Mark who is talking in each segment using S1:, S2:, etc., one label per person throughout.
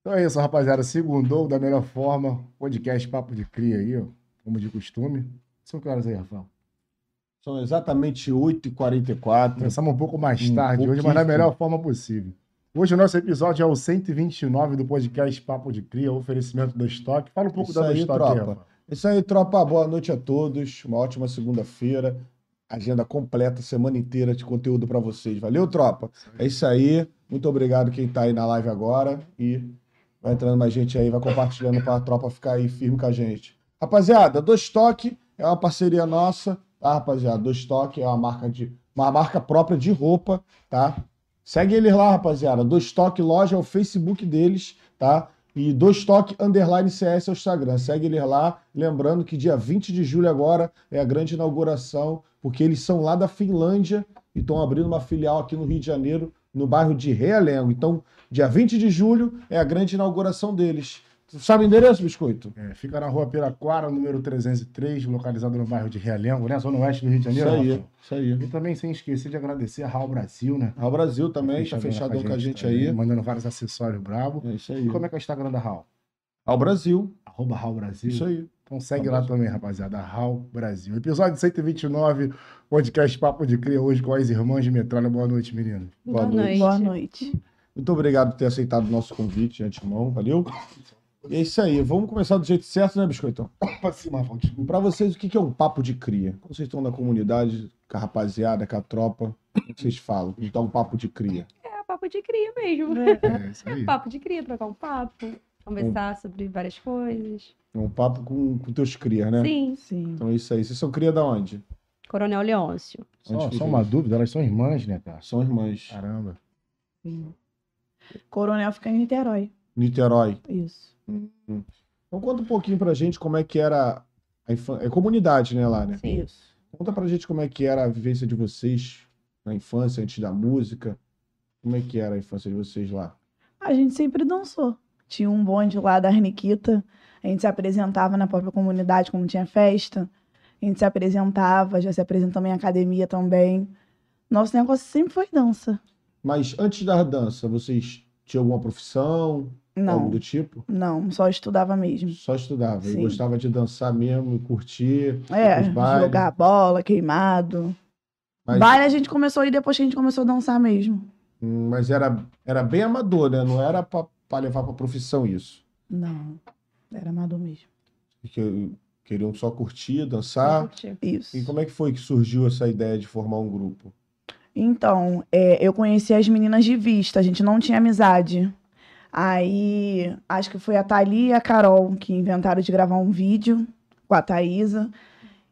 S1: Então é isso, rapaziada. Segundou da melhor forma. Podcast Papo de Cria aí, ó. Como de costume. São que horas aí, Rafael?
S2: São exatamente 8h44.
S1: Começamos um pouco mais
S2: Um
S1: tarde hoje, mas da
S2: pouquíssimo.
S1: melhor forma possível. Hoje o nosso episódio é o 129 do podcast Papo de Cria, oferecimento do estoque. Fala um pouco
S2: Isso
S1: da do
S2: aí,
S1: estoque,
S2: tropa.
S1: aí, Rafa.
S2: Isso aí, tropa. Boa noite a todos. Uma ótima segunda-feira. Agenda completa, semana inteira de conteúdo pra vocês. Valeu, tropa? É isso aí. Muito obrigado quem tá aí na live agora. E vai entrando mais gente aí, vai compartilhando pra tropa ficar aí firme com a gente. Rapaziada, Dois Toque é uma parceria nossa, tá, rapaziada? Dois Toque é uma marca de uma marca própria de roupa, tá? Segue eles lá, rapaziada. Dois Toque Loja é o Facebook deles, tá? E Dois Toque Underline CS é o Instagram. Segue eles lá. Lembrando que dia 20 de julho agora é a grande inauguração, porque eles são lá da Finlândia e estão abrindo uma filial aqui no Rio de Janeiro, no bairro de Realengo. Então, dia 20 de julho é a grande inauguração deles. Tu sabe o endereço, Biscoito?
S1: É, fica na rua Piraquara, número 303, localizado no bairro de Realengo, né? Zona Oeste do Rio de Janeiro.
S2: isso aí,
S1: Rafa.
S2: isso aí.
S1: E também sem esquecer de agradecer a Raul Brasil, né?
S2: Ao Brasil também,
S1: Fechadão
S2: tá fechadão com a gente
S1: também,
S2: aí.
S1: Mandando vários acessórios brabo.
S2: É isso aí.
S1: E como é que é o Instagram da Raul?
S2: Ao Brasil,
S1: Arroba Raul Brasil.
S2: isso aí.
S1: Então segue lá também, rapaziada. Raul Brasil. Episódio 129, podcast Papo de Cria, hoje com as irmãs de metralha. Boa noite, menino.
S2: Boa
S3: Boa,
S2: noite.
S3: noite.
S4: Boa noite.
S2: Muito obrigado por ter aceitado o nosso convite de antemão, valeu? E é isso aí, vamos começar do jeito certo, né, Biscoitão?
S1: Pra cima, Rafael, desculpa.
S2: Pra vocês, o que que é um papo de cria? Quando vocês estão na comunidade, com a rapaziada, com a tropa, o que vocês falam? Que dá um papo de cria.
S3: É papo de cria mesmo.
S1: É isso aí.
S3: Papo de cria, trocar um papo, conversar sobre várias coisas.
S2: É um papo com, com teus crias, né?
S3: Sim,
S4: Sim.
S2: Então é isso aí. Vocês são cria da onde?
S3: Coronel Leôncio.
S1: Só, só uma dúvida, elas são irmãs, né, cara?
S2: São irmãs.
S1: Caramba.
S4: sim. Coronel fica em Niterói.
S2: Niterói.
S4: Isso.
S2: Então conta um pouquinho pra gente como é que era a infan... é comunidade, né, lá, né?
S3: Sim.
S4: Isso.
S2: Conta pra gente como é que era a vivência de vocês na infância, antes da música. Como é que era a infância de vocês lá?
S4: A gente sempre dançou. Tinha um bonde lá da Arniquita. A gente se apresentava na própria comunidade, como tinha festa. A gente se apresentava, já se apresentamos em academia também. Nosso negócio sempre foi dança.
S2: Mas antes da dança, vocês tinham alguma profissão, algo
S4: Não,
S2: do tipo?
S4: não, só estudava mesmo.
S2: Só estudava e
S4: Sim.
S2: gostava de dançar mesmo, curtir,
S4: É,
S2: Tipo os bailes.
S4: jogar bola, queimado.
S2: Mas,
S4: Baile a gente começou a ir depois que a gente começou a dançar mesmo.
S2: Hum, mas era, era bem amador, né? Não era pra pra levar pra profissão isso.
S4: Não, era amador mesmo.
S2: Porque queriam só curtir,
S1: Ah,
S2: dançar.
S4: Isso.
S2: E como é que foi que surgiu essa ideia de formar um grupo?
S4: Então, é, eu conheci as meninas de vista, a gente não tinha amizade. Aí, acho que foi a Thalia e a Carol que inventaram de gravar um vídeo com a Thaísa.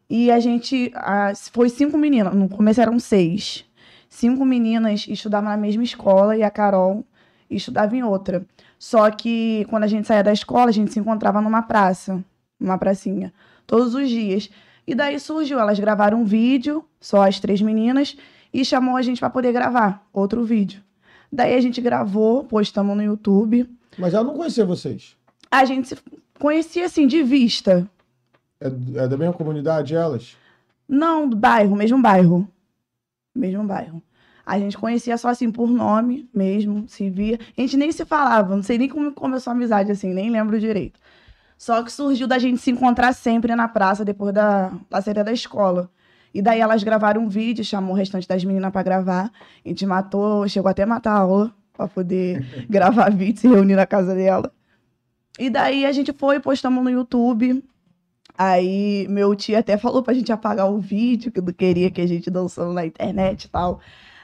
S4: E a gente, ah, foi cinco meninas, no começo eram seis. Cinco meninas estudavam na mesma escola e a Carol estudava em outra. Só que quando a gente saía da escola, a gente se encontrava numa praça, numa pracinha, todos os dias. E daí surgiu, elas gravaram um vídeo, só as três meninas, e chamou a gente para poder gravar outro vídeo. Daí a gente gravou, postamos no YouTube.
S2: Mas ela não conhecia vocês.
S4: A gente se conhecia assim de vista,
S2: É, é da mesma comunidade elas?
S4: não do bairro, mesmo bairro. Mesmo bairro. A gente conhecia só assim por nome mesmo, se via. A gente nem se falava, não sei nem como começou a amizade assim, nem lembro direito. Só que surgiu da gente se encontrar sempre na praça depois da, da saída da escola. E daí elas gravaram um vídeo, chamou o restante das meninas pra gravar. A gente matou, chegou até a matar a aula pra poder gravar vídeo, se reunir na casa dela. E daí a gente foi, postamos no YouTube. Aí meu tio até falou pra gente apagar o vídeo, que não queria que a gente dançando na internet e tal.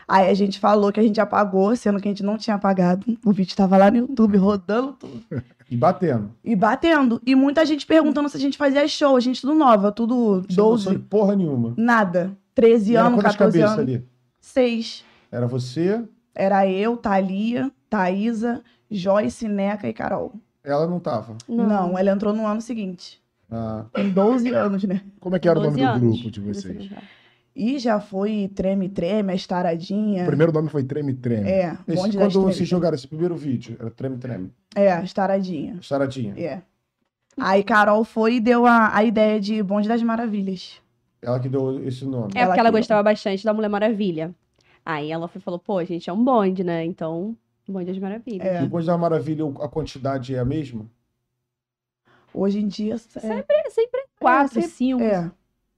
S4: Aí a gente falou que a gente apagou, sendo que a gente não tinha apagado. O vídeo tava lá no YouTube, rodando tudo.
S2: E batendo.
S4: E batendo. E muita gente perguntando se a gente fazia show. A gente tudo nova, tudo
S2: Sem noção
S4: 12.
S2: de porra nenhuma.
S4: Nada. 13
S2: E era
S4: anos,
S2: quantas
S4: 14
S2: cabeças
S4: anos.
S2: ali?
S4: Seis.
S2: Era você,
S4: Era eu, Thalia, Thaísa, Joyce, Neca e Carol.
S2: ela não tava.
S4: Não. ela entrou no ano seguinte.
S2: Ah,
S4: Com 12 anos, né?
S1: Como é que era o nome
S3: 12
S1: do
S3: anos. É
S1: grupo de vocês?
S4: E já foi Treme Treme, a Estaradinha.
S1: O primeiro nome foi Treme Treme.
S4: É,
S2: esse-
S4: Bonde das
S2: quando
S4: Tremes.
S2: vocês jogaram esse primeiro vídeo, era treme treme.
S4: É, a Estaradinha.
S2: Saradinha.
S4: É. Aí Carol foi e deu a, a ideia de Bonde das Maravilhas.
S2: Ela que deu esse nome.
S3: É
S4: Ela
S3: porque ela
S4: criou.
S3: gostava bastante da Mulher Maravilha. Aí ela foi, e falou, pô, a gente é um bonde, né? Então Bom Dia das Maravilhas.
S4: É.
S2: Depois da Maravilha, a quantidade é a mesma?
S4: Hoje em dia, é,
S3: Sempre, sempre
S4: quatro,
S3: é, sempre-
S4: cinco. É,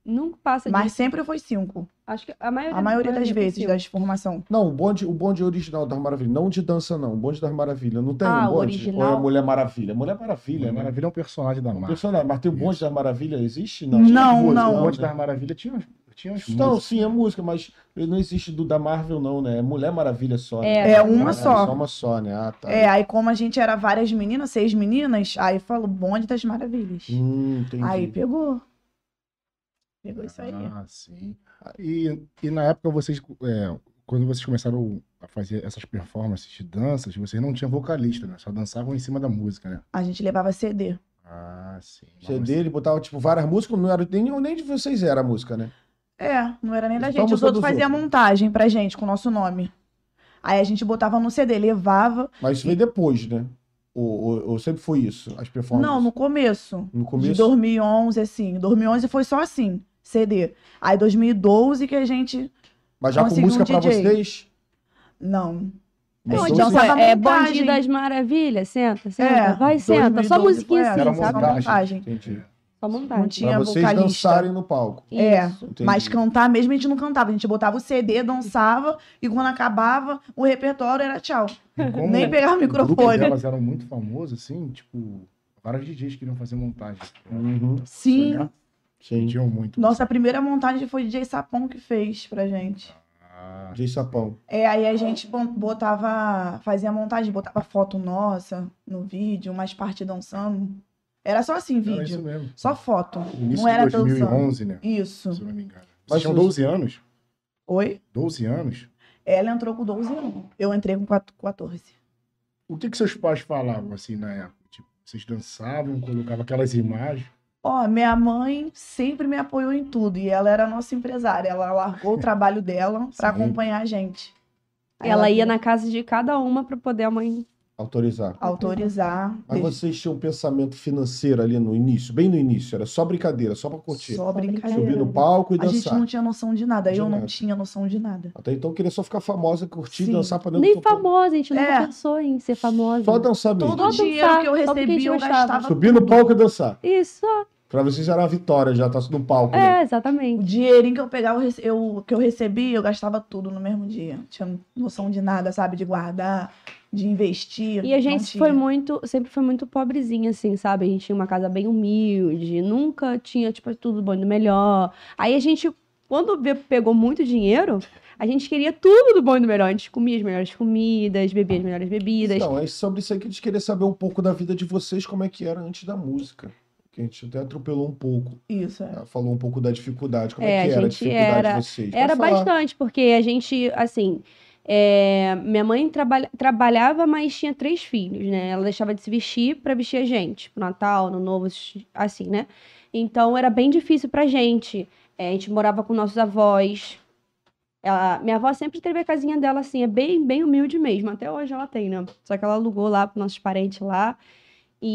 S3: nunca passa de...
S4: mas sempre foi cinco.
S3: Acho que a maioria,
S4: A maioria das vezes, né?
S3: possível.
S4: das formação.
S2: Não, o bonde, o bonde original das Maravilha. Não o de dança, não. O bonde das Maravilha. Não tem
S3: Ah,
S2: um
S3: o
S2: bonde?
S3: original?
S2: Ou é Mulher Maravilha? Mulher Maravilha,
S1: Mulher
S2: é maravilha.
S1: Maravilha é um personagem da
S2: Um
S1: marca.
S2: personagem, mas tem o bonde das Maravilha? Existe? Não.
S4: Não,
S1: Música,
S4: não.
S1: O Monte
S2: né?
S1: das Maravilhas tinha, umas- tinha umas
S2: Não,
S1: músicas.
S2: sim, é música, mas não existe do da Marvel, não, né? É Mulher Maravilha só. né?
S3: É,
S4: É uma
S2: Ah,
S4: só.
S2: Só uma só, né? Ah, tá.
S4: É, aí como a gente era várias meninas, seis meninas, aí falou Bonde das Maravilhas.
S2: Hum, entendi.
S4: Aí pegou. Pegou isso aí.
S1: Ah, sim. E, e na época vocês, é, quando vocês começaram a fazer essas performances de danças, vocês não tinham vocalista, né? Só dançavam em cima da música, né?
S4: A gente levava CD.
S1: Ah, sim. Mas
S2: CD, ele botava, tipo, várias músicas, não era nem, nem de vocês era a música, né?
S4: É, não era nem da
S2: Só
S4: gente. Os
S2: música
S4: outros
S2: dos
S4: faziam a
S2: outros.
S4: montagem pra gente, com o nosso nome. Aí a gente botava no CD, levava.
S2: Mas isso veio depois, né? Ou, ou- ou sempre foi isso, as performances?
S4: Não, no começo.
S2: No
S4: De
S2: começo?
S4: 2011, assim. 2011 foi só assim, CD. Aí 2012 que a gente.
S2: Mas já com
S4: conseguiu um
S2: música pra
S4: DJ.
S2: vocês?
S4: Não.
S2: Mas só
S4: Não, então
S2: vocês-
S4: só-
S3: dançava é,
S4: montagem.
S3: Bom Dia das Maravilhas, senta, senta,
S4: É,
S3: vai, senta. Só
S4: 2012
S3: musiquinha
S4: foi
S3: assim,
S1: Era
S4: essa,
S1: uma
S4: só
S1: sabe?
S4: montagem.
S2: Entendi.
S3: Só
S4: Não
S3: montagem.
S4: tinha
S2: Pra vocês
S4: vocalista.
S2: dançarem no palco.
S4: É.
S3: Isso.
S2: Entendi.
S4: Mas cantar mesmo a gente não cantava. A gente botava o CD, dançava, e quando acabava, o repertório era tchau.
S1: E como
S4: Nem pegava o
S1: o né? grupo
S4: microfone.
S1: delas eram muito famosos, assim, tipo, vários DJs queriam fazer montagem.
S2: Uhum,
S4: Sim.
S1: Né?
S2: Sim.
S1: Tinham muito.
S4: Nossa primeira montagem foi o DJ Sapão que fez pra gente.
S1: Ah,
S2: DJ Sapão.
S4: É, aí a gente bom- botava, fazia a montagem, botava foto nossa no vídeo, umas partes dançando. Era só assim,
S1: era isso
S4: vídeo.
S1: mesmo.
S4: Só foto.
S1: Início
S4: Não era Uhum.
S1: de 2011, né? Se
S4: Isso.
S1: eu não me engano.
S2: Mas
S1: Mas tinham
S2: vocês-
S1: 12 anos?
S4: Oi?
S1: 12 anos?
S4: Ela entrou com 12 anos. Eu entrei com 4 14.
S1: O que que seus pais falavam, assim, na época? Tipo, vocês dançavam, colocavam aquelas imagens?
S4: Ó, minha mãe sempre me apoiou em tudo. E ela era nossa empresária. Ela largou o trabalho dela pra
S1: Sim.
S4: acompanhar a gente. Aí
S3: Ela ia
S4: veio
S3: na casa de cada uma pra poder a mãe.
S2: Autorizar.
S4: autorizar.
S2: Mas vocês tinham um pensamento financeiro ali no início, bem no início, era só brincadeira, só pra curtir.
S4: Só brincadeira.
S2: Subir no palco e
S4: A gente
S2: dançar.
S4: não tinha noção de nada.
S2: De
S4: eu
S2: nada.
S4: não tinha noção de nada.
S2: Até então eu queria só ficar famosa, curtir,
S4: Sim.
S2: dançar pra dentro
S3: Nem
S2: do palco.
S3: famosa, a gente nunca
S4: É.
S3: pensou em ser famosa.
S2: Só dançar mesmo.
S4: Todo
S3: Só
S4: dinheiro
S3: dançar,
S4: que eu
S3: só porque a
S4: recebia,
S3: gente
S4: eu
S3: gostava.
S4: gastava
S2: Subir no
S4: tudo.
S2: palco e dançar.
S3: Isso,
S2: Pra vocês já era uma vitória, já tá no palco. né?
S3: é,
S4: O
S3: exatamente.
S4: dinheirinho que eu pegava, eu rece- eu, que eu recebi, eu gastava tudo no mesmo dia. Não tinha noção de nada, sabe? De guardar, de investir.
S3: E a
S4: não
S3: gente
S4: tinha.
S3: foi muito, sempre foi muito pobrezinha, assim, sabe? A gente tinha uma casa bem humilde, nunca tinha, tipo, tudo bom e do melhor. Aí a gente, quando ve- pegou muito dinheiro, a gente queria tudo do bom e do melhor. A gente comia as melhores comidas, bebia as melhores bebidas.
S2: Então, é sobre isso aí que a gente queria saber um pouco da vida de vocês, como é que era antes da música. Que a gente até atropelou um pouco.
S4: Isso, é.
S2: né? Falou um pouco da dificuldade. Como é,
S3: É, a
S2: que era a
S3: gente
S2: dificuldade
S3: era-
S2: de vocês? Pode
S3: Era
S2: falar.
S3: bastante, porque a gente, assim, é, minha mãe trabalha- trabalhava, mas tinha três filhos, né? Ela deixava de se vestir pra vestir a gente, pro Natal, no Novo, assim, né? Então era bem difícil pra gente. É, a gente morava com nossos avós. Ela- minha avó sempre teve a casinha dela assim, é bem, bem humilde mesmo. Até hoje ela tem, né? Só que ela alugou lá pros nossos parentes lá.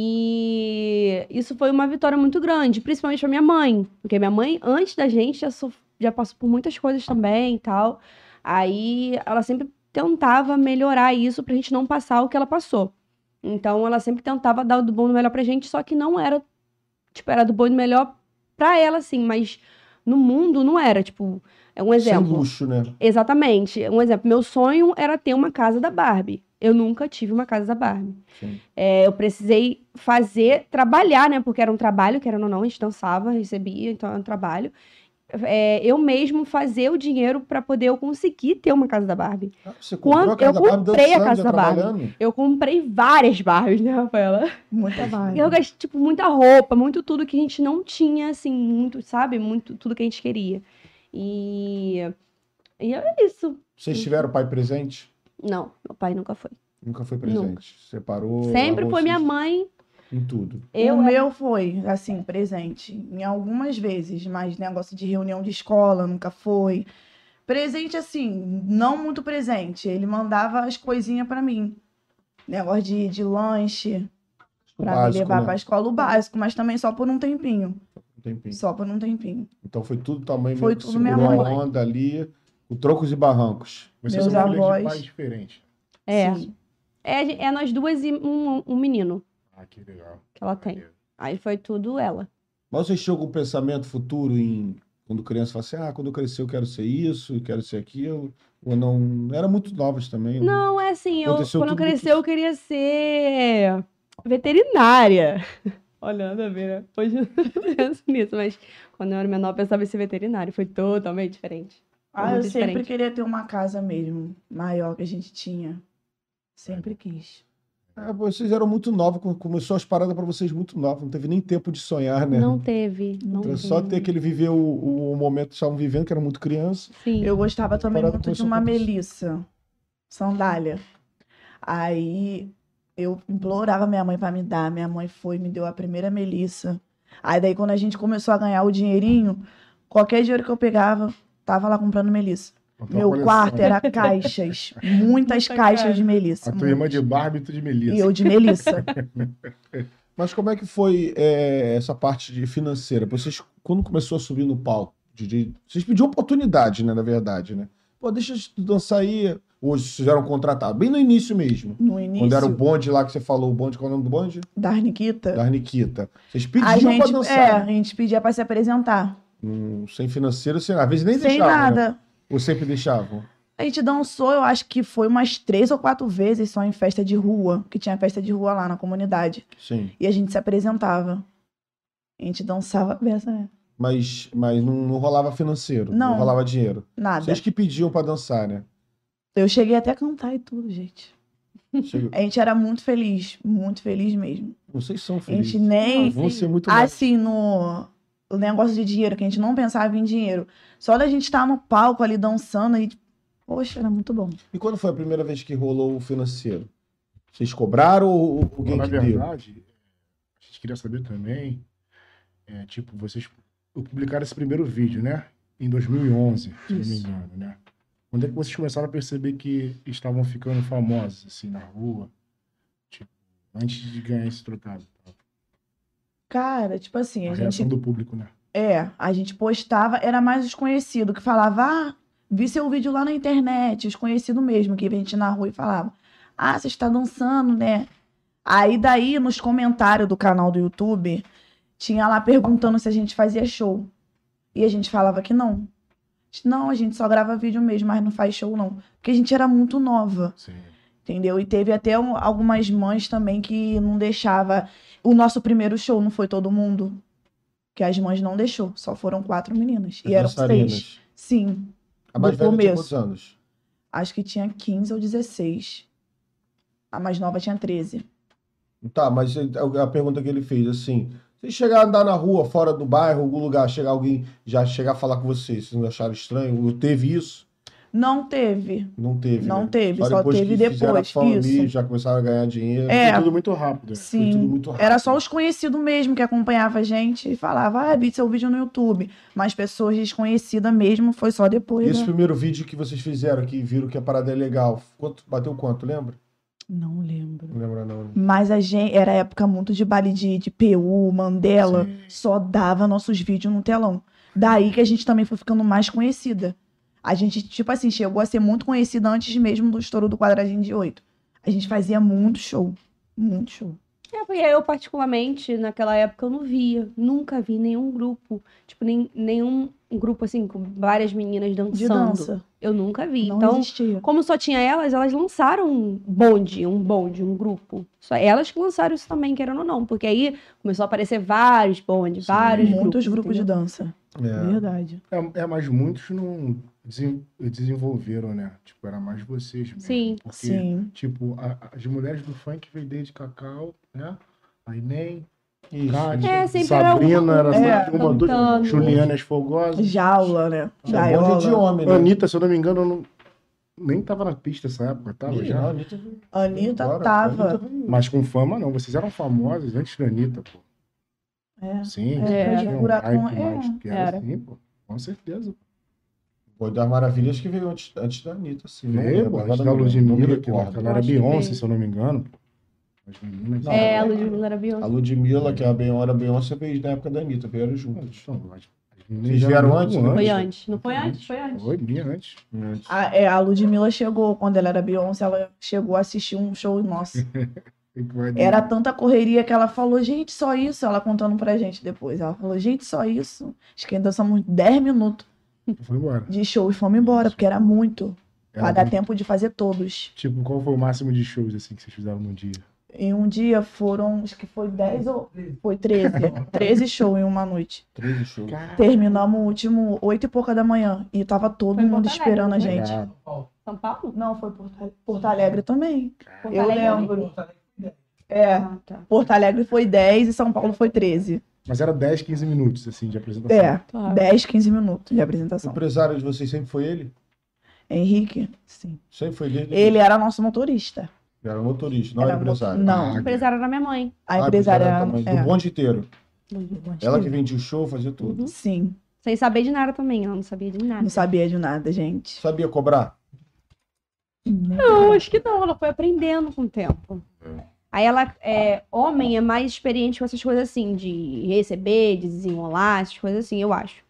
S3: E isso foi uma vitória muito grande, principalmente pra minha mãe. Porque minha mãe, antes da gente, já, sof- já passou por muitas coisas também e tal. Aí ela sempre tentava melhorar isso pra gente não passar o que ela passou. Então ela sempre tentava dar o do bom e do melhor pra gente, só que não era, tipo, era do bom e do melhor pra ela, assim, mas no mundo não era, tipo, é um
S2: Sem
S3: exemplo.
S2: luxo, né?
S3: Exatamente. Um exemplo, meu sonho era ter uma casa da Barbie. Eu nunca tive uma casa da Barbie.
S2: Sim.
S3: É, eu precisei fazer, trabalhar, né? Porque era um trabalho, querendo ou não, a gente dançava, recebia, então era um trabalho. É, eu mesmo fazer o dinheiro para poder eu conseguir ter uma casa da Barbie.
S2: Ah, Você comprou a casa
S3: Quando- eu
S2: da Barbie
S3: comprei a
S2: dançando,
S3: casa
S2: já
S3: da Barbie.
S2: trabalhando?
S3: Eu comprei várias Barbies, né, Rafaela?
S4: Muito trabalho.
S3: Eu gastei, tipo, muita roupa, muito tudo que a gente não tinha, assim, muito, sabe? Muito tudo que a gente queria. E. E é isso.
S2: Vocês tiveram pai presente?
S3: Não, meu pai nunca foi.
S2: Nunca foi presente.
S3: Nunca.
S2: Separou.
S3: Sempre
S2: largou
S3: foi minha
S2: vocês
S3: mãe
S2: Em tudo.
S3: Eu
S4: o meu foi, assim, presente. Em algumas vezes, mas negócio de reunião de escola nunca foi. Presente, assim, não muito presente. Ele mandava as coisinhas pra mim. Negócio de, de lanche,
S2: O
S4: pra me
S2: básico,
S4: levar
S2: né?
S4: pra escola, o básico, mas também só por um tempinho.
S2: Um tempinho.
S4: Só por um tempinho.
S2: Então foi tudo tua mãe
S4: Foi
S2: meio que
S4: tudo minha
S2: segurou a
S3: mãe.
S2: onda ali, com trocos e barrancos.
S1: Vocês
S4: Meus
S1: são filhos de
S4: avós.
S1: pais diferentes.
S3: É.
S4: Sim.
S3: É, é nós duas e um, um menino
S1: Ah, que legal.
S3: que ela tem.
S1: Maneiro.
S3: Aí foi tudo ela.
S2: Mas vocês tinham algum um pensamento futuro em quando criança fala assim, ah, quando eu crescer eu quero ser isso, eu quero ser aquilo, ou não, era muito novas também. né?
S3: Não, é assim, eu,
S2: Aconteceu
S3: quando eu
S2: tudo muito-
S3: crescer, eu queria ser veterinária. Olha, nada a ver, né? Hoje eu não penso nisso, mas quando eu era menor, eu pensava em ser veterinário. Foi totalmente diferente.
S4: Ah, eu
S3: muito
S4: sempre
S3: diferente.
S4: queria ter uma casa mesmo, maior que a gente tinha. Sempre quis.
S2: É, vocês eram muito novos, come- começou as paradas pra vocês muito novos, não teve nem tempo de sonhar,
S4: É.
S2: né?
S3: Não teve, não
S2: Então,
S3: teve.
S2: só ter aquele viver o, o momento que estavam vivendo, que era muito criança.
S3: Sim.
S4: Eu gostava também
S2: Parada
S4: muito de
S2: começou
S4: uma
S2: com isso.
S4: Melissa, sandália. Aí eu implorava minha mãe pra me dar, minha mãe foi e me deu a primeira Melissa. Aí daí quando a gente começou a ganhar o dinheirinho, qualquer dinheiro que eu pegava, tava lá comprando Melissa.
S1: Então,
S4: Meu
S1: olha só,
S4: quarto era caixas, muitas
S3: Muita
S4: caixas
S3: caixa.
S4: de Melissa.
S1: A tua irmã de Barbie e tu de Melissa.
S4: E eu de Melissa.
S2: Mas como é que foi é, essa parte de financeira? Vocês, quando começou a subir no palco, de- de- vocês pediam oportunidade, né, na verdade, né? Pô, deixa eu dançar aí. Hoje vocês fizeram um contratado, bem no início mesmo.
S4: No
S2: Quando era o
S4: início
S2: bonde lá que você falou, o bonde, qual é o nome do bonde?
S4: da Arniquita,
S2: Da Arniquita. Vocês
S4: É. a
S2: pediam pra
S4: gente, é,
S2: dançar.
S4: a gente pedia pra se apresentar.
S2: Hum, sem financeiro, sem nada. Às vezes nem
S4: Sem
S2: deixavam, né?
S4: nada.
S2: Ou sempre deixavam.
S4: A gente dançou, eu acho que foi umas três ou quatro vezes só em festa de rua, que tinha festa de rua lá na comunidade.
S2: Sim.
S4: E a gente se apresentava. A gente dançava beça, né?
S2: Mas, mas não, não rolava financeiro. Não.
S4: Não.
S2: rolava dinheiro.
S4: Nada.
S2: Vocês que pediam pra dançar, né?
S4: Eu cheguei até a cantar e tudo, gente.
S2: Chega-
S4: A gente era muito feliz, muito feliz mesmo.
S2: Vocês são
S4: A gente
S2: felizes.
S4: nem.
S2: Vão ser muito mais.
S4: assim, no o negócio de dinheiro, que a gente não pensava em dinheiro. Só da gente estar no palco ali dançando, a gente. Poxa, era muito bom.
S2: E quando foi a primeira vez que rolou o financeiro? Vocês cobraram ou ou alguém
S1: Na
S2: que deu?
S1: verdade, a gente queria saber também, é, tipo, vocês publicaram esse primeiro vídeo, né? Em 2011, se não me
S4: Isso.
S1: engano, né? Quando é que vocês começaram a perceber que estavam ficando famosos, assim, na rua? Tipo, antes de ganhar esse trocado.
S4: Cara, tipo
S1: A
S4: assim, a gente
S1: reação do público, né?
S4: É, a gente postava, era mais os conhecidos que falava, ah, vi seu vídeo lá na internet, os conhecidos mesmo, que a gente na rua e falava, ah, você está dançando, né? Aí daí, nos comentários do canal do YouTube, tinha lá perguntando se a gente fazia show. E a gente falava que não. Não, a gente só grava vídeo mesmo, mas não faz show não. Porque a gente era muito nova.
S1: Sim.
S4: Entendeu? E teve até um- algumas mães também que não deixava. O nosso primeiro show não foi todo mundo. Que as mães não deixou. Só foram quatro meninas.
S2: As
S4: e eram
S2: dançarinas.
S4: seis. Sim.
S2: A mais
S4: Do
S2: velha tinha
S4: começo.
S2: quantos anos?
S4: Acho que tinha 15 ou 16. A mais nova tinha 13.
S2: Tá, mas a a pergunta que ele fez, assim, se chegar a andar na rua, fora do bairro, algum lugar, chegar alguém, já chegar a falar com vocês, vocês não acharam estranho? Ou Teve isso?
S4: Não teve.
S2: Não teve,
S4: Não
S2: né?
S4: teve, só teve
S2: que fizeram a
S4: depois,
S2: fama ali,
S4: isso.
S2: já começaram a ganhar dinheiro.
S4: É.
S1: Foi tudo muito rápido. né?
S2: Foi tudo
S4: Sim.
S2: muito rápido.
S4: Era só os conhecidos mesmo que acompanhava a gente e falava, ah, vi seu vídeo no YouTube. Mas pessoas desconhecidas mesmo foi só depois.
S2: Esse
S4: né?
S2: primeiro vídeo que vocês fizeram, que viram que a parada é legal, quanto, bateu quanto, lembra?
S4: Não lembro.
S2: Não lembra não, né?
S4: Mas a gente era época muito de baile de, de PU, Mandela,
S1: Sim.
S4: só dava nossos vídeos no telão. Daí que a gente também foi ficando mais conhecida. A gente, tipo assim, chegou a ser muito conhecida antes mesmo do estouro do quadradinho de oito. A gente fazia muito show. Muito show.
S3: É, porque eu, particularmente, naquela época, eu não via. Nunca vi nenhum grupo. Tipo, nem, nenhum grupo, assim, com várias meninas dançando.
S4: De dança.
S3: Eu nunca vi.
S4: Não
S3: então,
S4: existia.
S3: como só tinha elas, elas lançaram um bonde, um bonde, um grupo. Só elas que lançaram isso também, querendo ou não. Porque aí começou a aparecer vários bondes,
S1: Sim.
S3: vários
S4: Muitos
S3: grupos,
S4: grupos de
S3: entendeu?
S4: dança.
S2: É.
S4: Verdade.
S1: É, é, mas muitos não desen- desenvolveram, né? Tipo, era mais vocês mesmo.
S3: Sim.
S1: Porque
S4: Sim.
S1: Tipo, a- as mulheres do funk veio desde Cacau, né? A Iném,
S2: Isso.
S1: Kátia,
S3: É, sempre era
S1: Sabrina,
S3: uma-
S1: era sempre
S4: é,
S1: uma, duas.
S3: cantando.
S1: Juliana Esfogosa.
S4: Jaula, né?
S2: Isso é bonde de
S4: Gaiola.
S2: homem, né?
S1: Anitta, se eu não me engano, eu não- nem tava na pista essa época, tava
S2: Ih,
S1: já.
S2: não, Anitta veio
S4: Anitta
S2: embora,
S4: tava.
S2: Anitta veio-
S1: Mas com fama, não. Vocês eram famosos antes da Anitta, pô.
S4: É.
S1: Sim,
S4: É,
S1: vocês tinham um
S4: Furacão,
S1: hype
S4: é,
S1: mais que era
S3: era.
S1: assim, pô. Com certeza.
S2: Bonde das Maravilhas que veio antes, antes da Anitta, assim. não
S1: Veio,
S2: lembro,
S1: pô.
S2: agora
S1: Antes da
S2: não lembro, não me
S1: Ludmilla, que né?
S2: recordo.
S1: ela era
S3: Acho que
S1: Beyoncé,
S3: veio.
S1: se eu não me engano. pô. As meninas...
S4: Tá.
S2: Não.
S3: É, a
S2: Não.
S3: Ludmilla era
S2: A
S3: Beyoncé.
S2: Ludmilla, que é a Benhora Beyoncé, veio na época da Anitta, vieram juntos.
S1: Então, as, as
S2: Vocês vieram antes, né?
S3: Foi
S2: Antes.
S3: antes. Não foi antes? Foi antes.
S1: Foi minha antes.
S4: A, é, a Ludmilla chegou, quando ela era Beyoncé, ela chegou a assistir um show nosso.
S1: Tem que vai-
S4: Era tanta correria que ela falou, gente, só isso. Ela contando pra gente depois. Ela falou, gente, só isso. Acho que ainda somos 10 minutos
S1: Foi embora.
S4: de show e fomos embora, porque era muito. Pra
S1: Era
S4: dar
S1: muito-
S4: tempo de fazer todos.
S1: Tipo, qual foi o máximo de shows assim que vocês fizeram no dia?
S4: Em um dia foram, acho que foi 10 ou. Foi 13. 13 shows em uma noite.
S2: Três shows.
S3: Ah.
S4: Terminamos o último 8 e pouca da manhã. E tava todo
S3: Foi em
S4: mundo
S3: Porto Alegre,
S4: esperando a
S3: né?
S4: gente.
S1: Ah,
S3: São Paulo?
S4: Não, foi Porto, Porto Alegre também.
S3: Porto
S4: Eu
S3: Alegre?
S4: lembro. É,
S3: Ah, tá.
S4: Porto Alegre foi 10 e São Paulo foi 13.
S1: mas era 10, 15 minutos assim de apresentação.
S4: É,
S3: Claro.
S4: 10, 15 minutos de
S2: O
S4: apresentação.
S2: empresário de vocês sempre foi ele?
S4: Henrique, sim.
S2: Sempre foi desde
S4: Ele era nosso motorista.
S2: Era motorista, não era,
S4: Era mo-
S2: empresário.
S4: Não.
S3: O
S1: Ah,
S3: empresário da minha mãe.
S4: A
S2: Ah,
S4: empresária
S2: empresário também,
S4: é, Uhum.
S2: Do bonde inteiro. Ela que
S4: Sim.
S2: vendia o show, fazia tudo.
S4: Sim,
S3: Sem saber de nada também. Ela não sabia de nada.
S4: não sabia de nada, gente.
S2: Sabia cobrar?
S4: né?
S3: Não, acho que não. Ela foi aprendendo com o tempo.
S1: É.
S3: Aí ela, é, homem, é mais experiente com essas coisas assim, de receber, de desenrolar, essas coisas assim, eu acho.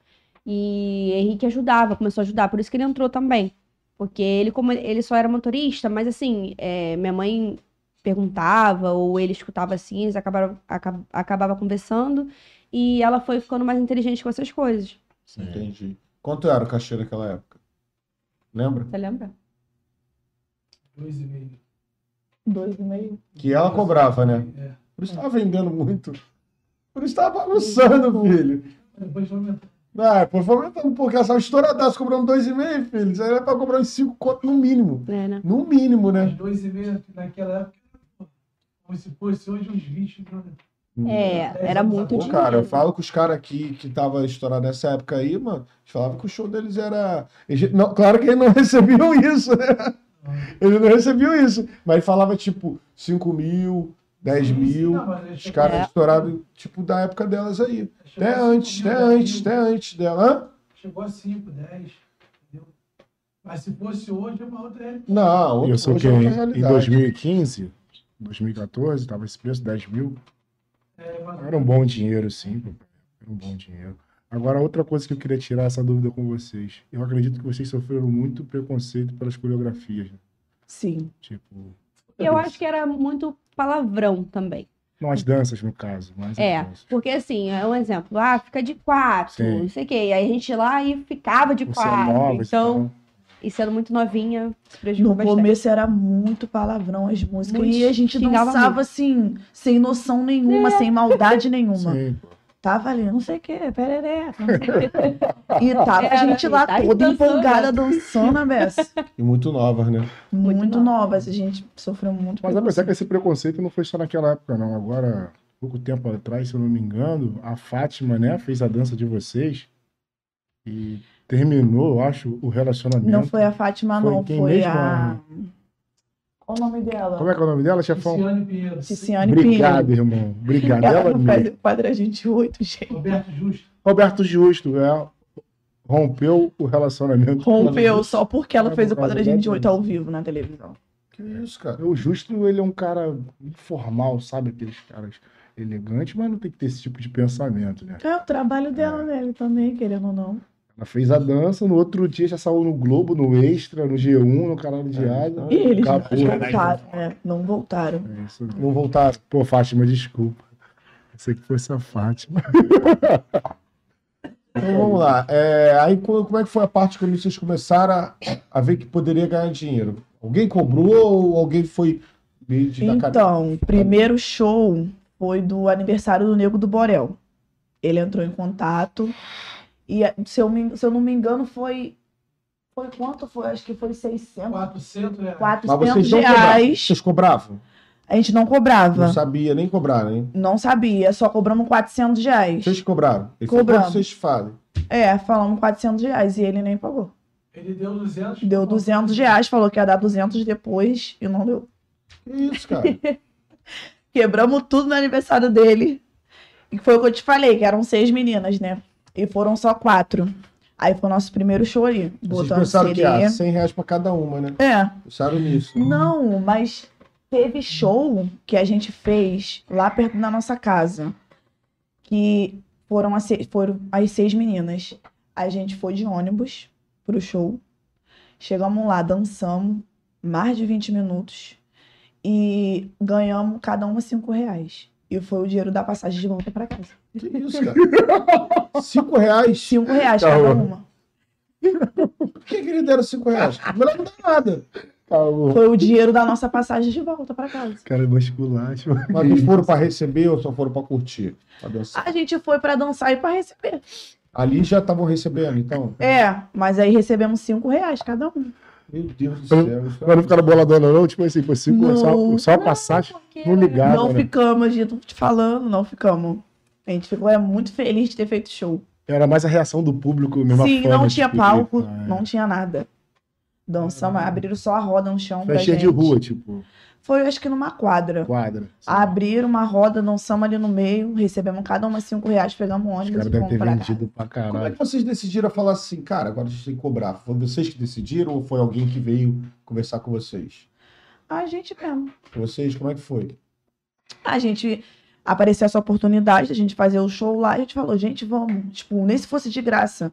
S3: E Henrique ajudava, começou a ajudar, por isso que ele entrou também. Porque ele, como ele- ele só era motorista, mas assim, é, minha mãe perguntava, ou ele escutava assim, eles acabaram, acab, acabava conversando, e ela foi ficando mais inteligente com essas coisas.
S2: Entendi. Quanto era o cachê naquela época? Lembra?
S3: Você lembra?
S5: Dois e meio.
S4: Dois e meio.
S2: Que ela cobrava, né?
S5: É.
S2: Por isso tava vendendo muito. Por isso tava bagunçando, filho.
S5: Depois foi aumentando.
S2: Ah, pô, foi aumentando um pouco. Ela estava estouradaço, cobrando dois e meio, filho. Isso aí era pra cobrar uns cinco conto no mínimo.
S3: É, né?
S2: No mínimo, né?
S5: Dois e meio naquela época. Como se fosse hoje uns 20 né?
S3: É, era muito
S2: Pô,
S3: dinheiro.
S2: cara, eu falo com os caras aqui que tava estourado nessa época aí, mano. Eles falavam que o show deles era. eles- não, claro que eles não recebiam isso, né?
S5: Ah.
S2: Eles não recebiam isso. Mas falava tipo 5 mil, 10 mil.
S5: Não, mas eles
S2: Os caras
S3: É.
S2: estouraram, tipo, da época delas aí.
S5: chegou
S2: Até
S5: a
S2: antes,
S5: Tipo, cinco,
S2: até
S5: dez
S2: antes,
S5: mil.
S2: até antes dela. Hã?
S5: Chegou a 5, 10. Entendeu? Mas se fosse hoje, é uma outra época.
S2: Não,
S1: Eu sou
S2: hoje
S1: quem?
S2: é outra
S1: Em
S2: realidade.
S1: 2015, 2014, tava esse preço, 10 mil.
S5: É, mas
S1: Era um bom dinheiro, sim. pô. Era um bom dinheiro. Agora, outra coisa que eu queria tirar essa dúvida com vocês. Eu acredito que vocês sofreram muito preconceito pelas coreografias. né?
S4: Sim.
S1: Tipo,
S3: Eu acho que era muito palavrão também.
S1: não as danças, no caso, mas
S3: É,
S1: as danças.
S3: porque assim, é um exemplo, ah, fica de quatro,
S1: Sim. é
S3: não sei o quê. E Aí a gente ia lá e ficava de
S1: Por ser
S3: quatro.
S1: novas e
S3: então,
S1: tal.
S3: e sendo muito novinha, se prejudicou
S4: No
S3: bastante.
S4: começo era muito palavrão as músicas.
S3: Muito,
S4: e a gente
S3: xingava
S4: dançava assim, sem noção nenhuma, sem maldade nenhuma.
S1: então, Sim, pô.
S4: Tava ali, não sei o quê, pereré, não sei o quê. E tava a gente lá
S3: Era,
S4: toda
S3: dançando.
S4: empolgada, dançando a beça.
S2: E muito novas, né?
S4: Muito,
S3: Muito
S4: nova, essa gente sofreu muito.
S1: Mas apesar
S4: preconceito.
S1: que esse preconceito não foi só naquela época, não. Agora, pouco tempo atrás, se eu não me engano, a Fátima, né, fez a dança de vocês e terminou, eu acho, o relacionamento.
S4: Não foi a Fátima,
S1: Foi
S4: não,
S1: quem
S4: foi
S1: mesmo, né?
S4: a. Qual o nome
S1: Como
S4: dela?
S1: é que é o nome dela, chefão?
S2: um-
S5: Luciane Pinheiro.
S4: Ticiane
S1: Obrigado,
S4: Pinheiro.
S1: irmão. Obrigado.
S4: Ela
S1: Ela
S4: não
S1: mesmo.
S4: faz o quadro a gente oito, gente.
S5: Roberto Justo.
S1: Roberto Justo, é, rompeu o relacionamento.
S4: Rompeu só porque ela
S1: Ela
S4: fez
S1: não
S4: o
S1: faz
S4: quadro a gente
S1: ideia
S4: oito ao vivo na televisão.
S2: Que isso, cara.
S1: O Justo, ele é um cara informal, sabe? Aqueles caras elegantes, mas não tem que ter esse tipo de pensamento, né?
S4: É o trabalho dela, né? Ele também, querendo ou não.
S1: Ela fez a dança, no outro dia já saiu no Globo, no Extra, no G1, no canal do Diário.
S4: E eles não
S1: Acabou.
S4: voltaram, né? Não voltaram.
S1: É isso mesmo.
S2: Não voltaram.
S1: Pô, Fátima, desculpa. Pensei que fosse a Fátima.
S2: Então vamos lá. É, aí co- como é que foi a parte quando vocês começaram a, a ver que poderia ganhar dinheiro? Alguém cobrou ou alguém foi meio de da cadeia?
S4: Então, o primeiro show foi do aniversário do Nego do Borel. Ele entrou em contato e, se eu, me- se eu não me engano, foi. Foi quanto foi? Acho que foi 600,
S5: 400 reais.
S4: 400
S2: não cobravam?
S4: reais.
S2: Vocês cobravam?
S4: A gente não cobrava.
S2: Não sabia nem cobrar, hein?
S4: Não sabia, só cobramos 400 reais.
S2: Vocês cobraram? Ele falou,
S4: Cobramos.
S2: "Quanto Vocês falam.
S4: É, falamos 400 reais e ele nem pagou.
S5: Ele deu 200.
S4: Deu 200 reais, falou que ia dar 200 depois e não deu.
S2: Que isso, cara?
S4: Quebramos tudo no aniversário dele. E foi o que eu te falei, que eram seis meninas, né? E foram só quatro. Aí foi o nosso primeiro show ali.
S2: Vocês
S4: Botando
S2: pensaram que
S4: sereia.
S2: ah, 100 reais pra cada uma, né?
S4: É.
S2: Pensaram nisso.
S4: Não, mas teve show que a gente fez lá perto da nossa casa. Que foram as seis, foram as seis meninas. A gente foi de ônibus pro show. Chegamos lá, dançamos mais de 20 minutos e ganhamos cada uma cinco reais. E foi o dinheiro da passagem de volta pra casa.
S2: Que isso, cara? Cinco reais?
S4: Cinco reais
S1: Calma.
S4: cada uma.
S2: Por que, que eles deram cinco reais? Melhor não dá nada.
S1: Calma.
S4: Foi o dinheiro da nossa passagem de volta pra casa.
S1: Cara, é basculacho.
S2: Mas não foram pra receber ou só foram pra curtir? Pra dançar?
S4: A gente foi pra dançar e pra receber.
S2: Ali já estavam recebendo, então.
S4: É, mas aí recebemos cinco reais cada um.
S2: Meu Deus do céu. isso é-
S1: Mas não ficaram boladona, não? Tipo assim, por cinco,
S4: Não.
S1: só, só a passagem.
S3: Porque
S1: Não ligava,
S4: não
S1: né?
S4: ficamos, gente, não te falando, não ficamos. A gente ficou é, muito feliz de ter feito show.
S1: Era mais a reação do público mesmo. a
S4: Sim,
S1: fama,
S4: não tinha
S1: tipo,
S4: palco,
S1: de- Ah, é.
S4: não tinha nada. Dançamos, abriram só a roda no chão. pra
S1: Festinha Ah. de
S4: gente.
S1: rua, tipo,
S4: Foi, acho que numa quadra.
S1: quadra.
S4: Abriram uma roda, dançamos ali no meio, recebemos cada uma cinco reais, pegamos
S1: Os
S4: ônibus
S1: caras
S4: e
S1: devem
S4: fomos
S1: ter
S4: pra
S1: vendido pra
S2: Como é
S1: caralho.
S2: que vocês decidiram falar assim, cara, agora a gente tem que cobrar? Foi vocês que decidiram ou foi alguém que veio conversar com vocês?
S4: casa. A gente mesmo.
S2: Vocês, como é que foi?
S4: A gente apareceu essa oportunidade, a gente fazer o show lá, a gente falou, gente, vamos. Tipo, nem se fosse de graça,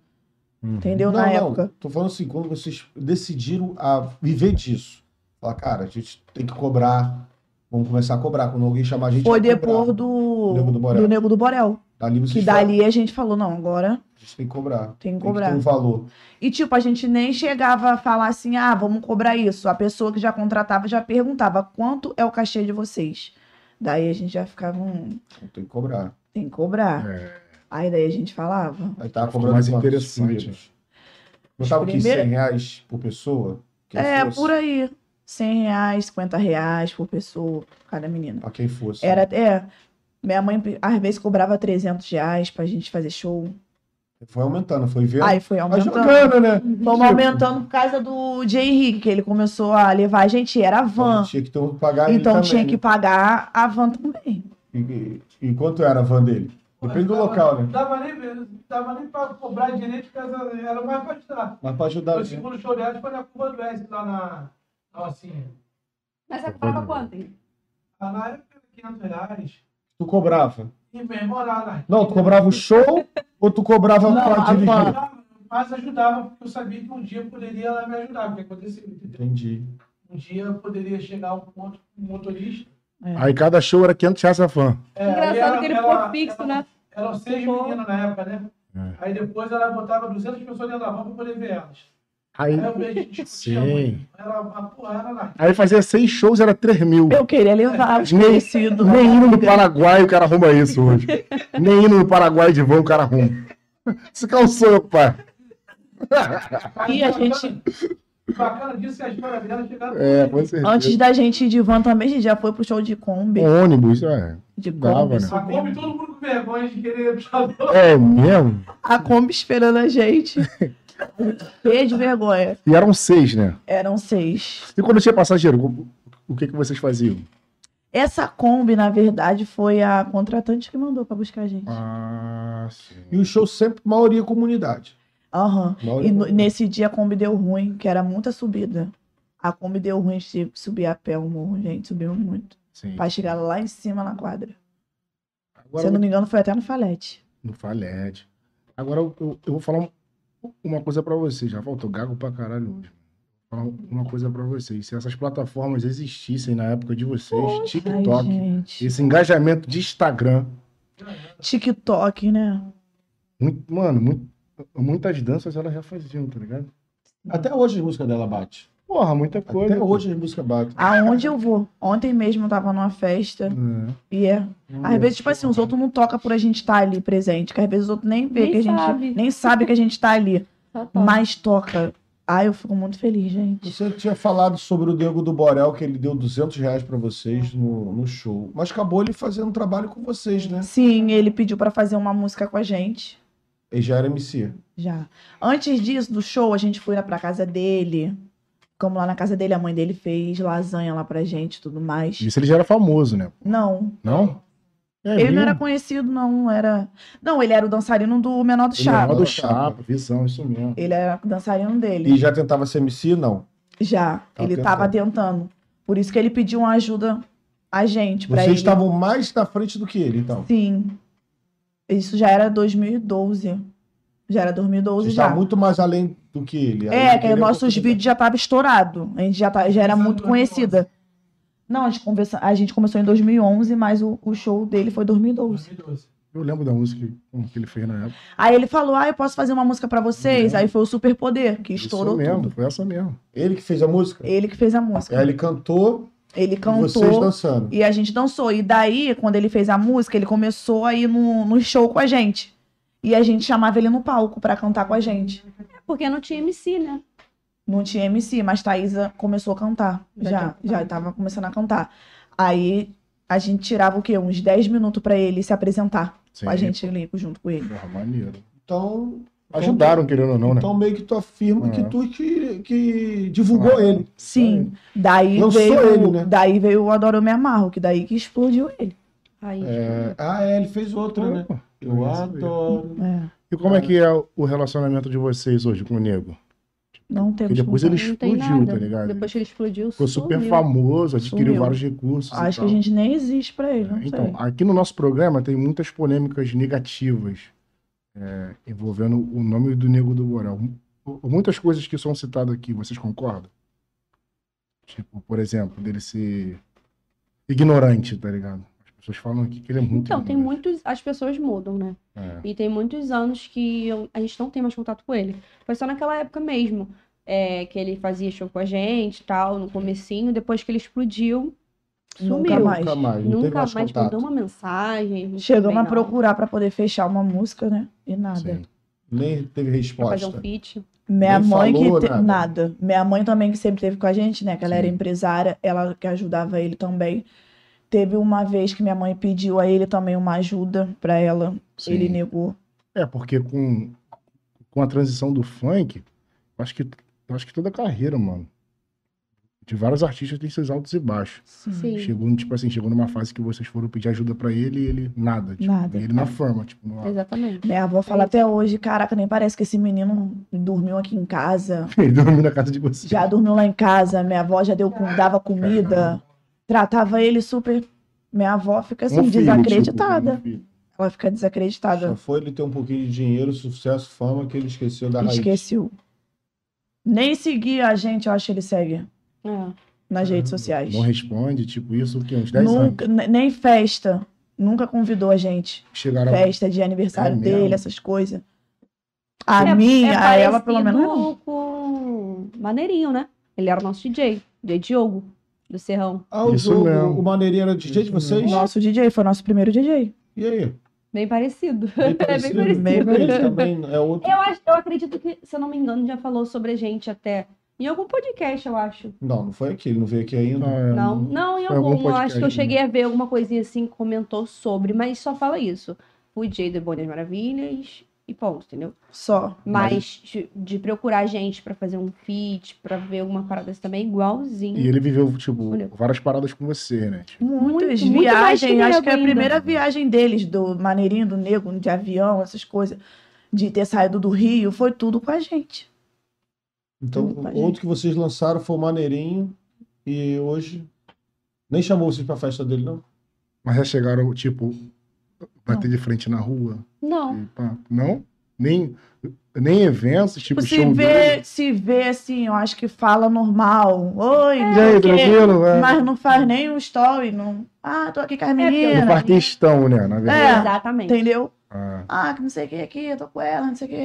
S1: Uhum.
S4: entendeu? Na época.
S2: Tô falando assim, quando vocês decidiram a viver disso. Falar, cara, a gente tem que cobrar. Vamos começar a cobrar. Quando alguém chamar a gente.
S4: Foi
S2: vai cobrar.
S4: depor do
S2: Nego do Borel.
S4: do Nego do Borel.
S2: Dali vocês
S4: Que
S2: falam,
S4: dali a gente falou, não, agora
S2: A gente tem que cobrar.
S4: tem que
S2: Tem
S4: cobrar.
S2: que ter um valor.
S4: E, tipo, a gente nem chegava a falar assim, ah, vamos cobrar isso. A pessoa que já contratava já perguntava quanto é o cachê de vocês. Daí a gente já ficava, hum,
S2: Então Tem que cobrar.
S4: tem que cobrar.
S1: É.
S4: Aí daí a gente falava.
S2: Aí tava
S1: Ficou
S2: cobrando
S1: mais
S2: quantos
S1: interessante.
S2: primeiros? Não
S4: Os
S2: tava o quê?
S4: primeiros-
S2: 100 reais por pessoa? Quem
S4: É,
S2: fosse?
S4: por aí. 100 reais, 50 reais por pessoa, cada menina.
S2: Pra quem fosse.
S4: Era, é, minha mãe às vezes cobrava 300 reais pra gente fazer show.
S2: Foi aumentando, foi vendo.
S4: Aí foi
S2: Vai
S4: aumentando.
S2: jogando, né?
S4: Fomos aumentando por causa do Jay Henrique, que ele começou a levar a gente, era a
S2: Então,
S4: van.
S2: Tinha que ter um pagar ele
S4: Então
S2: também,
S4: tinha que
S2: né?
S4: pagar a van também.
S2: E, e- e quanto era a van dele? Depende do
S5: Dava-
S2: local, né?
S5: Dava nem, dava nem pra cobrar direito, porque ela ela vai gastar.
S2: Mas pra ajudar.
S5: O segundo show delas foi na Cuba do Oeste, lá na na Alcinha.
S3: Mas você comprava quanto? hein?
S5: Lá na época era 500 reais.
S2: Tu cobrava.
S5: E meu irmão lá na...
S2: Não, tu cobrava o show ou tu cobrava
S4: Não,
S2: pra
S4: a
S1: tá
S2: dirigir?
S4: van.
S5: Ajudava, Mas ajudava, porque eu sabia que um dia poderia ela me ajudar, porque aconteceu, entendeu?
S2: Entendi.
S5: Um dia eu poderia chegar ao ponto com um motorista.
S1: Aí cada show era 500 reais a fã.
S5: É, aí
S3: Engraçado
S5: ela-
S3: que ele
S5: ela-
S3: ficou fixo,
S5: ela-
S3: né?
S4: Tá
S5: Eram seis
S3: Ficou.
S5: meninas na época, né? Aí depois ela botava 200 pessoas dentro da van pra poder ver elas.
S1: Aí,
S5: Aí eu meio que discutia
S1: Sim.
S5: muito. Era é uma porra, era lá.
S1: aí fazia seis shows, era 3 mil.
S4: Eu queria levar os
S1: Nem,
S4: conhecidos.
S1: nem indo no Paraguai o cara arruma isso hoje. nem indo no Paraguai de vão o cara arruma. Isso que é um sonho, pai.
S5: Mas
S4: E a
S5: bacana-
S4: gente,
S5: Bacana disso que a história dela chegaram.
S1: É, com certeza.
S4: antes da gente ir de van também, a gente já foi pro show de Kombi.
S1: Um ônibus, é.
S4: De
S1: Dava,
S4: Kombi.
S1: né?
S5: A Kombi, todo mundo com vergonha de querer entrar no-
S1: É mesmo?
S4: A Kombi esperando a gente. Cheia de vergonha.
S1: E eram seis, né?
S4: Eram seis.
S1: E quando tinha passageiro, o- o que, que vocês faziam?
S4: Essa Kombi, na verdade, foi a contratante que mandou pra buscar a gente.
S1: Ah, sim.
S2: E o show sempre, maioria comunidade.
S4: Aham.
S2: Maioria
S4: E no-
S2: comunidade.
S4: nesse dia a Kombi deu ruim, que era muita subida. A Kombi deu ruim de subir a pé o morro, gente. Subiu muito.
S1: sim.
S4: Pra chegar lá em cima na quadra. Se
S1: Agora
S4: eu não me engano, foi até no Falete.
S1: No Falete. Agora eu, eu- eu vou falar um- uma coisa pra vocês. Já faltou gago pra caralho hoje. Vou falar uma coisa pra vocês. Se essas plataformas existissem na época de vocês,
S4: Ai,
S1: TikTok,
S4: gente.
S1: esse engajamento de Instagram,
S4: TikTok, né?
S1: muito- mano, muito- muitas danças elas já faziam, tá ligado?
S2: Até hoje a música dela bate.
S1: Porra, muita coisa.
S2: Até hoje a música bate.
S4: Aonde eu vou? Ontem mesmo eu tava numa festa
S2: né?
S1: É.
S4: e é. Às vezes, tipo assim, os outros não tocam por a gente estar ali presente, que às vezes os outros nem vê
S3: Nem
S4: que a gente
S3: sabe.
S4: nem sabe que a gente tá ali,
S3: Total.
S4: mas toca. Ai, eu fico muito feliz, gente.
S2: Você tinha falado sobre o Diego do Borel, que ele deu 200 reais pra vocês no, no show. Mas acabou ele fazendo um trabalho com vocês, né?
S4: Sim, ele pediu pra fazer uma música com a gente.
S2: Ele já era MC.
S4: Já. Antes disso, do show, a gente foi lá pra casa dele. Ficamos lá na casa dele, a mãe dele fez lasanha lá pra gente e tudo mais.
S1: Isso ele já era famoso, né?
S4: Não,
S1: Não? É,
S4: ele não era
S1: mesmo?
S4: conhecido, não. Era. Não, ele era o dançarino do Menor do
S1: Ele era
S4: Chapa.
S1: do Chapa, visão, isso mesmo.
S4: Ele era o dançarino dele.
S2: E já tentava ser MC? Não.
S4: Já.
S1: tá
S2: Tava
S4: ele tava tentando. Por isso que ele pediu uma ajuda a gente. Pra
S2: Vocês
S4: ele.
S2: estavam mais na frente do que ele, então.
S4: Sim. Isso já era 2012. Já era 2012
S2: Você
S4: já.
S2: está muito mais além do que ele.
S4: É, que
S2: que
S4: os nossos vídeos já estavam estourados. A gente já, tá- já era
S5: Começando
S4: muito
S5: em
S4: conhecida. Não, a gente, conversa, a gente começou em 2011, mas o, o show dele foi em 2012.
S5: 2012.
S1: Eu lembro da música que, que ele fez na época.
S4: Aí ele falou, ah, eu posso fazer uma música pra vocês?
S1: Uhum.
S4: Aí foi o Superpoder, que
S1: Isso
S4: estourou
S1: mesmo,
S4: tudo.
S1: foi essa mesmo.
S2: Ele que fez a música?
S4: Ele que fez a música.
S2: Aí ele cantou
S4: Ele
S2: e vocês
S4: cantou
S2: dançando.
S4: e a gente dançou. E daí, quando ele fez a música, ele começou a ir no, no show com a gente. E a gente chamava ele no palco pra cantar com a gente.
S3: É porque não tinha MC, né?
S4: Não tinha MC, mas Thaísa começou a cantar.
S3: Já
S4: Já,
S3: tava
S4: já
S3: cantando.
S4: tava começando a cantar. Aí a gente tirava o quê? Uns 10 minutos pra ele se apresentar.
S1: Sim.
S4: Com a gente ali, junto com ele.
S1: Porra, maneiro.
S2: Então.
S1: Ajudaram, querendo ou não, né?
S2: Então meio que tu afirma
S1: É.
S2: que tu que, que divulgou
S1: Ah.
S2: ele.
S4: Sim. Daí
S2: Lançou
S4: veio.
S2: ele, né?
S4: Daí veio o Adoro Me Amarro, que daí que explodiu ele.
S3: Aí, tipo,
S1: É,
S2: Ah, é, ele fez outra, né?
S1: Opa.
S2: Eu
S1: Isso aí.
S2: adoro.
S4: É,
S1: E como é que é o relacionamento de vocês hoje com o Nego?
S4: não temos
S1: Porque depois
S4: como-
S1: ele
S3: não tem
S1: explodiu,
S3: nada.
S1: tá ligado?
S3: Depois que ele explodiu,
S1: Ficou super
S3: sumiu.
S1: famoso, adquiriu
S4: Sumiu.
S1: vários recursos. e
S4: Acho que
S1: tal.
S4: a gente nem existe pra ele, não
S1: Então,
S4: sei.
S1: aqui no nosso programa tem muitas polêmicas negativas é, envolvendo o nome do Nego do Borel. Mu- Muitas coisas que são citadas aqui, vocês concordam? Tipo, por exemplo, dele ser ignorante, tá ligado? As pessoas falam aqui que ele é muito
S3: Então, tem
S1: ignorante.
S3: muitos. As pessoas mudam, né?
S1: É.
S3: E tem muitos anos que eu- a gente não tem mais contato com ele. Foi só naquela época mesmo, é, que ele fazia show com a gente e tal, no comecinho. Depois que ele explodiu,
S4: Nunca
S3: sumiu.
S4: mais.
S2: Nunca mais, não
S3: Nunca
S2: teve mais
S3: mais mandou
S2: contato.
S3: uma mensagem. não
S4: Chegamos
S3: também
S4: a
S3: não.
S4: procurar pra poder fechar uma música, né? E nada.
S1: Sim.
S2: Nem teve
S3: Pra fazer
S2: resposta.
S3: um feat.
S4: Minha
S2: Nem
S4: mãe
S2: falou
S4: que te-
S2: nada.
S4: nada. Minha mãe também que sempre teve com a gente, né? Que ela era
S1: Sim.
S4: empresária, ela que ajudava ele também. Teve uma vez que minha mãe pediu a ele também uma ajuda pra ela,
S1: Sim.
S4: ele negou.
S1: É, porque com, com a transição do funk, eu acho que, eu acho que toda a carreira, mano, de vários artistas tem seus altos e baixos.
S3: Sim.
S1: Chegou, no- tipo assim, chegou numa fase que vocês foram pedir ajuda pra ele e ele nada. Tipo,
S4: Nada. É.
S1: e ele na fama, tipo, no ar.
S3: Exatamente.
S4: Minha avó fala
S3: É
S4: até hoje, caraca, nem parece que esse menino dormiu aqui em casa,
S1: ele dormiu na casa de vocês.
S4: já dormiu lá em casa, minha avó já deu, com- dava comida, tratava ele super. Minha avó fica assim,
S1: Um filho,
S4: desacreditada.
S1: tipo, um filho.
S4: Ela fica
S2: Só
S4: desacreditada.
S2: foi ele ter um pouquinho de dinheiro, sucesso, fama, que ele esqueceu da raiz.
S4: Esqueceu. Nem seguia a gente, eu acho que ele segue.
S3: É.
S4: nas redes
S2: Caramba,
S4: sociais.
S1: Não responde, tipo, isso o quê? Uns 10 anos.
S4: Nunca, ne- nem festa. Nunca convidou a gente.
S1: Chegaram
S4: Festa de aniversário
S1: É mesmo?
S4: dele, essas coisas. A
S3: É-
S4: mim,
S3: é
S4: a ela, pelo menos.
S3: parecido
S4: não.
S3: com Maneirinho, né? Ele era o nosso DJ, DJ Diogo, do Serrão.
S2: Ah, o
S1: Isso
S2: jogo,
S1: mesmo.
S2: o maneirinho era DJ de
S1: Isso
S2: vocês?
S4: Nosso DJ, foi nosso primeiro DJ.
S2: E aí?
S3: Bem parecido.
S2: Bem
S3: parecido.
S2: parecido?
S4: Bem
S2: Ele
S4: É parecido.
S2: também é outro.
S3: Eu, acho, eu acredito que, se eu não me engano, já falou sobre a gente até. Em algum podcast, eu acho.
S2: Não, não foi aqui, ele não veio aqui ainda.
S1: Ah,
S3: Não, não, em
S1: Foi
S3: algum.
S1: algum
S3: eu acho que
S1: podcast,
S3: eu
S1: né?
S3: cheguei a ver alguma coisinha assim que comentou sobre, mas só fala isso. O DJ do Bonas Maravilhas e ponto, entendeu?
S4: Só.
S3: Mas de, de procurar gente pra fazer um feat, pra ver alguma parada assim também, igualzinho.
S1: E ele viveu, tipo,
S3: Olha.
S1: várias paradas com você, né? Tipo,
S4: Muitas
S3: muito mais que
S4: viagens. Acho
S3: nego
S4: que é a
S3: ainda.
S4: primeira viagem deles, do Maneirinho, do Negro, de avião, essas coisas. De ter saído do Rio, foi tudo com a gente.
S2: Então,
S4: Tudo com a tá, gente.
S2: outro que vocês lançaram foi o Maneirinho. E hoje. Nem chamou vocês pra festa dele, não?
S1: mas já chegaram, tipo, bater de frente na rua.
S3: Não.
S1: e pá. Não? Nem, nem eventos, tipo,
S4: Tipo, se
S1: show dele.
S4: vê, se vê assim, eu acho que fala normal. Oi,
S1: E aí,
S4: o quê?
S1: tranquilo? É.
S4: Mas não faz nem um story, não. Ah, tô aqui com as
S3: porque
S1: Não
S4: meninas.
S1: faz questão, né? Na verdade.
S3: Exatamente.
S4: entendeu?
S1: Ah.
S4: Ah, que não sei o que aqui, tô com ela, não sei o que.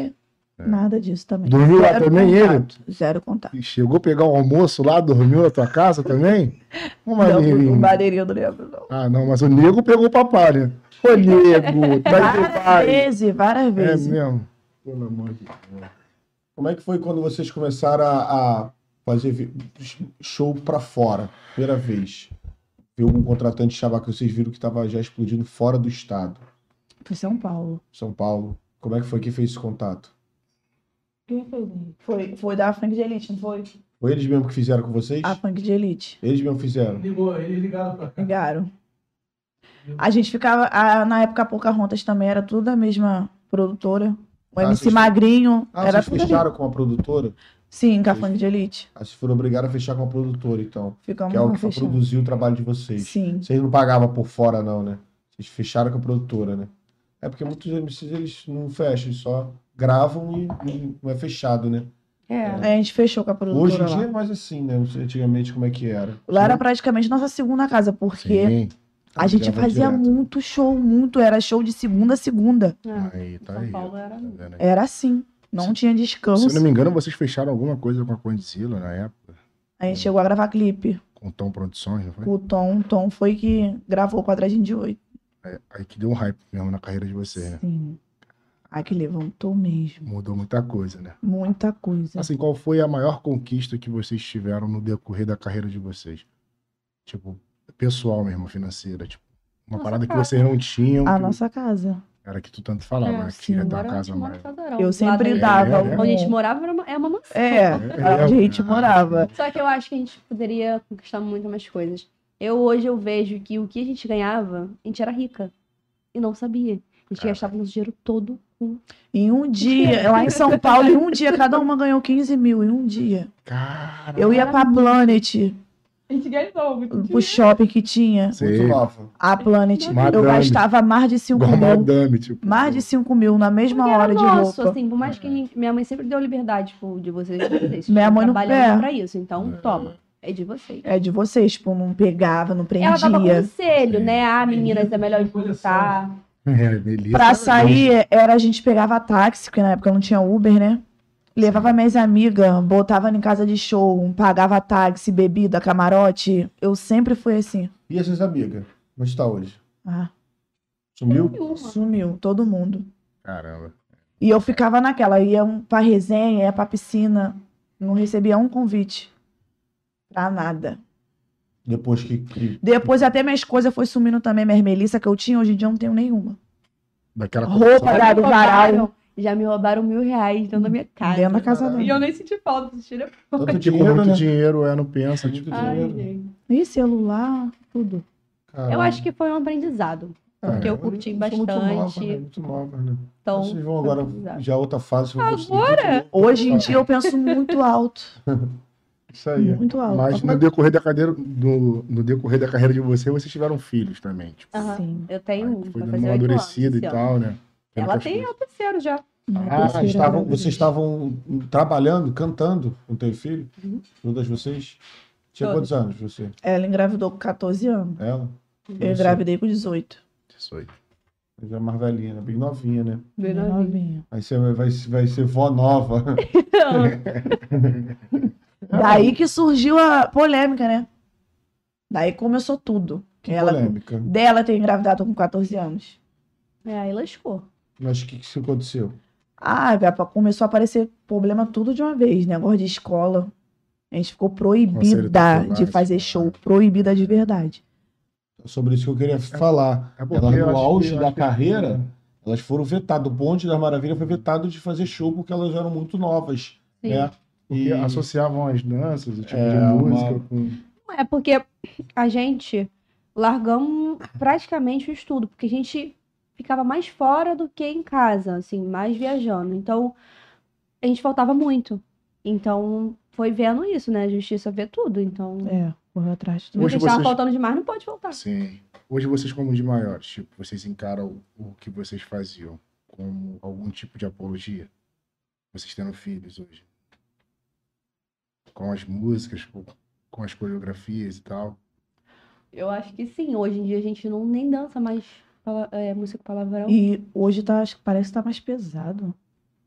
S1: É.
S4: Nada disso também.
S1: Dormiu lá
S4: Zero
S1: também ele?
S4: contato, Zero contato.
S1: E Chegou a pegar o almoço lá, dormiu na tua casa também? Ô,
S4: Não, o
S1: maneirinho.
S4: Madeirinho do Leandro, não.
S1: Ah, não, mas o nego pegou o papai, né? Ô, nego, tá de
S4: Várias
S1: pai.
S4: vezes, várias
S1: É
S4: vezes.
S1: mesmo. Pelo amor de Deus.
S2: Como é que foi quando vocês começaram a, a fazer vi- show pra fora? Primeira vez. Viu um contratante chamar que vocês viram que tava já explodindo fora do estado.
S4: Foi São Paulo.
S2: São Paulo. Como é que foi que fez esse contato?
S4: Quem fez isso? Foi, foi da Funk de Elite, não foi?
S2: Foi eles mesmo que fizeram com vocês?
S4: A Funk de Elite.
S2: Eles mesmo fizeram.
S5: Ligou, eles ligaram pra cá.
S4: Ligaram. A gente ficava. a- na época, a Pocahontas também era tudo da mesma produtora. O
S2: Ah,
S4: MC
S2: vocês-
S4: Magrinho
S2: Ah,
S4: era
S2: vocês
S4: tudo. ali.
S2: fecharam com a produtora?
S4: Sim, com a
S2: Vocês-
S4: Funk de Elite.
S2: Ah, vocês foram obrigados a fechar com a produtora, então.
S4: Ficamos
S2: Que é o
S4: lá
S2: que foi
S4: fechando.
S2: produzir o trabalho de vocês.
S4: Sim.
S2: Vocês não pagavam por fora, não, né? Vocês fecharam com a produtora, né? É porque muitos MCs eles não fecham, eles só gravam e não- não é fechado, né?
S3: É.
S4: Aí a gente fechou com a produtora
S2: Hoje em
S4: lá.
S2: dia é mais assim, né? Não sei antigamente como é que era.
S4: Lá era praticamente nossa segunda casa, porque
S1: Sim.
S4: a gente
S2: Gravava
S4: fazia
S2: direto.
S4: muito show, muito. Era show de segunda a segunda.
S3: Ah,
S1: Aí, tá
S3: São
S1: aí.
S3: Paulo
S1: tá
S3: era-
S1: vendo aí?
S4: Era assim. Não tinha
S1: Se eu
S4: descanso.
S1: não me engano, vocês fecharam alguma coisa com a Condzilla na época,
S4: A gente chegou a gravar clipe.
S1: com Tom Produções, não foi?
S4: O Tom, Tom foi que gravou o quadradinho de oito.
S1: É, aí que deu um hype mesmo na carreira de vocês,
S2: É.
S1: né?
S4: Sim. Ai, que levantou mesmo.
S1: Mudou muita coisa, né?
S4: Muita coisa.
S1: Assim, qual foi a maior conquista que vocês tiveram no decorrer da carreira de vocês? Tipo, pessoal mesmo, financeira, tipo, uma
S3: Nossa,
S1: parada que
S3: cara.
S1: vocês não tinham,
S4: A
S1: que
S4: nossa casa.
S1: era que tu tanto falava, né? Que
S4: sim,
S1: queria ter uma
S3: Agora
S1: casa
S3: a gente É, assim, mora tá.
S1: mais.
S3: no casarão.
S4: Eu
S3: Lá
S4: sempre
S3: do-
S4: dava.
S1: É, é.
S4: um-
S3: um Onde a gente morava era uma, é uma mansão.
S4: É,
S1: É,
S4: onde a gente
S1: é,
S4: morava.
S3: Só que eu acho que a gente poderia conquistar muito mais coisas. Eu hoje eu vejo que o que a gente ganhava, a gente era rica. E não sabia. A gente
S1: Cara.
S3: gastava nosso dinheiro todo com
S4: Em um dia, lá em São Paulo, em um dia, cada uma ganhou 15 mil. Em um dia.
S1: Cara,
S4: Eu ia pra Planet,
S6: A gente ganhou muito
S4: pro shopping que tinha.
S1: sei,
S2: Muito nova.
S4: A Planet, eu
S1: Madame.
S4: gastava mais de 5
S1: igual
S4: mil.
S1: madame, tipo.
S4: Mais de 5 mil na mesma
S3: Porque era
S4: hora de
S3: nosso,
S4: roupa.
S3: assim, por mais que a gente- minha mãe sempre deu liberdade, tipo, de vocês, de vocês.
S4: Minha
S3: Vocês
S4: mãe não
S3: trabalham
S4: quer.
S3: pra isso, então
S2: Uhum.
S3: toma, é de vocês.
S4: É de vocês, tipo, não pegava, não
S3: Ela dava
S4: prendia.
S3: conselho,
S1: Sim.
S3: né? Ah, meninas, é melhor escutar.
S1: É, beleza.
S4: Pra sair, era a gente pegava táxi, porque na época não tinha Uber, né? Levava minhas amigas, botava em casa de show, pagava táxi, bebida, camarote. Eu sempre fui assim.
S2: E essas amigas? Onde está hoje?
S4: Ah,
S2: Sumiu?
S3: Nenhuma.
S4: sumiu, todo mundo.
S1: Caramba.
S4: E eu ficava naquela, ia um- pra resenha, ia pra piscina. Não recebia um convite. Pra nada.
S2: Depois que. que-
S4: Depois até minhas coisas foi sumindo também, minhas melissa que eu tinha, hoje em dia eu não tenho nenhuma.
S1: Daquela
S4: Roupa
S1: confusão.
S4: da, do varal.
S3: Roubaram- Já me roubaram mil reais dentro da minha casa.
S4: Dentro da casa
S6: E
S4: dela.
S6: eu nem senti falta, senti depois.
S4: é
S2: Tanto
S1: Tipo,
S2: dinheiro,
S1: muito
S2: né?
S1: dinheiro, é, não pensa,
S2: Muito
S1: tipo.
S3: Ai,
S2: dinheiro.
S3: gente.
S4: E celular, tudo.
S3: Eu acho que foi um aprendizado.
S2: Caramba.
S3: que eu curti
S2: É, São Muito nova,
S3: bastante.
S2: né? Muito nova, né?
S3: Então,
S2: Vocês vão
S3: foi um
S2: agora
S3: aprendizado.
S2: já outra fase. vocês vão conseguir
S3: Agora?
S2: muito novo.
S4: Hoje em dia eu penso muito alto.
S2: Isso aí.
S4: Muito alto.
S1: Mas no decorrer da carreira, no, no decorrer da carreira de você, vocês tiveram filhos também, tipo.
S3: Aham.
S4: Sim.
S3: Eu tenho
S1: Aí
S3: um,
S1: tu
S3: vai
S1: foi
S3: fazer
S1: dando
S3: oito
S1: uma
S3: anos
S1: amadurecida e
S3: esse ano.
S1: tal, né? Tendo
S3: Ela
S1: que as
S3: tem o terceiro já.
S1: Ah,
S2: Ah,
S4: Terceira
S2: estavam,
S4: gravidez.
S2: vocês estavam trabalhando, cantando com teu filho?
S3: Uhum.
S2: Todas vocês? Tinha
S3: Todas.
S2: quantos anos você?
S4: Ela engravidou com 14 anos.
S2: Ela?
S4: Eu engravidei com 18.
S1: pessoas.
S2: Já é mais velhinha, né? bem novinha, né?
S3: Bem
S4: Bem
S3: novinho.
S4: novinha.
S2: Aí você vai, vai, vai ser vó nova.
S4: Daí que surgiu a polêmica, né? Daí começou tudo. Que ela,
S2: Polêmica.
S4: dela ter engravidado com 14 anos.
S3: É, aí lascou.
S2: Mas o que, que aconteceu?
S4: Ah, vai pra- começou a aparecer problema tudo de uma vez, né? Negócio de escola. A gente ficou proibida
S1: tutelar,
S4: de fazer
S1: escolar.
S4: show, proibida de verdade.
S2: Sobre isso que eu queria falar.
S1: é porque
S2: Elas,
S1: eu
S2: no
S1: acho que-
S2: auge
S1: eu
S2: da
S1: acho que- é
S2: carreira, elas foram vetadas. O Bonde das Maravilhas foi vetado de fazer show porque elas eram muito novas.
S3: Sim.
S1: É.
S2: Né?
S1: Porque associavam as danças, o tipo
S2: É,
S1: de
S2: uma-
S1: música com.
S3: É porque a gente largamos praticamente o estudo, porque a gente ficava mais fora do que em casa, assim, mais viajando. Então, a gente faltava muito. Então, foi vendo isso, né? A justiça vê tudo. Então,
S4: É, correu atrás de
S3: se você
S1: Hoje
S3: estava
S1: vocês-
S3: faltando demais, não pode faltar.
S1: Sim. Hoje vocês, como de maiores, tipo, vocês encaram o que vocês faziam como algum tipo de apologia? Vocês tendo filhos hoje. Com as músicas, com- com as coreografias e tal.
S3: Eu acho que sim. Hoje em dia, a gente não nem dança mais pala- é, música com palavrão.
S4: E hoje tá, acho que parece que tá mais pesado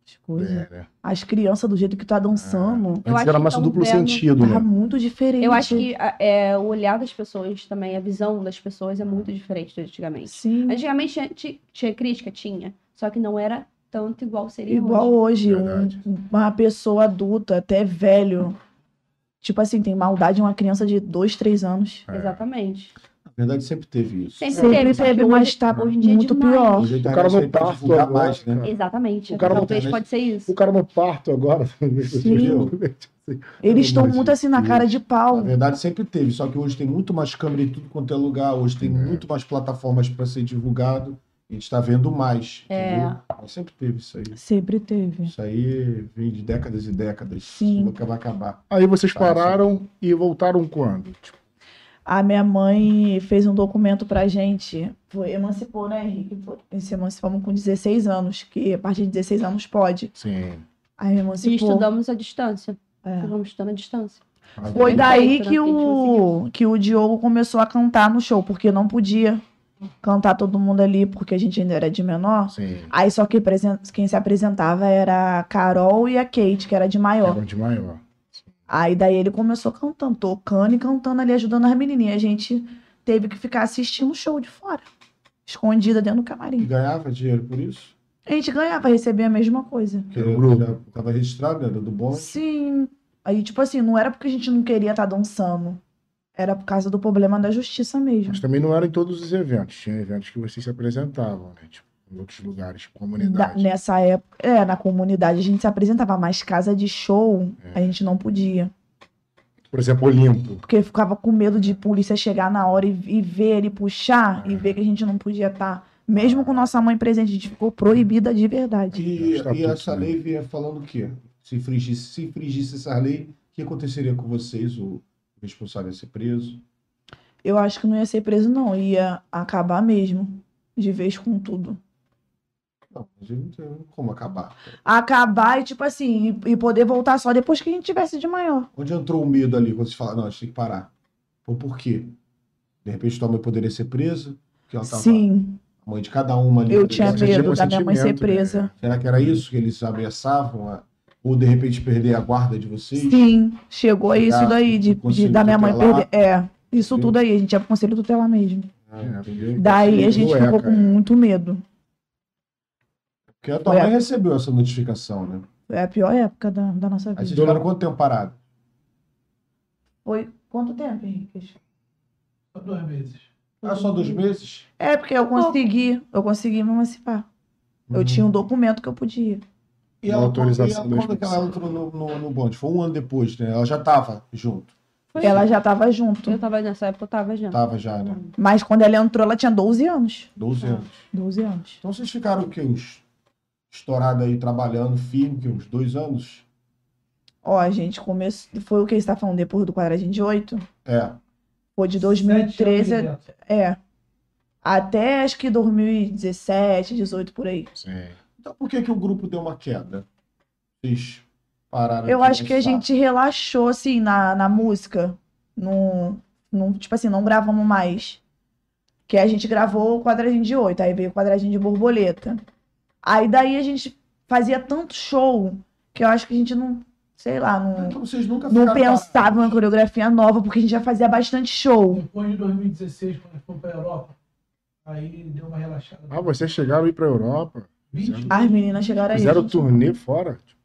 S4: as coisas.
S1: É, né?
S4: As crianças, do jeito que tá dançando,
S3: Eu
S1: Antes
S3: acho
S1: era
S3: que
S1: mais
S3: tão
S1: duplo
S3: vendo-
S1: sentido,
S4: tá
S1: né?
S4: muito diferente.
S3: Eu acho que a- é, o olhar das pessoas também, a visão das pessoas é muito diferente de antigamente.
S4: Sim,
S3: Antigamente tinha, ti- tinha crítica? Tinha. Só que não era tanto igual seria
S4: igual
S3: hoje.
S4: hoje. um-
S1: Verdade.
S4: uma pessoa adulta, até velho. Tipo assim, tem maldade em uma criança de 2, 3 anos.
S1: É.
S3: Exatamente.
S2: Na verdade, sempre teve isso.
S3: Sempre
S4: Sempre
S3: teve, só que
S4: teve, mas
S3: hoje-
S4: tá
S3: hoje em dia é
S4: muito
S3: demais.
S4: pior.
S2: Hoje a
S1: O
S2: internet
S1: cara não
S2: veio pra
S1: parto
S2: divulgar
S1: agora,
S2: mais, né?
S1: cara.
S3: Exatamente.
S1: É. O cara não
S3: Talvez
S2: tem-
S3: pode ser isso.
S1: O cara no parto agora. né?
S4: Eles estão
S1: Mas,
S4: muito assim na
S1: e-
S4: cara de
S2: Na
S4: pau.
S2: verdade, sempre teve, só que hoje tem muito mais câmera em tudo quanto é lugar, hoje tem
S1: É.
S2: muito mais plataformas para ser divulgado, a gente está vendo mais,
S3: É.
S2: entendeu? Mas sempre teve isso aí.
S4: Sempre teve.
S2: Isso aí vem de décadas e décadas,
S4: Sim.
S2: nunca vai acabar.
S1: Aí vocês
S2: Tá, sim.
S1: pararam e voltaram quando? Tipo,
S4: A minha mãe fez um documento pra gente, foi, emancipou, né, Henrique? Foi- Se emancipamos com 16 anos, que a partir de 16 anos pode.
S1: Sim.
S4: Aí me
S3: E
S4: emancipou.
S3: estudamos à distância.
S4: Tipo, É.
S3: Estudamos estudando à distância.
S4: Foi
S3: Bem
S4: daí
S3: feito, né? Porque
S4: que
S3: a gente
S4: o, que o Diogo começou a cantar no show, porque não podia cantar todo mundo ali, porque a gente ainda era de menor.
S1: Sim.
S4: Aí só que presen- quem se apresentava era a Carol e a Kate, que era de maior.
S1: Era de maior.
S4: Aí daí ele começou cantando, tocando e cantando ali, ajudando as menininhas. A gente teve que ficar assistindo o show de fora, escondida dentro do
S2: E
S4: camarim.
S2: ganhava dinheiro por isso?
S4: A gente ganhava, recebia a mesma coisa.
S2: Porque
S1: Era um
S2: eu
S1: grupo.
S2: já tava registrado, né? Era do bonde.
S4: Sim. Aí, tipo assim, não era porque a gente não queria estar dançando. Era por causa do problema da justiça mesmo.
S1: Mas também não era em todos os eventos. Tinha eventos que vocês se apresentavam, né? Tipo, em outros lugares,
S4: Da-
S3: né?
S1: comunidade.
S4: nessa época, é, na comunidade a gente se apresentava, mas casa de show
S1: É.
S4: a gente não podia.
S1: Por exemplo, Olimpo.
S4: Porque ficava com medo
S1: É.
S4: de polícia chegar na hora e, e ver ele puxar e ver que a gente não podia estar. Mesmo com nossa mãe presente, a gente ficou proibida de verdade.
S2: E,
S1: Estatuto,
S2: e essa
S1: né?
S2: lei vinha falando o quê? Se infringisse, se infringisse essa lei, o que aconteceria com vocês? O responsável ia ser preso?
S4: Eu acho que não ia ser preso, não. Ia acabar mesmo. De vez com tudo.
S2: Não, mas eu não tem como acabar.
S4: Acabar e, tipo assim, e, e poder voltar só depois que a gente tivesse de maior.
S2: Onde entrou o medo ali quando vocês falaram, não, a gente tem que parar? Ou por quê? De repente tua mãe poderia ser presa? Porque ela tava
S4: Sim,
S2: a mãe de cada uma ali.
S4: eu
S2: tá
S4: tinha
S2: ligado?
S1: Então tá Você tinha
S4: medo da minha mãe ser
S1: consentimento, né?
S4: presa.
S2: Será que era isso que eles ameaçavam? a- Ou de repente perder a guarda de vocês?
S4: Sim, chegou a isso
S2: Pegar
S4: daí, de, de-
S2: conselho
S4: da minha mãe
S2: tutelar.
S4: perder. É, isso
S2: Entendeu?
S4: tudo aí, a gente ia pro conselho tutelar mesmo.
S2: Ah, entendeu?
S4: Daí a
S1: Sim,
S4: gente
S1: ué,
S4: ficou com
S2: né?
S1: cara.
S4: muito medo.
S2: Porque a tua
S4: Foi
S2: mãe recebeu essa notificação, né?
S4: Foi É a pior época da, da nossa
S2: Aí vocês
S4: vida.
S2: ficaram quanto tempo parado?
S4: Foi quanto tempo, Henrique?
S5: Só duas vezes.
S2: Ah, só dois meses?
S4: É, porque eu consegui, eu consegui me emancipar.
S2: Uhum.
S4: Eu tinha um documento que eu podia.
S2: E ela,
S1: Uma autorização
S2: e ela,
S1: da
S2: quando que ela
S1: inspeção.
S2: entrou no, no, no bonde? Foi um ano depois, né? Ela já tava junto.
S3: Foi
S4: Ela já tava junto.
S3: Eu tava nessa época, eu tava
S1: Tá
S3: já.
S2: Tava já, né?
S4: Mas quando ela entrou, ela tinha 12 anos.
S2: 12 anos.
S4: 12 anos.
S2: Então vocês ficaram o quê? Uns estourado aí, trabalhando firme, que uns dois anos?
S4: Ó, a gente começou. Foi o que você tá falando depois do quadradinho de 8?
S2: É.
S4: Foi de
S5: Sete
S4: 2013.
S5: anos de dentro.
S4: É. Até acho que 2017, 18 por aí.
S1: Sim.
S2: Então por que que o grupo deu uma queda? Vocês pararam
S4: Eu
S2: de
S4: acho que a
S2: dançar?
S4: gente relaxou, assim, na, na música. Não, não, tipo assim, não gravamos mais. Que a gente gravou o quadradinho de oito, aí veio o quadradinho de borboleta. Aí daí a gente fazia tanto show que eu acho que a gente não, sei lá, não,
S2: Então vocês nunca
S4: não
S2: ficaram
S4: pensava
S2: parados.
S4: em uma coreografia nova, porque a gente já fazia bastante show.
S5: Depois de 2016, quando foi pra Europa, aí deu uma relaxada.
S1: Ah, vocês chegaram a ir pra Europa?
S5: 20?
S4: As meninas
S3: É
S4: chegaram aí.
S1: Fizeram turnê fora? Tipo,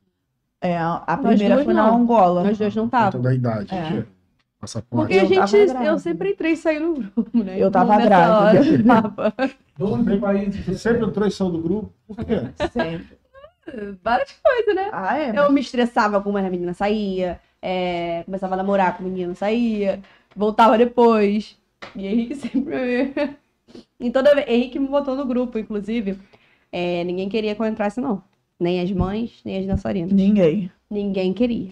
S4: É, a- a
S3: Nós
S4: primeira
S3: duas
S4: foi na
S3: não.
S4: Angola.
S3: Nós dois não
S1: por conta
S3: tava.
S1: da idade.
S4: É.
S1: Tipo, Passaporte.
S3: Porque a
S4: Eu
S3: gente,
S4: tava
S3: eu
S4: grávida.
S3: sempre entrei e saí no grupo, né?
S4: Eu tava
S3: Nessa
S4: grávida.
S3: hora, eu tava.
S5: 12
S2: Você
S5: países.
S2: sempre entrou em são do grupo? Por quê?
S4: Sempre.
S3: Várias coisas, né?
S4: Ah, é?
S3: Eu me estressava com uma menina saía, é, começava a namorar com o menino saía, voltava depois. E Henrique sempre. e toda vez. Henrique me botou no grupo, inclusive. É, ninguém queria que eu entrasse, não. Nem as mães, nem as dançarinas.
S4: Ninguém.
S3: Ninguém queria.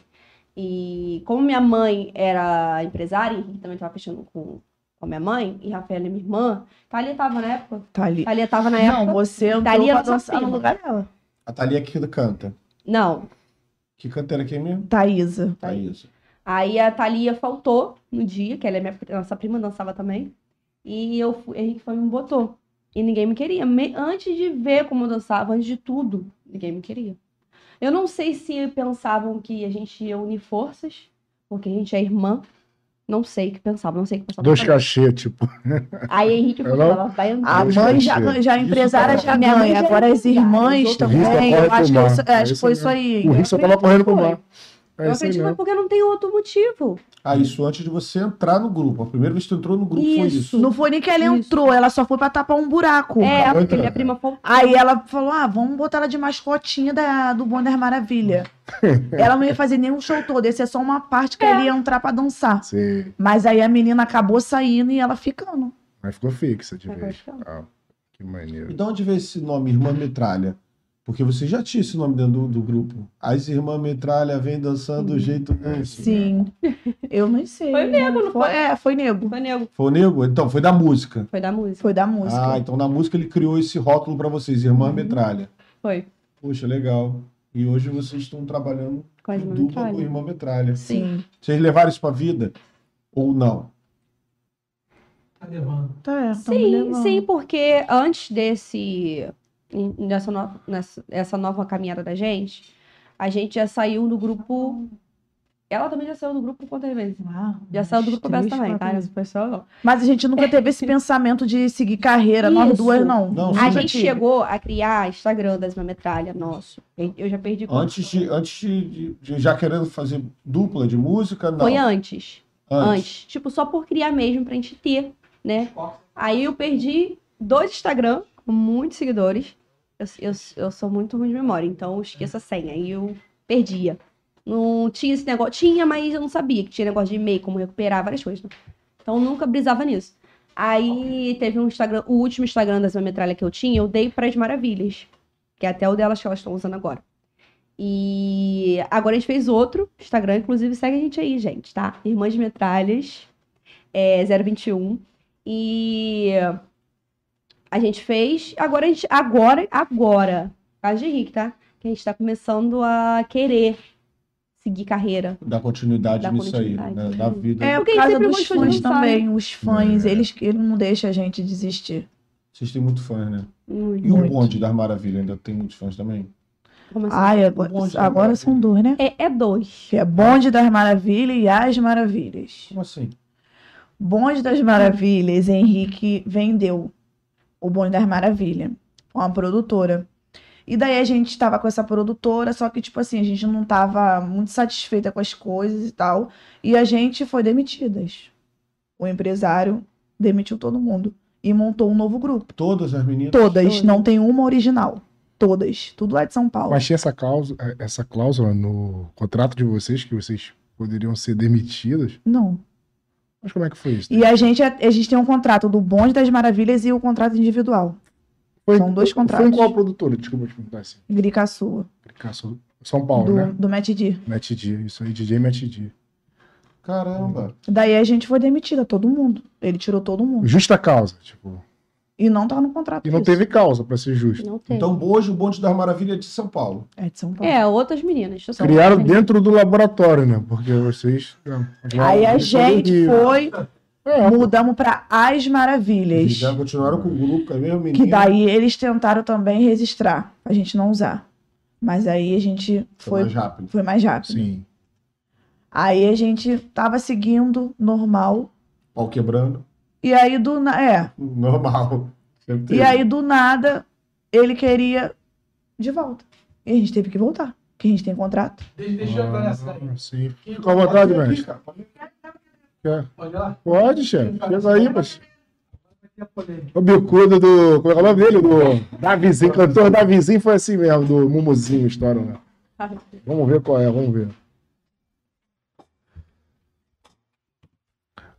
S3: E como minha mãe era empresária, e Henrique também estava fechando com, com a minha mãe, e Rafaela é minha irmã, Thalia tava na época.
S4: Tá ali.
S3: Thalia tava na época.
S4: Não, você entrou
S3: Thalia
S4: pra
S3: não
S4: dançar no
S3: confirma.
S4: lugar dela.
S2: A Thalia que canta.
S3: Não,
S2: Que canta era quem mesmo?
S4: Thaísa.
S2: Thaís.
S3: Aí a Thalia faltou no dia, que ela é minha pri- nossa prima, dançava também. E eu, fu- Henrique foi e me botou. E ninguém me queria. Me- antes de ver como eu dançava, antes de tudo, ninguém me queria. Eu não sei se pensavam que a gente ia unir forças, porque a gente é irmã. Não sei o que pensava, não sei o que pensava.
S1: Dois cachê, tipo.
S3: Aí Henrique falou,
S1: Ela-
S3: ela vai
S4: A
S3: entrar.
S1: Dois
S4: mãe Ah, já,
S1: cachê.
S4: já a empresária
S2: Isso
S4: já
S3: minha mãe
S4: ganha.
S3: já
S4: Agora
S3: é
S4: as irmãs
S3: empresária,
S1: os outros-
S4: também.
S1: Risco
S4: Eu
S1: corre
S4: acho que,
S1: pro
S4: isso,
S1: mar. É
S4: acho que
S1: isso
S4: foi
S1: mesmo.
S4: isso aí.
S1: O Rio só tava correndo pro
S3: Foi.
S1: mar. É
S3: eu
S1: isso aí
S3: acredito, mas
S1: mesmo.
S3: porque não tem outro motivo.
S2: Ah, isso antes de você entrar no grupo. A primeira vez que tu entrou no grupo foi isso.
S3: Isso.
S4: Não foi nem que ela
S3: Isso.
S4: entrou, ela só foi pra tapar um buraco.
S3: É,
S1: acabou
S3: porque minha
S1: entrando.
S3: prima faltou.
S4: Aí ela falou: ah, vamos botar ela de mascotinha da, do Bonde das Maravilha. ela não ia fazer nenhum show todo, ia ser só uma parte que ela ia entrar pra dançar.
S1: Sim.
S4: Mas aí a menina acabou saindo e ela ficando.
S1: Mas ficou fixa de
S3: Ficou
S1: vez.
S3: fixa.
S1: Ah, que
S2: E
S1: maneiro.
S2: de onde veio esse nome, Irmã Metralha? Porque você já tinha esse nome dentro do, do grupo. As irmãs metralha vêm dançando
S4: Uhum.
S2: do jeito.
S4: Sim. Eu não sei.
S7: Foi nego, não
S4: foi? É, foi nego.
S3: Foi nego,
S2: Foi o nego? Então, foi da música.
S3: foi da música.
S4: Foi da música. Uhum.
S2: Ah, então na música ele criou esse rótulo pra vocês, Irmã Metralha.
S3: Foi.
S2: Poxa, legal. E hoje vocês estão trabalhando
S3: Com as
S2: em dupla com
S3: metralhas.
S2: Irmã Metralha.
S4: Sim.
S2: Vocês levaram isso pra vida? Ou não?
S5: Tá levando.
S4: Tá, é, tamo
S3: Sim,
S4: levando.
S3: sim, porque antes desse. em- Dessa no- nessa, essa nova caminhada da gente, a gente já saiu do grupo. Ela também já saiu do grupo quantas vezes?
S4: Ah,
S3: Já saiu do grupo
S4: três,
S3: dessa também,
S4: quatro
S3: tá?
S4: vezes.
S3: Essa pessoa não.
S4: Mas a gente nunca teve esse pensamento de seguir carreira, nós
S3: Isso.
S4: duas não.
S2: Não,
S4: Nunca
S3: A
S2: sim.
S3: gente
S4: tive.
S3: chegou a criar Instagram das Uma Metralha, nosso. Eu já perdi conta.
S2: Antes de, antes de, de- de- já querendo fazer dupla de música? Não.
S3: Foi antes.
S2: Antes.
S3: antes. Tipo, só por criar mesmo pra gente ter, né? Aí eu perdi dois Instagram, com muitos seguidores. Eu, eu, eu sou muito ruim de memória, então eu esqueço a senha. E eu perdia. Não tinha esse negócio. Tinha, mas eu não sabia que tinha negócio de e-mail, como recuperar, várias coisas. né? Então eu nunca brisava nisso. Aí teve um Instagram, o último Instagram da Zima Metralha que eu tinha, eu dei pras maravilhas. Que é até o delas que elas estão usando agora. E agora a gente fez outro Instagram, inclusive segue a gente aí, gente, tá? Irmãs de Metralhas, é, 021. E a gente fez. Agora a gente. Agora, agora, caso de Henrique, tá? Que a gente tá começando a querer seguir carreira.
S2: Dar continuidade
S3: Dar
S2: nisso aí,
S3: continuidade.
S2: né? da vida.
S4: É,
S3: Porque
S4: por
S3: ele
S4: causa
S3: sempre
S4: dos
S3: gostou de
S4: fãs
S3: dançar, né?
S4: também. Os fãs,
S2: É.
S4: eles, eles não deixam a gente desistir.
S2: Vocês têm muito fã, né?
S3: Muito.
S2: E o
S4: Muito.
S2: bonde das maravilhas ainda tem muitos fãs também?
S3: Como assim?
S4: Ai,
S2: Bonde das
S4: agora, agora são dois, né?
S3: É, é dois.
S4: Que é Bonde das Maravilhas e As Maravilhas.
S2: Como assim?
S4: Bonde das Maravilhas, Henrique vendeu o Bonde das Maravilhas com uma produtora. E daí a gente estava com essa produtora, só que, tipo assim, a gente não estava muito satisfeita com as coisas e tal. E a gente foi demitidas. O empresário demitiu todo mundo e montou um novo grupo.
S2: Todas as meninas?
S4: Todas, não tem uma original. Todas, tudo lá de São Paulo.
S1: Mas tinha essa cláusula, é, essa cláusula no contrato de vocês que vocês poderiam ser demitidas.
S4: Não.
S1: Mas como é que foi isso?
S4: E a gente, a gente tem um contrato do Bonde das Maravilhas e o contrato individual.
S1: Foi-
S4: são dois
S1: Foi um
S4: contratos.
S1: em qual produtora? Desculpa te perguntar assim.
S4: Grica Sua,
S1: Caçou- São Paulo,
S4: do,
S1: né?
S4: do Matt D.
S1: Matt D, isso aí, DJ Matt D.
S2: Caramba.
S4: Daí a gente foi demitida, todo mundo. Ele tirou todo mundo.
S1: Justa causa, tipo.
S4: E não tá no contrato.
S1: E não
S4: isso.
S1: teve causa, pra ser justo.
S3: Não tem.
S2: Então hoje o bonde das maravilhas é de São Paulo.
S4: É de São Paulo.
S3: É, outras meninas. São
S1: Criaram
S3: outras
S1: dentro do laboratório, né? Porque vocês. é,
S4: Aí a
S1: vocês
S4: gente
S1: poderiam.
S4: foi,
S1: É,
S4: mudamos pra As Maravilhas.
S2: Eles já continuaram com o grupo, com a mesma menina.
S4: Que daí eles tentaram também registrar, a gente não usar. Mas aí a gente
S2: Foi
S4: foi,
S2: mais rápido.
S4: foi mais rápido.
S1: sim.
S4: Aí a gente tava seguindo normal.
S2: Pau quebrando.
S4: E aí do na- é.
S2: Normal. Sempre
S4: E
S2: teve.
S4: aí do nada ele queria de volta. E a gente teve que voltar, porque a gente tem contrato.
S5: Deixa, deixa eu entrar nessa aí.
S2: Uhum.
S1: Ah, sim. Fica à vontade,
S2: Pode vir aqui,
S1: mestre.
S2: cara, pode vir.
S1: Quer?
S5: Pode ir lá?
S1: Pode, chefe. Chega aí, mas.
S5: Aqui é polêmica.
S1: O bicudo do. Como é que é o nome dele? Do Davizinho. Cantor Davizinho foi assim mesmo, do Mumuzinho, história, né?
S3: Tá,
S1: Vamos ver qual é, vamos ver.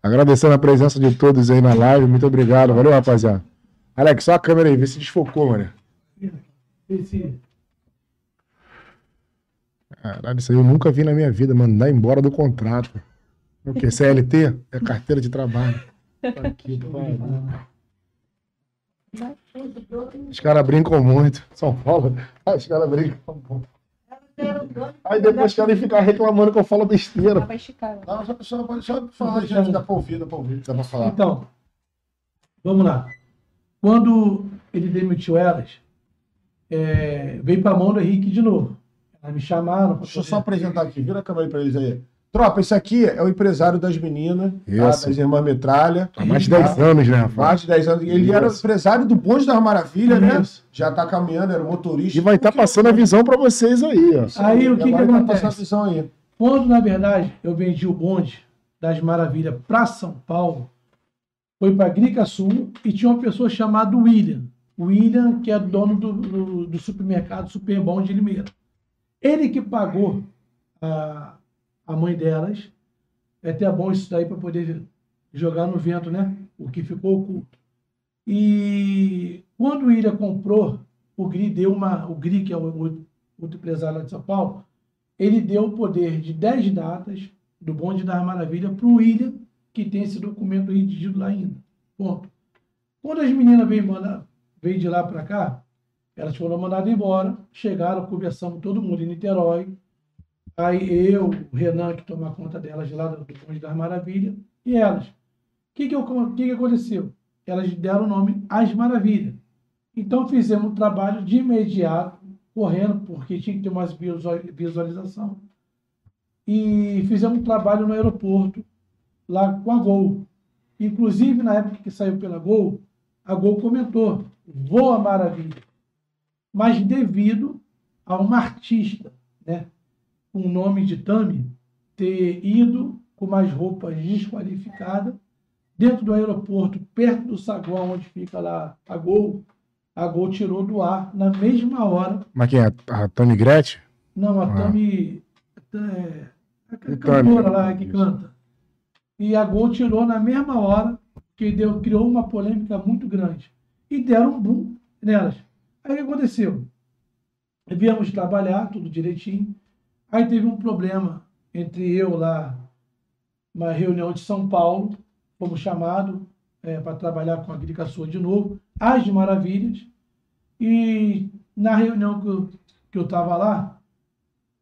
S1: Agradecendo a presença de todos aí na live. Muito obrigado. Valeu, rapaziada. Alex, só a câmera aí, vê se desfocou, mano.
S5: Esse-
S1: Caralho, isso aí eu nunca vi na minha vida, mandar embora do contrato. O que? CLT? É carteira de trabalho. Tá aqui, pariu. Os caras brincam muito. São Paulo, os caras brincam muito. Aí depois querem ficar reclamando que eu falo besteira.
S3: Vai esticar.
S2: Não, só, só, só falar, já dá pra ouvir, dá pra ouvir, dá pra falar.
S5: Então, vamos lá. Quando ele demitiu elas, é, veio pra mão do Henrique de novo. Elas me chamaram.
S2: Deixa eu só apresentar aqui, vira a câmera aí pra eles aí. Tropa, esse aqui é o empresário das meninas, tá?
S1: Isso.
S2: das irmãs Metralha.
S1: Há mais de 10 anos, né, rapaz?
S2: Mais de 10 anos. Ele era
S1: Isso.
S2: empresário do Bonde das Maravilhas, né?
S5: Isso.
S2: Já tá caminhando, era motorista.
S1: E vai tá- estar passando a visão pra vocês aí, ó.
S5: Aí o que que
S2: Agora ele tá
S5: acontece?
S2: passando a visão aí.
S5: Quando, na verdade, eu vendi o bonde das Maravilhas para São Paulo, foi para Grica Sul e tinha uma pessoa chamada William. William, que é dono do, do, do supermercado Superbom de Limeira. Ele que pagou a, a mãe delas. É até bom isso daí para poder jogar no vento, né? O que ficou oculto. E quando o William comprou o GRI deu uma. O GRI, que é o, o, outro empresário lá de São Paulo, ele deu o poder de 10 datas do Bonde da Maravilha para o William, que tem esse documento redigido lá ainda. Ponto. Quando as meninas veio, mandar, veio de lá para cá, elas foram mandadas embora, chegaram, conversamos todo mundo em Niterói. Aí eu, o Renan, que toma conta delas de lá do do Bonde da Maravilha, e elas. O que, que, eu- que que aconteceu? Elas deram o nome As Maravilhas. Então fizemos um trabalho de imediato, correndo, porque tinha que ter mais visua- visualização. E fizemos um trabalho no aeroporto, lá com a Gol. Inclusive, na época que saiu pela Gol, a Gol comentou: voa maravilha. Mas devido a uma artista, né, com o nome de Tami, ter ido com mais roupas desqualificadas dentro do aeroporto, perto do saguão onde fica lá a Gol, a Gol tirou do ar na mesma hora.
S1: Mas quem é? A Tami Gretchen?
S5: Não, a
S1: Ah.
S5: Tami. É, a
S1: E Tami,
S5: cantora lá que
S1: isso.
S5: canta. E a Gol tirou na mesma hora, que deu, criou uma polêmica muito grande. E deram um boom nelas. Aí o que aconteceu? Viemos trabalhar, tudo direitinho. Aí teve um problema entre eu lá, uma reunião de São Paulo, fomos chamados é, para trabalhar com a Grica Sua de novo, As Maravilhas. E na reunião que eu- que eu estava lá,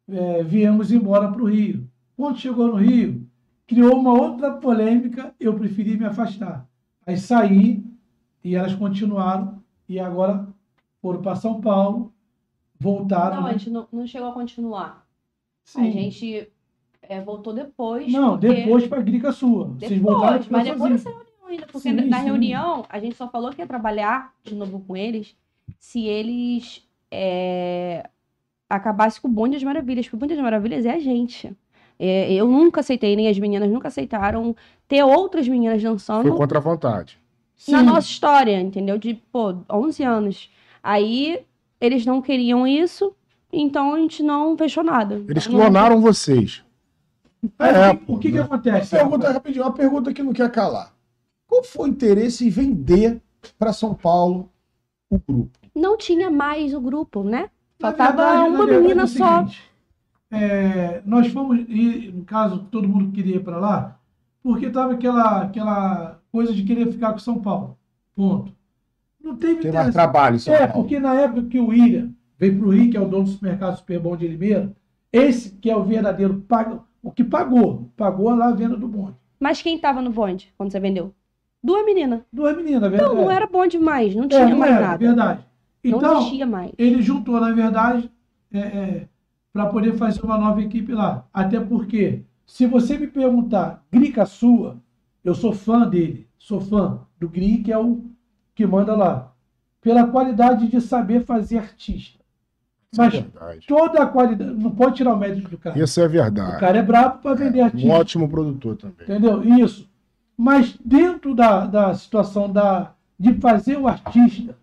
S5: é, viemos embora para o Rio. Quando chegou no Rio, criou uma outra polêmica, eu preferi me afastar. Aí saí e elas continuaram e agora foram para São Paulo, voltaram.
S3: Não, a
S5: né?
S3: gente não, não chegou a continuar. A
S5: Sim.
S3: gente é, voltou depois.
S5: Não,
S3: porque-
S5: depois para a Grica Sua. Vocês voltaram
S3: Depois, mas depois
S5: sozinhos.
S3: dessa reunião ainda, porque
S5: Sim,
S3: na
S5: sim.
S3: reunião a gente só falou que ia trabalhar de novo com eles se eles é, acabassem com o Bonde das Maravilhas, porque o Bonde das Maravilhas é a gente. É, eu nunca aceitei, nem as meninas nunca aceitaram ter outras meninas dançando
S1: Foi contra a vontade.
S3: na
S5: Sim.
S3: nossa história, entendeu? De, pô, 11 anos. Aí eles não queriam isso, então a gente não fechou nada.
S1: Eles
S3: Não-
S1: clonaram vocês.
S5: Aí,
S1: É,
S5: o que- o que, que
S1: né?
S5: acontece?
S2: Pergunta rapidinho, uma pergunta que não quer calar. Qual foi o interesse em vender para São Paulo o grupo?
S3: Não tinha mais o grupo, né?
S5: Na
S3: Faltava
S5: verdade- na
S3: uma
S5: verdade, é
S3: menina
S5: o
S3: só.
S5: seguinte, é, nós fomos, e no caso, todo mundo queria ir para lá, porque tava aquela, aquela coisa de querer ficar com São Paulo. Ponto. Não teve
S2: Tem
S5: interesse.
S2: mais trabalho em São
S5: É,
S2: Paulo.
S5: porque na época que o William veio para o Rio, que é o dono do supermercado Superbom de Limeira, esse que é o verdadeiro, paga, o que pagou, pagou lá a venda do bonde.
S3: Mas quem tava no bonde quando você vendeu? Duas meninas.
S5: Duas meninas, na verdade.
S3: Não, não era bonde mais, não
S5: É,
S3: tinha
S5: não
S3: mais
S5: era,
S3: nada.
S5: verdade.
S3: Não
S5: Então,
S3: existia mais.
S5: ele juntou, na verdade, para poder fazer uma nova equipe lá. Até porque, se você me perguntar, Grica sua, eu sou fã dele, sou fã do Gri, que é o que manda lá. Pela qualidade de saber fazer artista.
S1: Isso
S5: Mas
S1: é verdade.
S5: toda a qualidade, não pode tirar o mérito do cara.
S1: Isso é
S5: O
S1: verdade.
S5: cara é brabo para vender
S1: Um
S5: artista.
S1: ótimo produtor também.
S5: Entendeu? Isso. Mas dentro da, da situação da, de fazer o artista,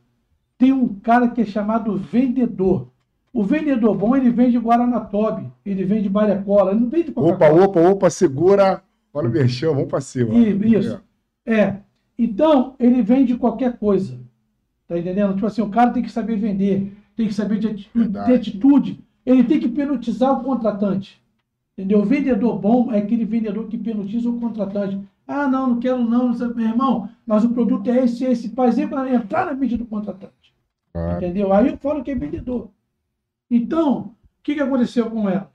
S5: tem um cara que é chamado vendedor. O vendedor bom, ele vende Guaranatob, ele vende Bariacola, ele não vende
S1: Opa,
S5: Coca-Cola.
S1: opa, opa, segura. Olha o merchan, vamos pra cima.
S5: E- Isso. É. Então, ele vende qualquer coisa. Tá entendendo? Tipo assim, o cara tem que saber vender, tem que saber de atitude,
S1: Verdade.
S5: ter atitude. Ele tem que penalizar o contratante. Entendeu? O vendedor bom é aquele vendedor que penaliza o contratante. Ah, não, não quero não, não sei, meu irmão, mas o produto é esse, esse. Fazer para entrar na mídia do contratante.
S1: Claro.
S5: Entendeu? Aí eu falo que é vendedor. Então, o que, que aconteceu com elas?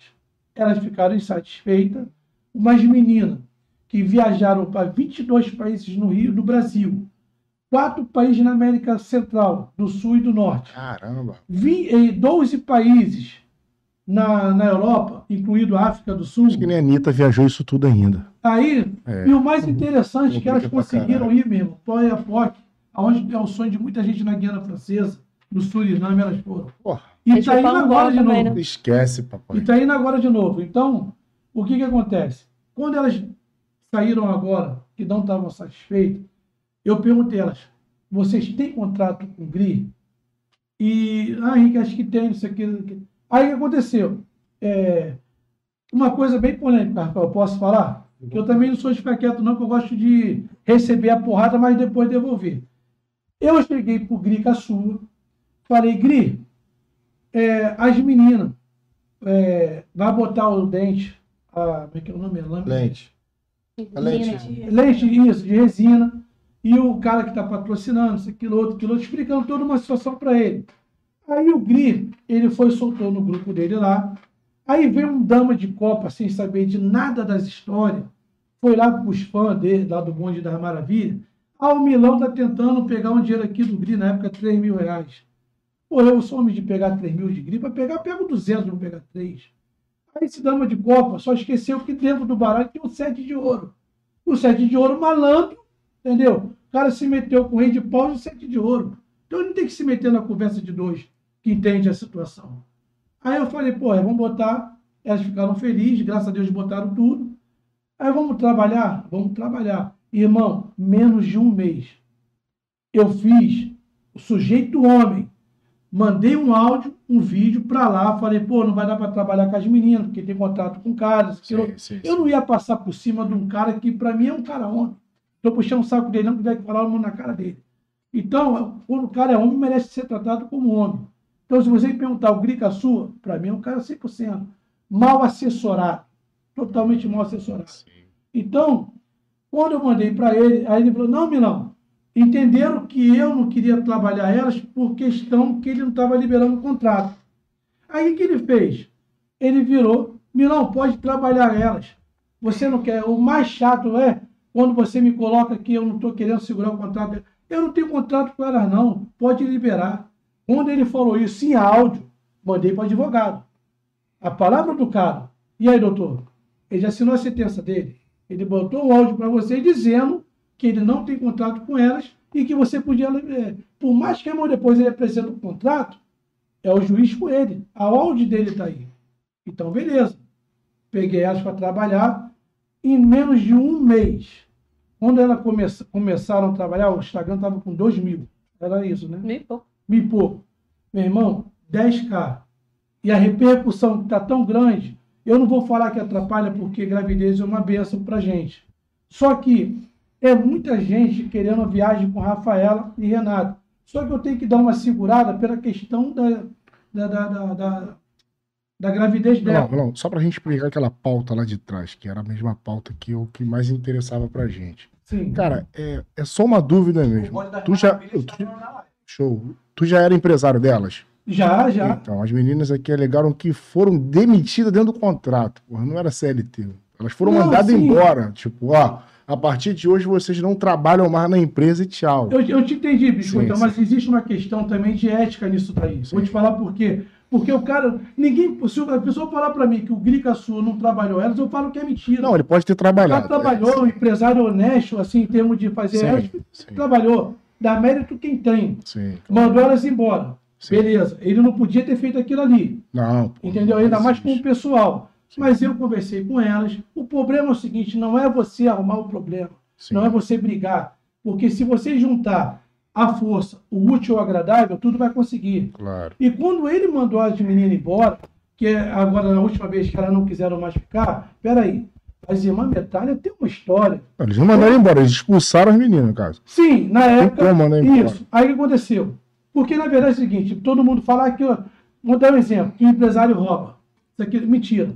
S5: Elas ficaram insatisfeitas. Umas meninas que viajaram para 22 países no Rio, no Brasil, quatro países na América Central, do Sul e do Norte,
S1: Caramba.
S5: vi, eh, 12 países na, na Europa, incluindo a África do Sul.
S1: Acho que nem a Anitta viajou isso tudo ainda.
S5: Aí,
S1: É.
S5: e o mais interessante é que elas
S2: Complica pra
S5: conseguiram ir mesmo, Toy Apoc, aonde é o sonho de muita gente na Guiana Francesa, no Suriname elas foram.
S1: Porra.
S5: E
S3: Eles
S5: tá indo
S3: falam
S5: agora
S3: igual
S5: de
S3: também,
S5: novo.
S1: Esquece,
S5: E
S1: papai.
S5: tá indo agora de novo. Então, o que que acontece? Quando elas saíram agora, que não estavam satisfeitas, eu perguntei a elas, vocês têm contrato com o GRI? E, ah, Henrique, acho que tem, isso aqui. isso aqui. Aí o que aconteceu? É, uma coisa bem polêmica, Rafael, posso falar? Que eu também não sou de ficar quieto, não, que eu gosto de receber a porrada, mas depois devolver. Eu cheguei pro Grica Sua, Falei, Gri, é, as meninas, é, vai botar o dente, a, como é que é o nome? Lâmina?
S2: Lente. A
S5: é
S2: lente.
S6: Menina,
S5: Leite, isso, de resina. E o cara que está patrocinando, isso, aquilo, outro, aquilo, outro, explicando toda uma situação para ele. Aí o Gri, ele foi e soltou no grupo dele lá. Aí veio um dama de Copa, sem saber de nada das histórias. Foi lá com os fãs dele, lá do Bonde da Maravilha. Ah, o Milão tá tentando pegar um dinheiro aqui do Gri, na época, 3 mil reais. Pô, eu sou homem de pegar 3 mil de Gri, para pegar, pego 200, não pega 3. Aí esse dama de Copa só esqueceu que dentro do baralho tinha um sete de ouro. O sete de ouro malandro, entendeu? O cara se meteu com o rei de paus e o sete de ouro. Então ele não tem que se meter na conversa de dois que entende a situação. Aí eu falei, pô, é, vamos botar. Elas ficaram felizes, graças a Deus botaram tudo. Aí vamos trabalhar? Vamos trabalhar. Irmão, menos de um mês. Eu fiz o sujeito homem. Mandei um áudio, um vídeo pra lá. Falei, pô, não vai dar pra trabalhar com as meninas, porque tem contrato com caras. que eu-
S1: Sim, sim,
S5: eu
S1: sim.
S5: não ia passar por cima de um cara que, pra mim, é um cara homem. Tô puxando o saco dele, não tiver que falar uma na cara dele. Então, quando o cara é homem, merece ser tratado como homem. Então, se você me perguntar o Grica sua, pra mim é um cara 100%. Mal assessorado. Totalmente mal assessorado.
S1: Sim.
S5: Então, quando eu mandei para ele, aí ele falou: Não, Milão, entenderam que eu não queria trabalhar elas por questão que ele não estava liberando o contrato. Aí o que ele fez? Ele virou: Milão, pode trabalhar elas. Você não quer. O mais chato é quando você me coloca que eu não estou querendo segurar o contrato. Eu não tenho contrato com elas, não. Pode liberar. Quando ele falou isso em áudio, mandei para o advogado. A palavra do cara. E aí, doutor? Ele já assinou a sentença dele. Ele botou o áudio para você dizendo que ele não tem contrato com elas e que você podia. eh, Por mais que amanhã depois ele apresente o contrato, é o juiz com ele. A áudio dele está aí. Então, beleza. Peguei elas para trabalhar em menos de um mês. Quando elas come- começaram a trabalhar, o Instagram estava com 2 mil. Era isso, né?
S6: meio pouco.
S5: me pô, meu irmão, 10k. E a repercussão está tão grande, eu não vou falar que atrapalha, porque gravidez é uma benção para gente. Só que é muita gente querendo a viagem com Rafaela e Renato. Só que eu tenho que dar uma segurada pela questão da, da, da, da, da- da gravidez
S1: Não,
S5: dela.
S1: não, só pra gente explicar aquela pauta lá de trás, que era a mesma pauta que o que mais interessava pra gente.
S5: Sim.
S1: Cara, é, é só uma dúvida mesmo. Tu já, tu- show. Tu já era empresário delas?
S5: Já, já.
S1: Então, as meninas aqui alegaram que foram demitidas dentro do contrato. Porra, não era CLT. Elas foram
S5: Não,
S1: mandadas
S5: sim.
S1: embora. Tipo, ó, a partir de hoje vocês não trabalham mais na empresa e tchau.
S5: Eu, eu te entendi, bicho,
S1: Sim,
S5: então,
S1: sim.
S5: mas existe uma questão também de ética nisso daí. Vou
S1: Sim.
S5: te falar por quê. Porque o cara, ninguém, se a pessoa falar pra mim que o Grica Sua não trabalhou elas, eu falo que é mentira.
S1: Não, ele pode ter
S5: o cara
S1: trabalhado.
S5: trabalhou, um empresário honesto, assim, em termos de
S1: É,
S5: fazer
S1: sim,
S5: ética,
S1: sim,
S5: trabalhou. Dá mérito quem tem.
S1: sim,
S5: Mandou elas embora.
S1: sim.
S5: Beleza, ele não podia ter feito aquilo ali,
S1: Não. pô,
S5: entendeu?
S1: não
S5: Ainda mais com o
S1: existe.
S5: pessoal. Mas eu conversei com elas. O problema é o seguinte: não é você arrumar o problema.
S1: Sim.
S5: Não é você brigar. Porque se você juntar a força, o útil ao agradável, tudo vai conseguir.
S1: Claro.
S5: E quando ele mandou as meninas embora, que é agora na última vez que elas não quiseram mais ficar, peraí, as irmãs metralha tem uma história.
S1: Não, Eles não mandaram embora, eles expulsaram as meninas, no caso.
S5: Sim, na
S1: Tem
S5: época.
S1: como né, então? mandar embora.
S5: Isso. Aí o que aconteceu? Porque na verdade é o seguinte: todo mundo fala que. ó, Vou dar um exemplo: que o empresário rouba. Isso aqui é mentira.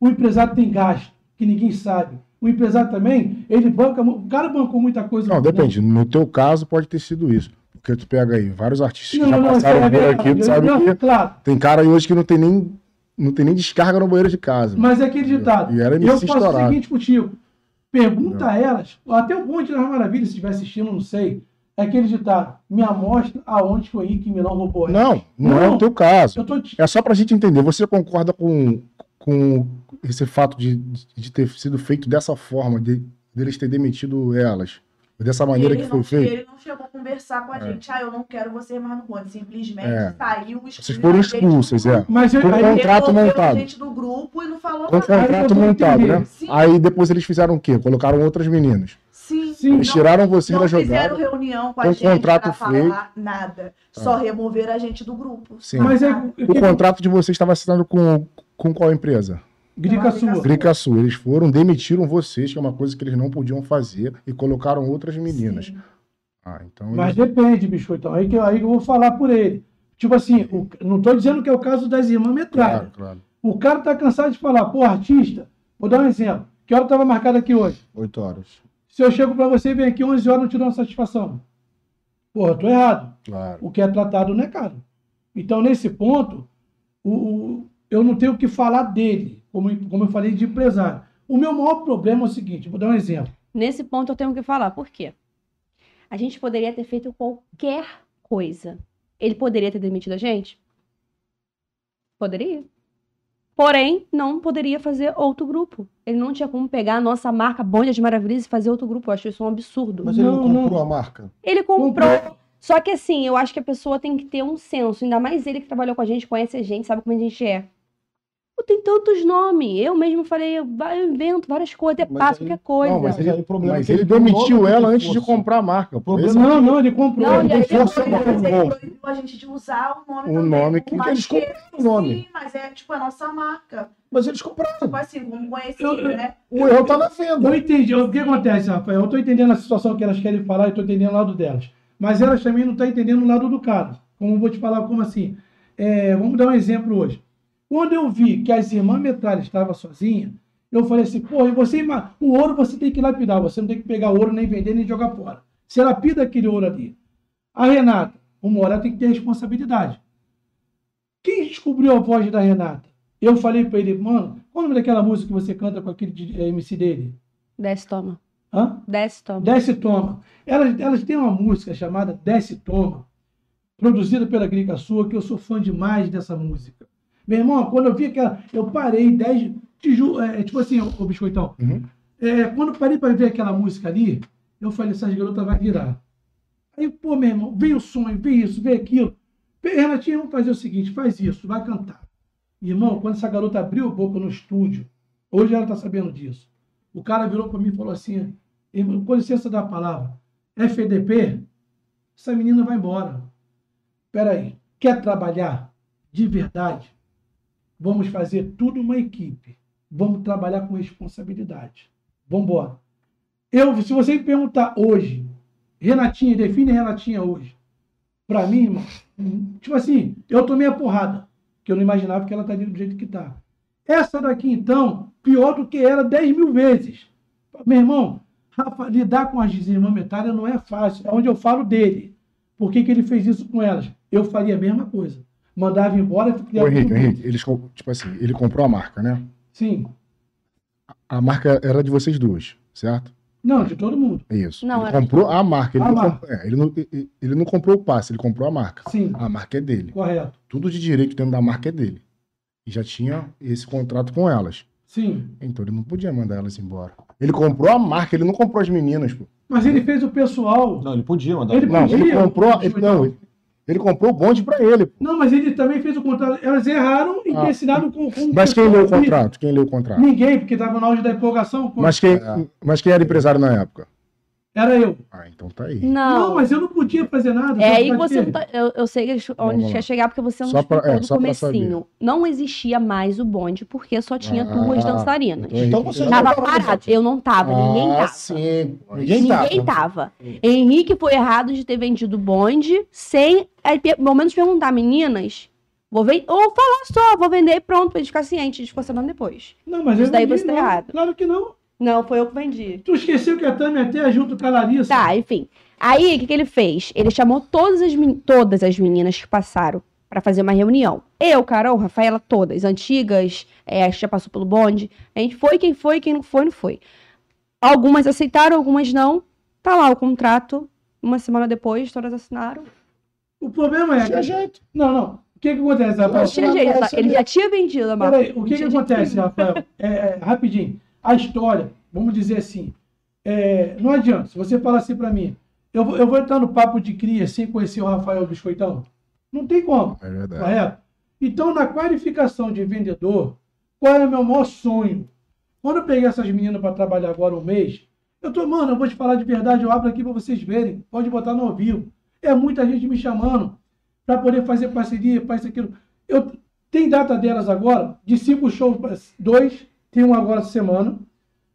S5: O empresário tem gasto, que ninguém sabe. O empresário também, ele banca. mu- O cara bancou muita coisa.
S1: Não, depende. No teu caso, pode ter sido isso. Porque tu pega aí vários artistas que já
S5: isso
S1: passaram por
S5: é verdade.
S1: aqui, tu sabe
S5: Não,
S1: que
S5: Claro.
S1: tem cara aí hoje que não tem nem, não tem nem descarga no banheiro de casa.
S5: Mas é aquele ditado.
S1: E era
S5: eu
S1: MC
S5: faço o
S1: estourado.
S5: seguinte contigo. Pergunta a elas, ou até um o Bonde das Maravilhas, se estiver assistindo, não sei. É aquele ditado. Me amostra aonde foi aí que Milão roubou elas.
S1: Não, não, é
S5: Não.
S1: o teu caso.
S5: Eu tô te...
S1: É só pra gente entender. Você concorda com, com esse fato de, de ter sido feito dessa forma, de, deles ter demitido elas? Dessa maneira
S8: ele
S1: que
S8: não,
S1: foi feito?
S8: Ele não chegou a conversar com a gente. Ah, eu não quero você mais no bonde. Simplesmente
S1: É.
S8: saiu, excluiu
S1: Vocês foram
S8: a gente do
S1: expulsas, é.
S8: grupo.
S5: Mas eu,
S1: Por
S5: aí-
S1: conta- Contrato
S8: Removeu
S1: montado. um
S8: a gente do grupo e não falou
S1: Com
S8: nada.
S5: eu tô
S1: contrato montado,
S5: entendendo.
S1: né?
S8: Sim.
S1: Aí depois eles fizeram o quê? Colocaram outras meninas.
S8: Sim.
S5: Sim.
S1: Eles tiraram vocês
S8: Não
S1: da
S8: fizeram
S1: jogada.
S8: reunião com a
S1: Com
S8: gente
S1: contrato Tá.
S8: pra falar nada. Só remover a gente do grupo.
S1: Sim.
S5: mas é.
S1: O contrato de vocês estava assinado com, com qual empresa?
S5: Grica sua.
S1: Grica Sul. Eles foram, demitiram vocês, que é uma coisa que eles não podiam fazer, e colocaram outras meninas.
S8: Sim.
S1: Ah, então.
S5: Mas depende, bicho. Então, aí que, aí que eu vou falar por ele. Tipo assim, o- não tô dizendo que é o caso das irmãs metralha.
S1: Claro, claro.
S5: O cara tá cansado de falar, pô, artista, vou dar um exemplo. Que hora tava marcada aqui hoje?
S2: Oito horas.
S5: Se eu chego pra você e vem aqui 11 horas, não te dou uma satisfação. Porra, eu tô errado.
S1: Claro.
S5: O que é tratado não é caro. Então, nesse ponto, o, o- eu não tenho o que falar dele, como, como eu falei de empresário. O meu maior problema é o seguinte, vou dar um exemplo.
S3: Nesse ponto eu tenho que falar. Por quê? A gente poderia ter feito qualquer coisa. Ele poderia ter demitido a gente? Poderia. Porém, não poderia fazer outro grupo. Ele não tinha como pegar a nossa marca Bonde de Maravilhas e fazer outro grupo. Eu acho isso um absurdo.
S2: Mas ele não,
S5: Não, não.
S2: comprou a marca.
S3: Ele comprou.
S5: Comprou.
S3: Só que assim, eu acho que a pessoa tem que ter um senso. Ainda mais ele que trabalhou com a gente, conhece a gente, sabe como a gente é. Pô, tem tantos nomes. Eu mesmo falei, eu va- eu invento várias coisas, até
S2: Mas
S3: passo
S2: aí-
S3: qualquer coisa.
S1: Não, mas
S2: Mas
S1: ele-
S2: aí o problema é
S1: Mas
S2: que
S1: ele
S2: comprou
S1: demitiu
S2: nome
S1: ela
S2: de
S1: antes de
S2: força.
S1: comprar a marca. é Por isso
S5: Não, não, ele comprou.
S2: é
S1: Não,
S5: ele
S1: e aí
S5: comprou.
S1: força pra comprar.
S8: proibiu a gente de usar o nome
S1: O
S8: também,
S1: Um nome
S8: por
S1: que-
S8: mais
S2: Eles compraram o nome.
S8: Sim, mas é tipo a nossa marca.
S2: Mas eles compraram.
S8: Tipo assim, como
S5: Eu- eu-
S8: conhecido, né?
S2: O erro tá na venda.
S5: Eu entendi. O que acontece, Rafael? Eu estou entendendo a situação que elas querem falar, eu estou entendendo o lado delas. Mas elas também não estão entendendo o lado do cara. Como eu vou te falar, como assim? É, vamos dar um exemplo hoje. Quando eu vi que as irmãs metralhas estavam sozinhas, eu falei assim, pô, e você, ima- o ouro você tem que lapidar, você não tem que pegar ouro, nem vender, nem jogar fora. Você lapida aquele ouro ali. A Renata, uma hora ela tem que ter responsabilidade. Quem descobriu a voz da Renata? Eu falei pra ele, mano, qual o nome daquela música que você canta com aquele de- eh, MC dele?
S3: Desce, toma.
S5: Hã?
S3: Desce, toma.
S5: Desce e Toma. Elas, elas têm uma música chamada Desce e Toma, produzida pela Grica Sua, que eu sou fã demais dessa música. Meu irmão, quando eu vi aquela. Eu parei 10. te ju- é, é tipo assim, ô, ô biscoitão.
S1: Uhum.
S5: É, quando eu parei para ver aquela música ali, eu falei, essas garotas vai virar. Aí, pô, meu irmão, vem o sonho, vem isso, vem aquilo. Vem, Renatinho, vamos fazer o seguinte: faz isso, vai cantar. Irmão, quando essa garota abriu a boca no estúdio, hoje ela tá sabendo disso. O cara virou para mim e falou assim: irmão, com licença da palavra, FDP, essa menina vai embora. Peraí, quer trabalhar de verdade? Vamos fazer tudo uma equipe. Vamos trabalhar com responsabilidade. Vamos embora. Eu, se você me perguntar hoje, Renatinha, define Renatinha hoje. Pra mim, irmão, tipo assim, eu tomei a porrada, que eu não imaginava que ela estaria do jeito que tá. Essa daqui, então, pior do que era 10 mil vezes. Meu irmão, Rafa, lidar com as irmãs metálicas não é fácil. É onde eu falo dele. Por que, que ele fez isso com elas? Eu faria a mesma coisa. Mandava embora e
S1: Ô,
S5: criava
S1: Henrique,
S5: tudo.
S1: Henrique, eles, com- tipo assim, ele comprou a marca, né?
S5: Sim.
S1: A marca era de vocês duas, certo?
S5: Não, de todo mundo.
S1: É isso.
S3: Não,
S1: ele
S3: era-
S1: comprou a marca. Ele,
S5: A
S1: não
S5: marca.
S1: comp- é, ele não- e- ele não comprou o passe, ele comprou a marca.
S5: Sim,
S1: A marca é dele.
S5: correto.
S1: Tudo de direito dentro da marca é dele. E já tinha esse contrato com elas.
S5: Sim.
S1: Então ele não podia mandar elas embora. Ele comprou a marca, ele não comprou as meninas, pô.
S5: Mas ele fez o pessoal.
S2: Não, ele podia mandar. um
S5: Ele-
S1: Não, ele
S5: Podia,
S1: comprou.
S5: podia.
S1: ele- não, ele- ele comprou o bonde pra ele, pô.
S5: Não, mas ele também fez o contrato. Elas erraram e
S1: Ah.
S5: assinaram com, com.
S1: Mas quem leu o contrato? Quem leu o contrato?
S5: Ninguém, porque estava na auge da empolgação. pô.
S1: Mas quem,
S2: É.
S1: mas quem era empresário na época?
S5: Era eu.
S1: Ah, então tá aí.
S3: Não.
S5: Não, mas eu não podia fazer nada.
S3: É
S5: sabe
S3: aí que
S5: por
S3: você
S5: quê?
S3: não tá. Eu, eu sei que- onde a
S1: Vamos
S3: gente
S1: lá.
S3: quer chegar, porque você não
S1: Só pra-
S3: explicou
S1: é,
S3: do
S1: só pra
S3: comecinho. Não existia mais o bonde, porque só tinha
S1: Ah,
S3: duas
S1: Então,
S3: dançarinas.
S1: Henrique,
S2: Então você
S1: eu-
S2: não
S3: Tava
S2: tava nessa.
S3: parado. Eu não tava, ninguém
S1: Ah,
S3: tava.
S1: sim.
S2: Ninguém
S1: Sim.
S2: tava.
S3: Ninguém tava. Henrique foi errado de ter vendido o bonde sem, é, pe- pelo menos, perguntar, meninas. Vou ven- Ou falar só, vou vender e pronto, pra ele ficar ciente, desconcentrando depois.
S5: Não, mas
S3: Isso
S5: eu
S3: daí
S5: vendi,
S3: você tá
S5: não.
S3: errado.
S5: Claro que não.
S3: Não, foi eu que vendi.
S5: Tu esqueceu que a Tami até junto com a Larissa.
S3: Tá, enfim. Aí, o que, que ele fez? Ele chamou todas as, meni- todas as meninas que passaram pra fazer uma reunião. Eu, Carol, Rafaela, todas. Antigas, é, a gente já passou pelo bonde. A gente foi quem foi, quem não foi, não foi. Algumas aceitaram, algumas não. Tá lá o contrato. Uma semana depois, todas assinaram.
S5: O problema é.
S2: Tinha
S5: que-
S2: jeito.
S5: Não, não. O que, que acontece,
S3: Não
S5: rapaz?
S3: tinha
S4: é
S3: jeito,
S4: assim
S3: ele já tinha vendido a marca.
S5: Peraí, o que, que acontece, Rafael? É, é, rapidinho. A história, vamos dizer assim, é, não adianta. Se você falar assim pra mim, eu, vou- eu vou entrar no papo de cria sem conhecer o Rafael Biscoitão? Não tem como,
S1: É verdade.
S5: correto? Então, na qualificação de vendedor, qual é o meu maior sonho? Quando eu peguei essas meninas pra trabalhar agora um mês, eu tô, mano, eu vou te falar de verdade, eu abro aqui pra vocês verem. Pode botar no ao vivo. É muita gente me chamando pra poder fazer parceria, faz aquilo. Eu, tem data delas agora, de cinco shows, dois, tem um agora essa semana.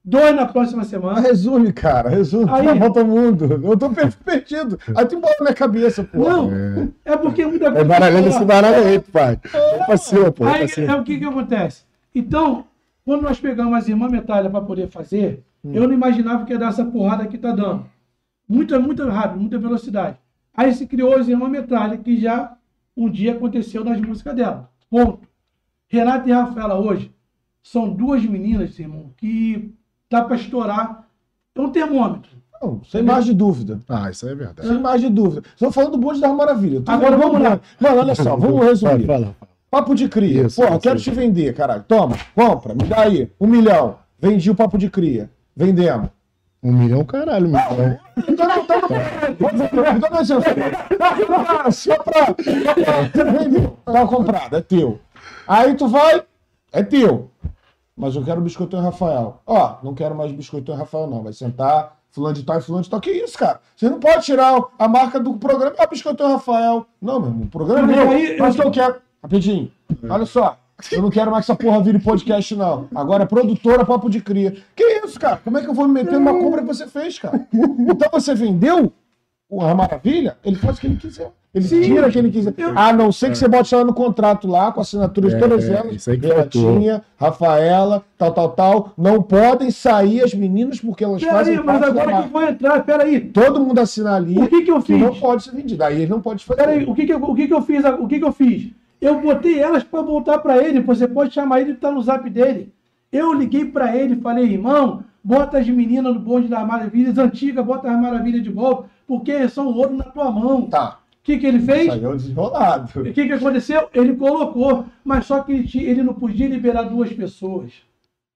S5: dois na próxima semana.
S2: Ah, Resume, cara, resume.
S5: Aí-
S2: Aí... Volta ao mundo. Eu tô per- perdido. Aí tu bota na cabeça, pô.
S5: Não,
S1: É,
S5: é porque muita
S1: é
S5: coisa.
S1: baralhando esse baralho aí, pai. É pra cima, pô. É
S5: Aí
S2: tá
S1: pra cima.
S5: é o que que acontece? Então, quando nós pegamos as irmãs metralha para poder fazer, eu não imaginava que ia dar essa porrada que tá dando. Muito, muito rápido, muita velocidade. Aí se criou as irmãs metralha, que já um dia aconteceu nas músicas dela. Ponto. Renata e Rafaela hoje são duas meninas, irmão, que tá para estourar. É um termômetro.
S2: Não, sem mais de dúvida.
S1: Ah, isso aí é verdade.
S2: Sem mais de dúvida. Estou falando do bonde das maravilhas. Tô
S5: Agora
S2: falando do
S5: vamos lá.
S2: bonde. Mano, olha só, vamos resumir.
S1: Fala, fala.
S2: Papo de cria.
S1: Isso,
S2: Porra,
S1: isso,
S2: quero
S1: isso.
S2: te vender, caralho. Toma, compra, me dá aí. Um milhão. Vendi o papo de cria. Vendemos.
S1: Um milhão, caralho, meu irmão.
S2: Então não tá. Então não é seu. Só pra. só pra- Vendeu. Tá comprado, é teu. Aí tu vai, é teu. Mas eu quero biscoitão e Rafael. Ó, não quero mais biscoitão e Rafael, não. Vai sentar, fulano de tal e fulano de tal. Que isso, cara? Você não pode tirar a marca do programa. Ah, biscoitão e Rafael. Não, meu irmão, o programa é
S5: Mas
S2: meu.
S5: aí-
S2: Mas eu quero. Rapidinho. Olha só. Eu não quero mais que essa porra vire podcast, não. Agora é produtora Papo de Cria. Que isso, cara? Como é que eu vou me meter numa compra que você fez, cara? Então você vendeu o a Maravilha? Ele faz o que ele quiser. Ele tira o que ele quiser. A não ser que você bote lá no contrato, lá, com a assinatura de
S1: É,
S2: todas
S1: é,
S2: elas.
S1: isso aí que
S2: Renatinha, Rafaela, tal, tal, tal. Não podem sair as meninas porque elas fazem
S5: Peraí, mas
S2: parte da
S5: agora que
S2: marca.
S5: eu vou entrar, peraí.
S2: Todo mundo assina ali.
S5: O que que eu
S2: que
S5: fiz?
S2: não pode ser vendido. Aí ele não pode fazer.
S5: Peraí, o que que eu, o que que eu fiz? O que que eu fiz? Eu botei elas para voltar para ele. Você pode chamar ele, tá no zap dele. Eu liguei para ele, falei, irmão, bota as meninas no bonde das maravilhas antigas, bota as maravilhas de volta, porque são ouro na tua mão. O
S2: Tá.
S5: que que ele fez?
S2: Saiu
S5: O
S2: desenrolado.
S5: que, que aconteceu? Ele colocou, mas só que ele, ti- ele não podia liberar duas pessoas.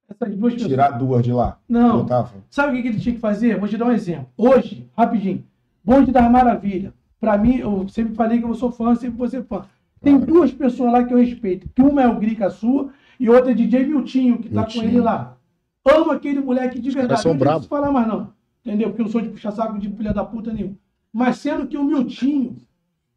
S5: Essas duas
S2: Tirar
S5: pessoas.
S2: duas de lá.
S5: Não.
S2: Botava.
S5: Sabe o que que ele tinha que fazer? Vou te dar um exemplo. Hoje, rapidinho, Bonde das Maravilha. Pra mim, eu sempre falei que eu sou fã, sempre vou ser fã. Tem duas pessoas lá que eu respeito. Que uma é o Grica Sua e outra é DJ Miltinho, que tá
S1: Miltinho.
S5: com ele lá. Amo aquele moleque de verdade.
S1: são
S5: não preciso
S1: brabo.
S5: falar mais, não. Entendeu? Porque eu não sou de puxar saco de filha da puta nenhum. Mas sendo que o Miltinho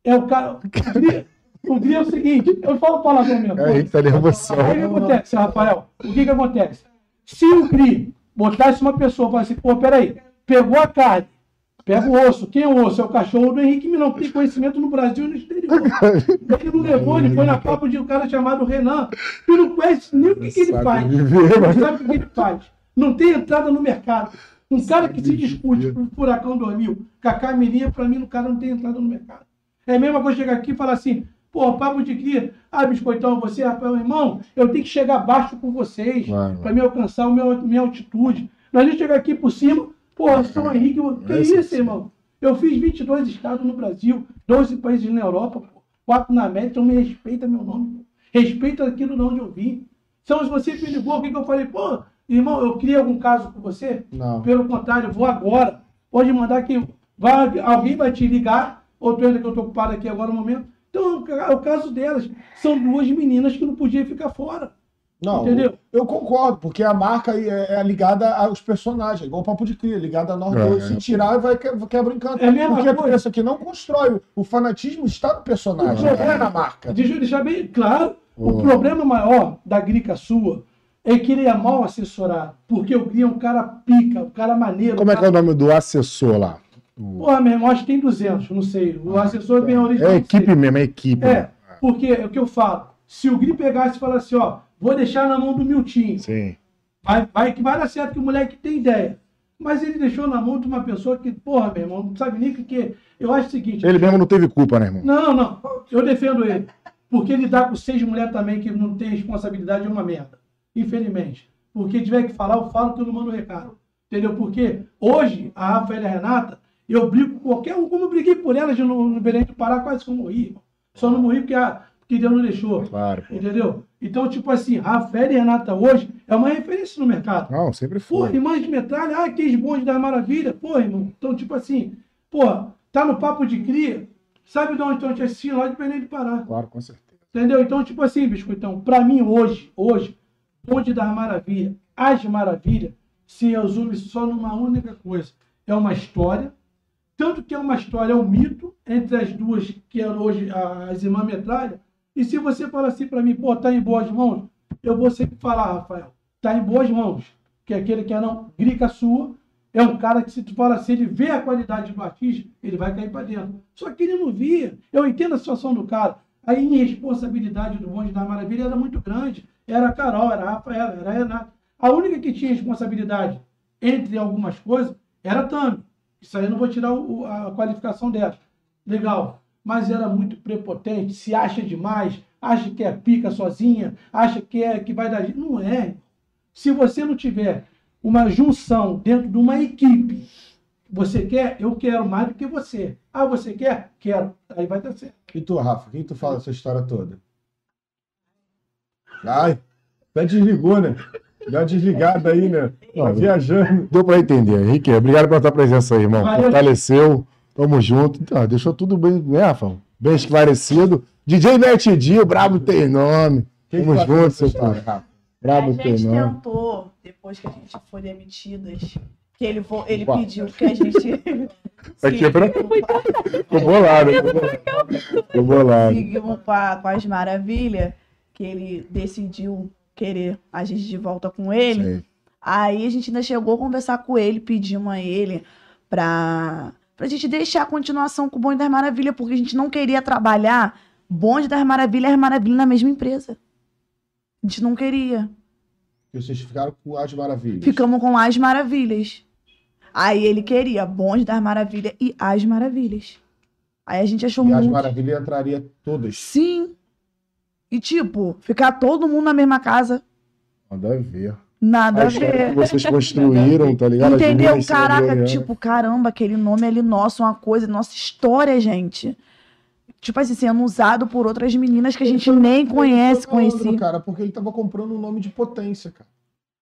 S5: é o cara. O Gri- O Gri é o seguinte, eu falo palavrão mesmo.
S1: É, ele tá nervoso.
S5: Aí o que acontece, Rafael? O que que acontece? Se o Cri botasse uma pessoa e falasse, assim, pô, peraí, pegou a carne, pega o osso. Quem é o osso? É o cachorro do Henrique Milão, que tem conhecimento no Brasil e no exterior. Ele não levou, ele foi na papo de um cara chamado Renan, que não conhece nem o que, que ele faz. Não sabe o que ele faz. Não tem entrada no mercado. Um cara que se discute com o Furacão 2000, com a Camilinha, pra mim, o cara não tem entrada no mercado. É a mesma coisa chegar aqui e falar assim, pô, papo de cria, ah, biscoitão, você, Rafael, irmão, eu tenho que chegar baixo com vocês
S1: Claro.
S5: pra me alcançar a minha, minha altitude. Nós vamos chegar aqui por cima, pô, São Henrique, que
S1: Esse
S5: isso,
S1: sim.
S5: irmão? Eu fiz 22 estados no Brasil, 12 países na Europa, pô, 4 na América, então me respeita meu nome, pô. respeita aquilo de onde eu vim. Então, se você me ligou, o que, que eu falei? Pô, irmão, eu criei algum caso com você?
S2: Não.
S5: Pelo contrário, eu vou agora. Pode mandar que vai, alguém vai te ligar, ou tu entra que eu tô ocupado aqui agora no momento. Então, é o ca- é o caso delas. São duas meninas que não podiam ficar fora.
S2: Não,
S5: Entendeu?
S2: eu concordo, porque a marca aí é, é ligada aos personagens, é igual o Papo de Cria, ligada a nós
S1: É,
S2: dois.
S1: é.
S2: Se tirar, vai que, quebra encanto.
S5: É a mesma
S2: porque a
S5: coisa.
S2: criança que não constrói, o fanatismo está no personagem,
S5: Não,
S2: não é na marca.
S5: Deixa eu deixar bem claro,
S1: Boa.
S5: o problema maior da grica sua é que ele é mal assessorado, porque o Gri é um cara pica, um cara maneiro.
S1: Como é
S5: um
S1: que é o
S5: cara...
S1: nome do assessor lá? O-
S5: Porra, meu irmão, acho que tem 200, não sei. O assessor é bem original.
S1: É
S5: não sei.
S1: equipe mesmo, é equipe.
S5: É,
S1: né?
S5: porque é o que eu falo. Se o Gri pegasse e falasse, ó, vou deixar na mão do Miltinho,
S1: Sim.
S5: Vai, vai que vai dar certo que o moleque tem ideia. Mas ele deixou na mão de uma pessoa que, porra, meu irmão, não sabe nem o que que é. Eu acho o seguinte.
S1: Ele mesmo não teve culpa, né, irmão?
S5: Não, não. Eu defendo ele. Porque ele dá com seis mulheres também que não tem responsabilidade é uma merda. Infelizmente. Porque tiver que falar, eu falo que eu não mando recado. Entendeu? Porque hoje, a Rafaela e a Renata, eu brigo com qualquer um. Como eu briguei por elas no, no Belém do Pará, quase que eu morri. irmão. Só não morri porque, a, porque Deus não deixou.
S1: Claro. pô.
S5: Entendeu? Então, tipo assim, Rafaela e Renata hoje é uma referência no mercado.
S1: Não, sempre
S5: Pô,
S1: foi.
S5: irmãs de metralha, ah, que bonde das maravilhas. Pô, irmão, então, tipo assim, pô, tá no papo de cria, sabe de onde estão te assistindo? Lá de Belém do Pará.
S1: Claro, com certeza.
S5: Entendeu? Então, tipo assim, biscoitão, pra mim hoje, hoje, bonde das maravilhas, as maravilhas, se resume só numa única coisa. É uma história, tanto que é uma história, é um mito entre as duas, que eram hoje a- as irmãs metralha. E se você fala assim pra mim, pô, tá em boas mãos, eu vou sempre falar, Rafael, tá em boas mãos. que é aquele que é não, grica sua, é um cara que se tu fala assim, ele vê a qualidade do artista, ele vai cair pra dentro. Só que ele não via. Eu entendo a situação do cara. A irresponsabilidade do Bonde da Maravilha era muito grande. Era a Carol, era a Rafaela, era a Renata. A única que tinha responsabilidade, entre algumas coisas, era a Tami. Isso aí eu não vou tirar o- a qualificação dela. Legal. Mas era muito prepotente, se acha demais, acha que é pica sozinha, acha que é que vai dar. jeito. Não é. Se você não tiver uma junção dentro de uma equipe, você quer, eu quero mais do que você. Ah, você quer? Quero. Aí vai dar certo.
S2: E tu, Rafa, quem tu fala essa história toda? Ai, até desligou, né? Já desligado aí, né? Tá
S1: Não,
S2: viajando.
S1: Deu pra entender, Henrique. Obrigado pela tua presença aí, irmão.
S5: Valeu.
S1: Fortaleceu. Tamo junto. Ah, deixou tudo bem, né, Rafa? Bem esclarecido. DJ Mertidinho, brabo tem nome.
S2: Quem
S1: Tamo
S2: tá
S1: junto,
S2: essa
S1: seu
S2: história, Rafa?
S1: Brabo
S4: a
S1: tem
S4: gente
S1: nome.
S4: tentou, depois que a gente foi demitidas, que ele, vo- ele
S2: Opa.
S4: pediu que a gente.
S1: Tá quebrando?
S4: um
S1: Ficou bolado. ficou bolado. Ficou bolado.
S4: Seguimos com, a- com as maravilhas, que ele decidiu querer a gente de volta com ele.
S1: Sei.
S4: Aí a gente ainda chegou a conversar com ele, pedimos a ele pra, pra gente deixar a continuação com o Bonde das Maravilhas, porque a gente não queria trabalhar Bonde das Maravilhas e as Maravilhas na mesma empresa. A gente não queria.
S2: Que vocês ficaram com as maravilhas.
S4: Ficamos com As Maravilhas. Aí ele queria Bonde das Maravilhas e As Maravilhas. Aí a gente achou
S2: E as
S4: muito.
S2: maravilhas entraria todas.
S4: Sim. E tipo, ficar todo mundo na mesma casa,
S1: Nada a ver.
S4: nada
S1: A
S4: a
S1: história que
S4: ver.
S1: vocês construíram, tá ligado? As
S4: Entendeu?
S1: meninas se
S4: Caraca,
S1: olhando.
S4: tipo, caramba, aquele nome ali nosso, uma coisa, nossa história, gente. Tipo assim, sendo usado por outras meninas que a gente nem conhece,
S2: Não, Leandro,
S4: conheci.
S2: um Cara, porque ele tava comprando um nome de potência, cara.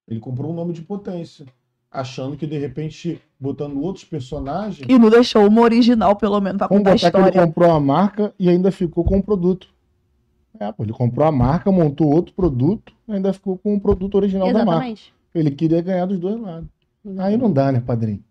S2: Ele comprou um nome de potência. Achando que, de repente, botando outros personagens.
S4: E não deixou uma original, pelo menos, pra
S1: Vamos
S4: contar a
S1: botar que ele
S4: história.
S1: comprou a marca e ainda ficou com o produto. É, pô, ele comprou a marca, montou outro produto, ainda ficou com o produto original da marca.
S3: Exatamente.
S1: Ele queria ganhar dos dois lados. Aí não dá, né, padrinho?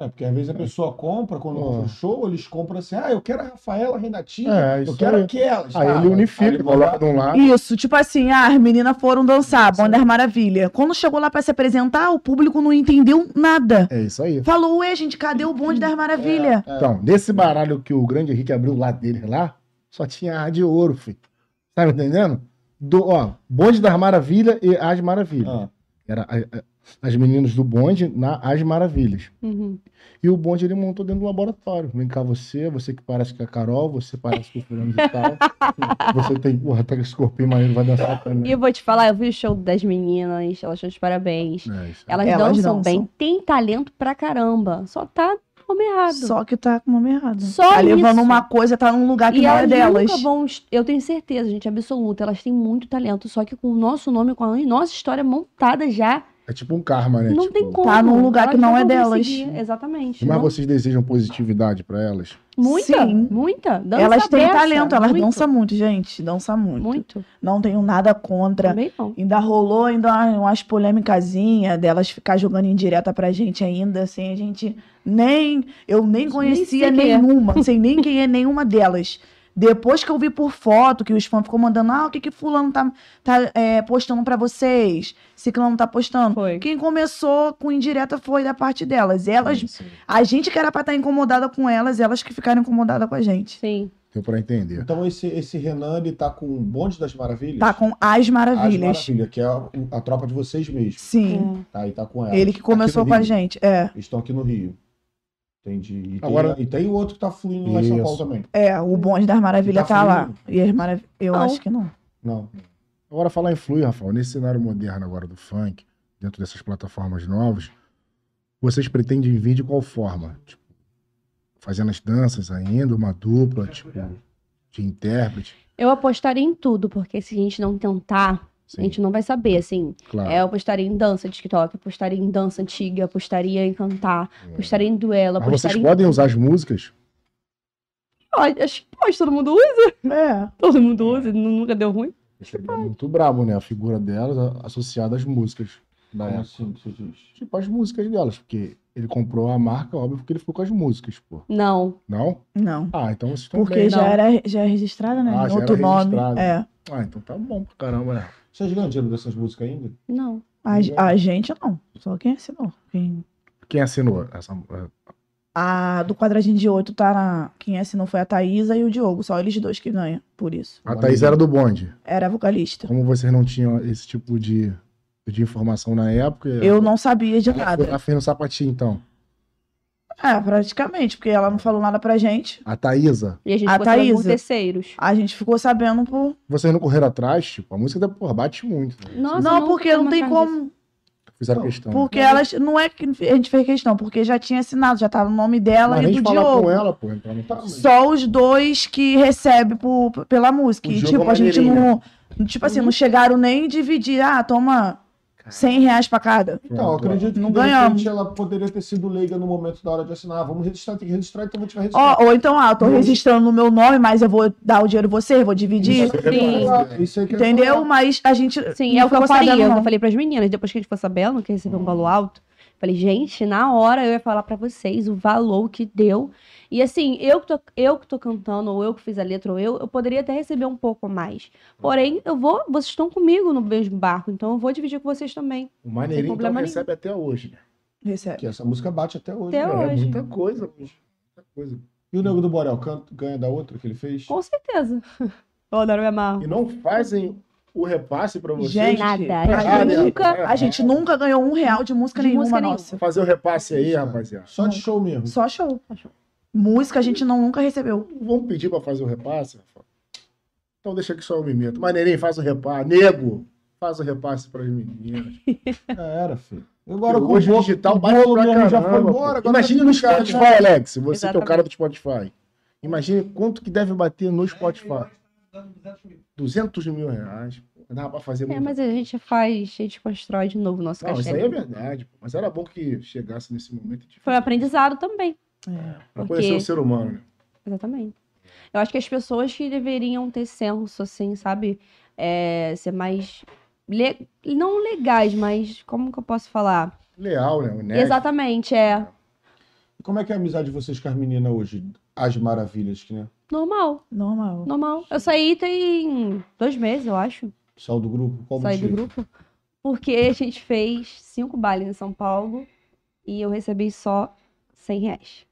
S2: É, porque às vezes a pessoa compra, quando
S1: Pô.
S2: vai pro show, eles compram assim, ah, eu quero a Rafaela, a Renatinha,
S1: É,
S2: eu
S1: isso
S2: quero
S1: aí.
S2: aquelas.
S1: Aí
S2: tá?
S1: ele unifica,
S2: ele
S1: coloca
S2: coloca-
S1: de um lado.
S4: Isso, tipo assim, ah, as meninas foram dançar, Bonde das Maravilha. Quando chegou lá pra se apresentar, o público não entendeu nada.
S1: É isso aí.
S4: Falou, ué, gente, cadê o Bonde das Maravilha?
S3: É.
S1: Então, nesse baralho que o grande Henrique abriu lá dele lá, só tinha A de ouro, filho. Tá me entendendo? Do, ó, bonde das maravilhas e as maravilhas.
S2: Ah,
S1: Era a- a- as meninas do bonde na As Maravilhas.
S3: Uhum.
S1: E o bonde ele montou dentro do laboratório. Vem cá você, você que parece com a Carol, você parece com o Fernando de tal. você tem, porra, tá com esse corpinho maneiro, vai dançar
S3: E
S1: também.
S3: eu vou te falar, eu vi o show das meninas, elas estão de parabéns.
S1: É, isso aí.
S3: Elas,
S4: Elas
S3: dançam,
S4: dançam.
S3: bem, tem talento pra caramba. Só tá como errado. Só,
S4: Só que tá com o nome errado.
S3: Só
S4: tá levando
S3: isso.
S4: uma coisa, tá num lugar que
S3: e
S4: não é
S3: elas
S4: delas.
S3: nunca vão. est- Eu tenho certeza, gente, absoluta. Elas têm muito talento. Só que com o nosso nome, com a nossa história montada já,
S1: É tipo um karma, né?
S3: não
S1: Tipo,
S3: tem como.
S4: Tá num lugar que
S3: Elas
S4: não é
S3: vão
S4: delas.
S3: conseguir, Exatamente.
S1: Mas
S3: Não-
S1: vocês desejam positividade pra elas?
S3: Muita,
S4: Sim.
S3: muita. Dança
S4: Elas têm
S3: beça,
S4: talento, elas
S3: muito,
S4: dançam muito, gente. Dançam muito.
S3: Muito.
S4: Não tenho nada contra.
S3: Também não.
S4: Ainda rolou ainda uma- umas polêmicazinhas delas ficar jogando indireta pra gente ainda, assim, a gente nem. Eu nem conhecia
S3: sei quem é.
S4: nenhuma, não sei nem quem é nenhuma delas. Depois que eu vi por foto que os fãs ficou mandando, ah, o que que fulano tá, tá é, postando pra vocês? Ciclano tá postando.
S3: Foi.
S4: Quem começou com indireta foi da parte delas. Elas,
S1: Isso aí.
S4: a gente que era pra estar incomodada com elas, elas que ficaram incomodadas com a gente.
S3: Sim.
S1: Deu pra entender.
S2: Então esse, esse Renan, ele tá com o bonde das maravilhas?
S4: Tá com as
S2: as
S4: maravilhas.
S2: maravilhas, que é a, a tropa de vocês mesmos.
S4: Sim.
S2: Tá, e tá com ela.
S4: Ele que começou com a gente. É.
S2: Estão aqui no Rio. Entendi. E tem,
S1: Agora-
S2: e tem o outro que tá fluindo lá em São
S1: Isso.
S2: Paulo também.
S4: É, o bonde das maravilhas
S2: Tá
S4: tá, lá.
S2: fluindo?
S4: E as maravilhas. Eu
S3: Não.
S4: acho que não.
S2: Não.
S1: Agora falar em flui, Rafael, nesse cenário moderno agora do funk, dentro dessas plataformas novas, vocês pretendem vir de qual forma? Tipo, fazendo as danças ainda, uma dupla, tipo, de intérprete?
S3: Eu apostaria em tudo, porque se a gente não tentar, a
S1: Sim, Ah.
S3: gente não vai saber, assim.
S1: claro.
S3: É, eu apostaria em dança TikTok, apostaria em dança antiga, apostaria em cantar, apostaria em duelo,
S1: Mas vocês
S3: apostaria em...
S1: podem usar as músicas?
S3: Olha, acho que pode, todo mundo usa.
S4: É.
S3: Todo mundo usa, nu- nunca deu ruim.
S1: Isso é muito brabo, né? A figura delas a- associada às músicas. Da
S2: Como
S1: época.
S2: assim que você diz?
S1: Tipo, as músicas delas, porque ele comprou a marca, óbvio, porque ele ficou com as músicas, pô.
S3: Não,
S1: Não?
S4: Não.
S1: Ah, então vocês estão
S4: Porque
S1: bem.
S4: já
S3: não.
S4: era, já é registrada, né?
S1: Ah,
S4: Em
S1: já
S4: Outro
S1: era
S4: nome.
S1: registrada.
S4: É.
S1: Ah, então tá bom pra caramba, né?
S2: Vocês ganham dinheiro dessas músicas ainda?
S3: não.
S4: A,
S1: Uhum.
S4: a gente não. Só quem assinou. Quem...
S1: Quem assinou essa.
S4: A do quadradinho de oito tá na. Quem assinou foi a Thaísa e o Diogo. Só eles dois que ganham, por isso.
S1: A Thaís era do bonde.
S4: Era vocalista.
S1: Como vocês não tinham esse tipo de, de informação na época.
S4: Eu não sabia de
S1: ela, foi-
S4: nada.
S1: ela fez no sapatinho, então.
S4: É, praticamente, porque ela não falou nada pra gente.
S1: A Thaísa,
S3: E a gente
S4: A
S3: ficou sabendo por
S4: Thaísa.
S3: terceiros.
S4: A gente ficou sabendo por.
S1: vocês não correram atrás, tipo, a música da porra bate muito. Né?
S3: Nossa,
S4: não, porque não tem
S3: atrás disso.
S4: como.
S1: Fizeram questão.
S4: Porque elas. Não é que a gente fez questão, porque já tinha assinado, já tava o nome dela
S1: Mas
S4: e
S1: nem
S4: do
S1: falar
S4: Diogo.
S1: com ela, pô. Então não tá
S4: Só os dois que recebe por- pela música.
S1: O
S4: E,
S1: Diogo
S4: tipo, a gente
S1: maneirinho. né?
S4: não. Tipo assim, não
S3: Uhum.
S4: chegaram nem dividir. Ah, toma 100 reais pra cada.
S2: Então, eu acredito que
S4: Não
S2: de
S4: ganhamos.
S2: repente ela poderia ter sido leiga no momento da hora de assinar. Ah, Vamos registrar, tem que registrar, então a gente vai
S3: Uhum.
S2: registrar.
S4: Ó, ou então, ah, eu tô
S1: Uhum.
S2: Não.
S4: registrando no meu nome, mas eu vou dar o dinheiro a você, vou dividir.
S1: Uhum.
S2: Isso aí que eu ia falar, isso aí é que eu ia
S4: Entendeu?
S2: falar.
S4: Mas a gente.
S3: Sim,
S4: não
S3: é o que eu
S4: ficou
S3: faria.
S4: sabendo,
S3: Eu
S4: não. Hum.
S3: falei pras meninas, depois que a gente ficou sabendo que recebeu um valor alto, falei, gente, na hora eu ia falar pra vocês o valor que deu. E assim, eu que tô, eu que tô cantando, ou eu que fiz a letra, ou eu, eu poderia até receber um pouco a mais. Porém, eu vou, vocês estão comigo no mesmo barco, então eu vou dividir com vocês também.
S1: O maneirinho
S3: Sem
S1: então,
S3: problema
S1: recebe até hoje, né?
S4: Recebe.
S2: Que essa música bate até hoje.
S3: Até
S2: né?
S1: É
S3: hoje.
S1: muita coisa, pô. Muita coisa.
S2: E o Nego do Borel canta- ganha da outra que ele fez?
S3: Com certeza. Eu adoro me amarro.
S1: E não fazem o repasse pra vocês. Tá né?
S4: Gente,
S3: Nada.
S4: a
S3: Eu
S4: gente
S3: nunca.
S4: A gente nunca ganhou um real de música
S3: De
S4: nenhuma
S3: música nenhuma.
S4: nossa.
S1: Fazer o repasse aí, rapaziada.
S2: Só de show mesmo.
S4: Só show. Música a gente não nunca recebeu.
S1: Vamos pedir pra fazer o repasse, Rafa? Então deixa que só eu me meto. Maneirinho, faz o repasse. Nego, faz o repasse pras meninas.
S2: Já era, filho. Agora
S1: Agora
S2: com o
S1: hoje o
S2: bolo-
S1: digital
S2: o
S1: bate
S2: bolo
S1: pra
S2: mesmo
S1: caramba.
S2: já foi
S1: pô.
S2: embora. Agora
S1: Imagine
S2: tá
S1: no
S2: tudo em casa.
S1: Spotify, Alex. Você que é o
S3: Exatamente.
S1: cara do Spotify. Imagine quanto que deve bater no Spotify. 200 mil reais. pô. Dava pra fazer
S3: É,
S1: muito.
S3: mas a gente faz, a gente constrói de novo o nosso
S1: Não,
S3: castelo.
S1: isso aí é verdade. pô. Mas era bom que chegasse nesse momento. De...
S3: Foi um aprendizado também.
S1: Pra
S3: porque-
S1: conhecer o ser humano, né?
S3: Exatamente. Eu acho que as pessoas que deveriam ter senso, assim, sabe? É, ser mais. le- Não legais, mas como que eu posso falar?
S1: Leal, né? Honesto.
S3: Exatamente, é
S2: E Como é que é a amizade de vocês com as meninas hoje? As maravilhas, que né?
S3: normal,
S4: Normal.
S3: normal. Eu saí tem dois meses, eu acho.
S2: Saiu do grupo? Qual
S3: saí do
S2: motivo?
S3: grupo. Porque a gente fez cinco bailes em São Paulo e eu recebi só 100 reais.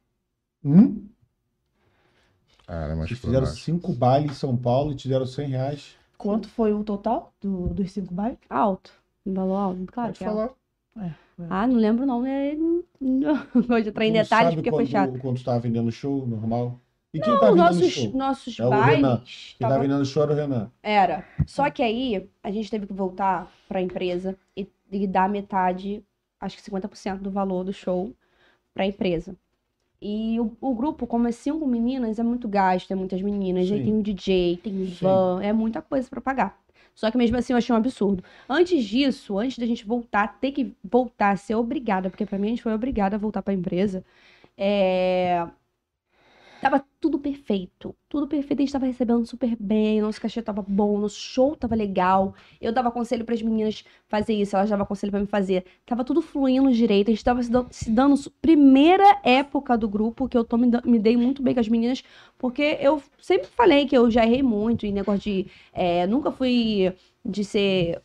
S2: Hum?
S1: Cara, mas
S2: Vocês fizeram cinco bailes em São Paulo e te deram 100 reais.
S4: Quanto foi o total do- dos cinco bailes?
S3: Alto. Um valor alto, claro
S2: Pode
S3: que é alto.
S2: falar.
S3: Ah, não lembro não, né? Não gosto de entrar em
S2: Tu não
S3: detalhes
S2: sabe
S3: porque foi
S2: quando,
S3: chato.
S2: Quando tá vendendo show, normal. E quem tá
S3: Não,
S2: vendendo
S3: nossos,
S2: show?
S3: nossos
S2: É o
S3: bailes.
S2: Renan. Quem
S3: tava-
S2: tá vendendo show era o Renan.
S3: Era. Só que aí a gente teve que voltar para a empresa e, e dar metade, acho que 50% do valor do show para a empresa. E o, o grupo, como é cinco meninas, é muito gasto, é muitas meninas.
S2: Sim.
S3: Aí tem um DJ, tem um
S2: Sim.
S3: van, é muita coisa para pagar. Só que mesmo assim eu achei um absurdo. Antes disso, antes da gente voltar, ter que voltar, ser obrigada, porque para mim a gente foi obrigada a voltar para a empresa. É... Tava tudo perfeito. Tudo perfeito. A gente tava recebendo super bem. Nosso cachê tava bom. Nosso show tava legal. Eu dava conselho pras meninas fazer isso. Elas davam conselho pra mim fazer. Tava tudo fluindo direito. A gente tava se dan- se dando. su- Primeira época do grupo que eu tô me, dan- me dei muito bem com as meninas. Porque eu sempre falei que eu já errei muito em negócio de. é, nunca fui de ser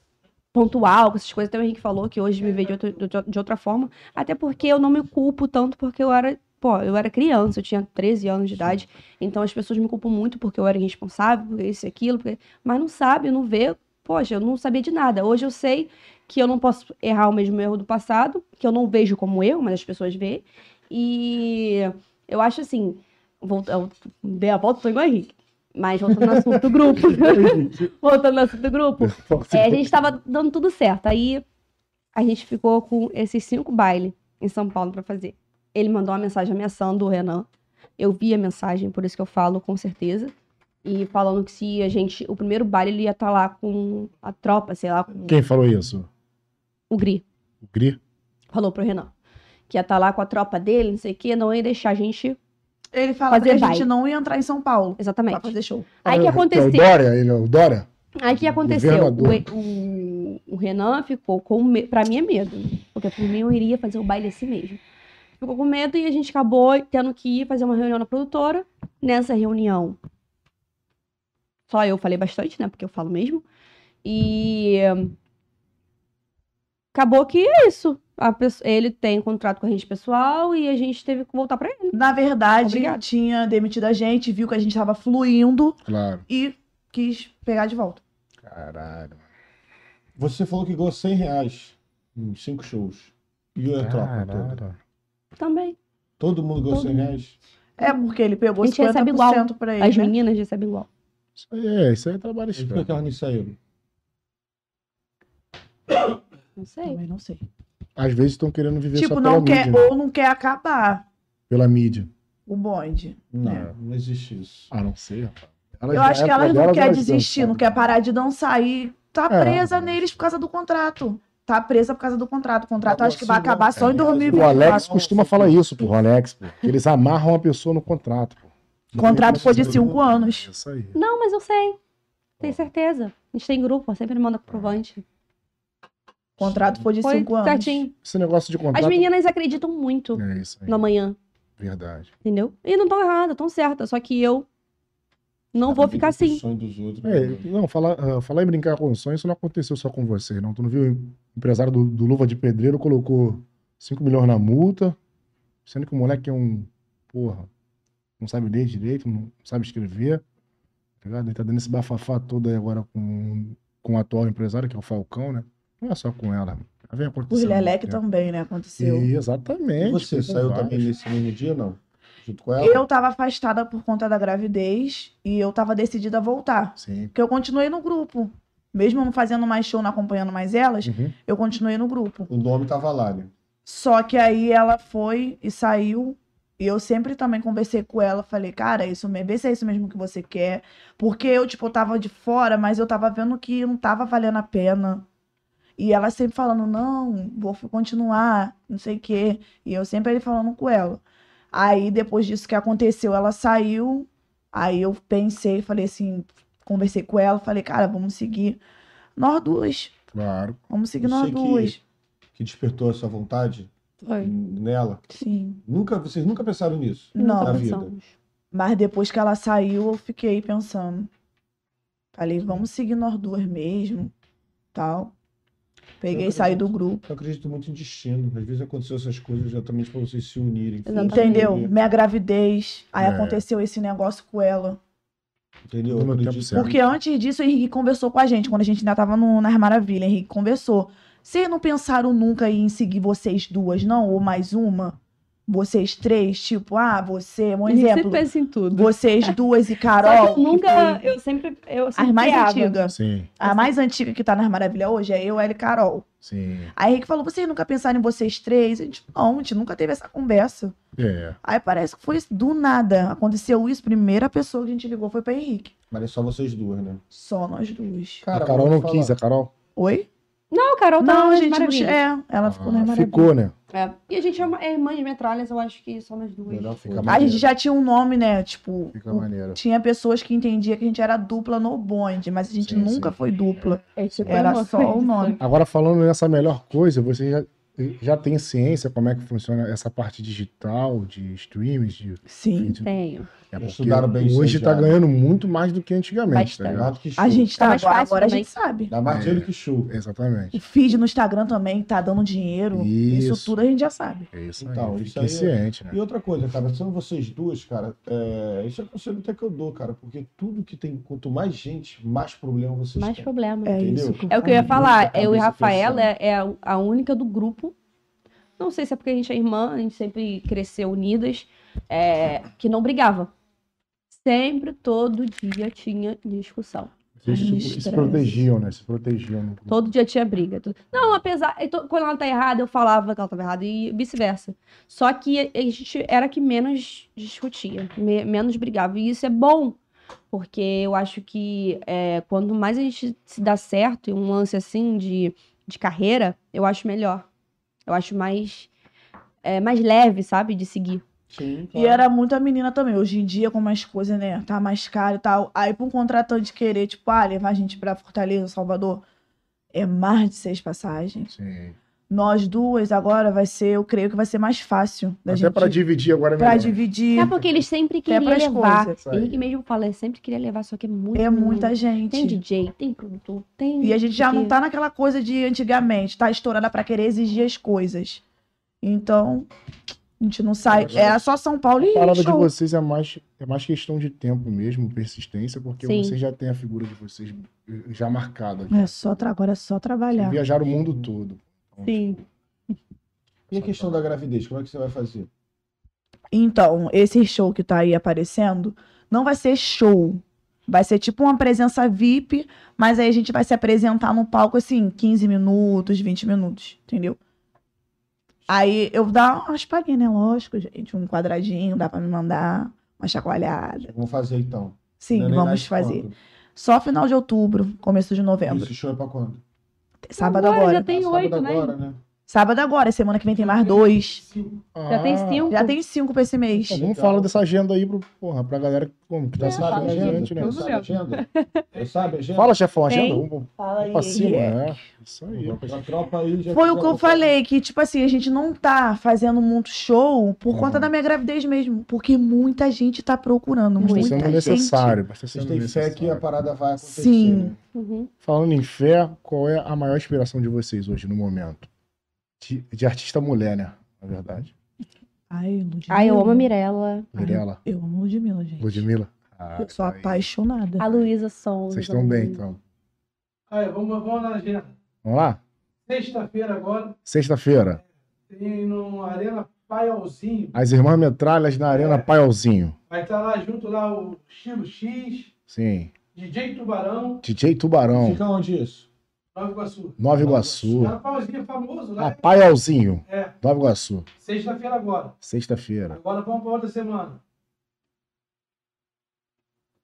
S3: pontual com essas coisas. Até o Henrique falou que hoje me vê de, outro- de- de outra forma. Até porque eu não me culpo tanto porque eu era. Pô, eu era criança, eu tinha 13 anos de idade. Então as pessoas me culpam muito porque eu era irresponsável, porque isso e aquilo, porque- mas não sabe, não vê. Poxa, eu não sabia de nada. Hoje eu sei que eu não posso errar o mesmo erro do passado, que eu não vejo como eu, mas as pessoas veem. E eu acho assim, volta, eu dei a volta, tô igual o Henrique. Mas voltando ao assunto do grupo. voltando ao assunto do grupo. É, a gente tava dando tudo certo. Aí a gente ficou com esses cinco bailes em São Paulo pra fazer. Ele mandou uma mensagem ameaçando o Renan. Eu vi a mensagem, por isso que eu falo com certeza. E falando que se a gente. O primeiro baile ele ia estar lá com a tropa, sei lá, com
S1: Quem falou isso?
S3: o Gri
S1: O Gri?
S3: falou pro Renan. Que ia estar lá com a tropa dele, não sei o quê, não ia deixar a gente.
S4: Ele falava
S3: Fazer
S4: que a gente
S3: baile.
S4: não ia entrar em São Paulo pra
S3: Exatamente.
S4: fazer show.
S3: Aí que
S1: Ah, é O
S3: aconteceu.
S1: Dória, ele é o Dória?
S3: Aí que aconteceu. O,
S1: Governador.
S3: o- o Renan ficou com medo. Pra mim é medo. né? Porque por mim eu iria fazer o baile assim mesmo. Ficou com medo e a gente acabou tendo que ir fazer uma reunião na produtora. Nessa reunião. Só eu falei bastante, né? Porque eu falo mesmo. E. acabou que é isso. A pesso- ele tem contrato com a gente pessoal e a gente teve que voltar pra ele.
S4: Na verdade,
S3: Obrigada.
S4: tinha demitido a gente, viu que a gente tava fluindo
S1: Claro.
S4: e quis pegar de volta.
S1: Caralho.
S2: Você falou que ganhou 100 reais em cinco shows. E a tropa toda?
S1: Caralho.
S3: Também.
S2: Todo mundo ganhou 100 reais?
S4: É porque ele pegou
S3: A gente recebe
S4: 50% pra ele.
S3: As
S4: né?
S3: meninas recebem igual.
S1: Isso aí é, isso aí é trabalho
S2: E por que elas
S1: escravo.
S2: não saíram?
S3: Não sei.
S4: Também não sei.
S1: Às vezes estão querendo viver só
S4: tipo,
S1: pela
S4: não quer,
S1: mídia. né?
S4: ou não quer acabar
S1: Pela mídia.
S4: o bonde.
S2: Não,
S1: É.
S2: não existe isso.
S1: Ah, não sei, rapaz.
S4: Eu acho
S1: é
S4: que elas não querem desistir, não quer
S1: parar.
S4: parar de dançar e tá
S1: É.
S4: presa neles por causa do contrato. Tá presa por causa do contrato. O contrato
S2: Acabou
S4: acho que vai
S2: assim,
S4: acabar
S2: né?
S4: só
S2: É.
S4: em 2024.
S1: O Alex
S2: Não,
S1: costuma
S2: não.
S1: falar isso, pô. O Alex, pô. Que Eles amarram a pessoa no contrato, pô.
S4: O contrato foi de
S1: Isso aí.
S4: cinco anos.
S1: Isso aí.
S3: Não, mas eu sei. Tenho certeza. A gente tem grupo, sempre manda comprovante.
S4: O contrato foi de
S3: Foi
S4: cinco anos.
S3: certinho.
S1: Esse negócio de contrato.
S3: As meninas acreditam muito
S1: É isso aí.
S3: no amanhã,
S1: Verdade.
S3: entendeu? E não estão erradas, estão certas. Só que eu não vou ficar assim.
S2: Sonho dos outros.
S1: É, não, falar, ah, falar em brincar com o sonho, isso não aconteceu só com vocês, não. Tu não viu? O empresário do, do Luva de Pedreiro colocou 5 milhões na multa, sendo que o moleque é um. Porra. Não sabe ler direito, não sabe escrever. Tá ligado? Ele tá dando esse bafafá todo aí agora com, com o atual empresário, que é o Falcão, né? Não é só com ela. Já vem
S4: O
S1: acontecendo. há muito
S4: Lelec
S1: tempo.
S4: também, né? Aconteceu.
S1: E,
S2: E
S1: exatamente.
S2: você
S1: com
S2: saiu
S1: tipo, vários.
S2: também nesse mesmo dia, não? Junto com ela?
S4: Eu tava afastada por conta da gravidez e eu tava decidida a voltar.
S1: Sim.
S4: Porque eu continuei no grupo. Mesmo não fazendo mais show, não acompanhando mais elas,
S1: Uhum.
S4: eu continuei no grupo.
S2: O nome tava lá, né?
S4: Só que aí ela foi e saiu. E eu sempre também conversei com ela, falei, cara, é isso mesmo, vê se é isso mesmo que você quer. Porque eu, tipo, eu tava de fora, mas eu tava vendo que não tava valendo a pena. E ela sempre falando, não, vou f- continuar, não sei o quê. E eu sempre ali falando com ela. Aí, depois disso que aconteceu, ela saiu. Aí eu pensei, falei assim, conversei com ela, falei, cara, vamos seguir nós duas.
S1: Claro.
S4: Vamos seguir
S2: Eu
S4: nós
S2: sei que-
S4: duas.
S2: Que despertou essa vontade
S3: Foi.
S2: nela.
S4: Sim.
S2: Nunca, vocês nunca pensaram nisso?
S4: Não.
S2: Na
S3: Nunca
S2: vida.
S3: pensamos.
S4: Mas depois que ela saiu, eu fiquei pensando. Falei, vamos seguir nós duas mesmo, tal. Peguei e saí do grupo.
S2: Eu acredito muito em destino. Às vezes aconteceu essas coisas exatamente pra vocês se unirem.
S3: Exatamente.
S4: Entendeu?
S2: Entendeu?
S4: Minha gravidez. Aí
S1: É.
S4: aconteceu esse negócio com ela.
S2: Entendeu?
S1: No
S2: Eu
S1: meu tempo
S2: acredito.
S1: certo.
S4: Porque antes disso, o Henrique conversou com a gente, quando a gente ainda tava no, nas Maravilhas. Henrique conversou. Vocês não pensaram nunca em seguir vocês duas, não? Ou mais uma? Vocês três? Tipo, ah, você, um
S3: A gente sempre
S4: exemplo.
S3: pensa em tudo.
S4: Vocês duas e
S3: Só
S4: Carol.
S3: que eu
S4: que
S3: nunca.
S4: foi
S3: Eu sempre. Eu sempre
S4: As mais
S3: criava.
S4: antigas.
S1: Sim,
S4: A
S3: Assim.
S4: mais antiga que tá nas Maravilhas hoje é eu, ela e Carol.
S1: sim.
S4: Aí Henrique falou: vocês nunca pensaram em vocês três? A gente, não, a gente nunca teve essa conversa.
S1: É.
S4: Aí parece que foi do nada. Aconteceu isso, primeira pessoa que a gente ligou foi pra Henrique.
S2: Mas é só vocês duas, né?
S4: Só nós duas.
S1: a Carol
S2: vamos
S1: não
S2: falar.
S1: quis, a Carol.
S4: Oi?
S3: Não, Carol tá
S4: não,
S3: nas
S4: gente, não,
S3: maravilhas.
S4: é, ela ficou nas
S1: Ah,
S4: Maravilhas.
S1: ficou, né?
S3: É. E a gente é, uma- é irmã de metralhas, eu acho que só nós duas.
S2: Melhor
S1: Fica
S2: ficar
S4: A
S1: maneiro.
S4: gente já tinha um nome, né? Tipo,
S1: Fica
S4: o-
S1: maneiro.
S4: tinha pessoas que entendiam que a gente era dupla no bonde, mas a gente
S1: Sim,
S4: nunca
S1: sim.
S4: foi dupla.
S3: É tipo
S4: Era
S3: uma
S4: só
S3: coisa.
S4: o nome.
S1: Agora, falando nessa melhor coisa, você já, já tem ciência como é que funciona essa parte digital, de streams, de...
S3: assim.
S4: Sim.
S3: Tenho.
S1: É porque
S2: Estudaram bem isso
S1: hoje
S2: aí
S1: tá
S2: já.
S1: ganhando muito mais do que antigamente, tá
S3: Bastante.
S1: ligado?
S2: Nada que show.
S4: A gente tá,
S3: Tá mais
S4: agora,
S3: fácil
S4: agora a
S3: também.
S4: gente sabe.
S2: Dá mais
S1: É.
S2: dinheiro que show.
S1: Exatamente.
S4: O feed no Instagram também tá dando dinheiro. Isso,
S1: Isso.
S4: tudo a gente já sabe.
S1: É isso aí.
S2: Então, isso
S1: Fiquem
S2: aí é-
S1: ciente, né?
S2: E outra coisa, cara, são vocês duas, cara, é, isso é o conselho até que eu dou, cara, porque tudo que tem, quanto mais gente, mais problema vocês
S3: Mais
S2: têm.
S3: problema.
S4: É
S2: Entendeu?
S4: isso. que
S3: É o que eu ia
S4: falo.
S3: falar.
S2: Muita
S3: Eu e
S2: cabeça
S3: Rafaela
S2: pensando.
S3: é, é a- a única do grupo. Não sei se é porque a gente é irmã, a gente sempre cresceu unidas, é, que não brigava. Sempre, todo dia tinha discussão.
S1: Vocês
S4: Ai, me
S1: se, se
S4: estressa.
S1: protegiam, né? Se protegiam. no grupo.
S3: Todo dia tinha briga. Tu- Não, apesar. eu tô- Quando ela tá errada, eu falava que ela tava errada e vice-versa. Só que a gente era a que menos discutia, me- menos brigava. E isso é bom, porque eu acho que é, quanto mais a gente se dá certo em um lance assim de, de carreira, eu acho melhor. Eu acho mais, é, mais leve, sabe, de seguir.
S2: Sim, claro.
S4: E era muita menina também. Hoje em dia, como as coisas, né, tá mais caro e tal. Aí pra um contratante querer, tipo, ah, levar a gente pra Fortaleza, Salvador, é mais de seis passagens.
S1: Sim.
S4: Nós duas agora vai ser, eu creio que vai ser mais fácil da
S1: Até
S4: gente
S1: pra dividir agora é
S4: pra
S1: melhor.
S4: dividir.
S3: É porque eles sempre
S4: Até
S3: queriam
S4: pras
S3: levar.
S4: coisas.
S1: Isso aí.
S3: Henrique mesmo fala, ele sempre queria levar, só que é muito.
S4: É muita
S3: Tem
S4: gente.
S3: DJ, tem produtor, tem.
S4: E a gente já não
S3: porque-
S4: tá naquela coisa de antigamente, tá estourada pra querer exigir as coisas. Então, a gente não sai.
S1: Agora-
S4: É só São Paulo
S1: A parada
S4: e
S1: de
S4: show.
S1: vocês é mais, é mais questão de tempo mesmo, persistência, porque
S3: Sim.
S1: vocês já têm a figura de vocês eh, já marcada.
S4: É só tra- agora é só trabalhar.
S1: Viajaram o mundo todo.
S4: assim.
S3: Sim.
S2: E a questão da gravidez, como é que você vai fazer?
S4: Então, esse show que tá aí aparecendo não vai ser show. Vai ser tipo uma presença VIP, mas aí a gente vai se apresentar no palco assim, 15 minutos, 20 minutos, entendeu? Aí eu dá umas palhinhas, né? Lógico, gente. Um quadradinho, dá pra me mandar uma chacoalhada.
S2: Vamos fazer então.
S4: Sim,
S2: Neném
S4: vamos
S2: nasce
S4: fazer.
S2: quando?
S4: Só final de outubro, começo de novembro.
S2: Esse show é pra quando? Ah,
S4: Sábado
S3: Agora
S4: agora.
S3: já tem
S2: Sábado
S3: oito, né?
S2: agora, né?
S4: Sábado agora, semana que vem tem mais dois.
S3: Já tem
S1: Ah,
S3: cinco.
S4: Já tem cinco pra esse mês.
S1: Então, vamos falar dessa agenda aí pro, porra, pra galera que- como, que tá
S9: É,
S1: assistindo
S2: Sabe a
S1: a gente, né?
S9: tudo
S2: agenda? Sabe a agenda? Eu sabe a agenda?
S1: Fala, chefão,
S3: Tem.
S1: agenda. Vamos, vamos
S4: Fala aí.
S2: Tipo
S1: pra
S2: assim.
S1: cima, né? Isso aí.
S2: A tropa aí já tá
S4: Foi o que eu
S2: já-
S4: falei, que, tipo assim, a gente não tá fazendo muito show por conta da minha gravidez mesmo. Porque muita gente tá procurando.
S1: Mas tá
S4: Muita
S1: sendo
S4: gente.
S1: necessário. mas tá
S2: Vocês
S1: sendo
S2: têm fé que a
S1: necessário.
S2: parada vai acontecer.
S4: Sim.
S2: né?
S3: Uhum.
S1: Falando em fé, qual é a maior inspiração de vocês hoje, no momento? De, de artista mulher, né? Na verdade.
S4: Ai, Ludmilla.
S3: Ai, eu amo a Mirella,
S1: Mirella,
S4: Eu amo Ludmilla, gente.
S1: Ludmilla. Ah,
S4: Ah. Eu sou
S1: tá aí.
S4: apaixonada.
S3: a Luísa Souza.
S1: Vocês estão bem, então.
S5: Aí, vamos, vamos na agenda.
S1: Vamos lá?
S5: Sexta-feira agora
S1: Sexta-feira,
S5: tem no Arena Paialzinho.
S1: as Irmãs Metralhas na Arena Paiolzinho.
S5: Vai estar lá junto lá o Chilo X,
S1: Sim.
S5: DJ Tubarão,
S1: DJ Tubarão,
S2: Fica onde isso?
S5: Nova Iguaçu.
S1: Nova Iguaçu.
S5: Era Paialzinho famoso lá.
S1: A Paiolzinho,
S5: É,
S1: Nova Iguaçu.
S5: sexta-feira agora.
S1: Sexta-feira.
S5: Agora vamos para outra semana.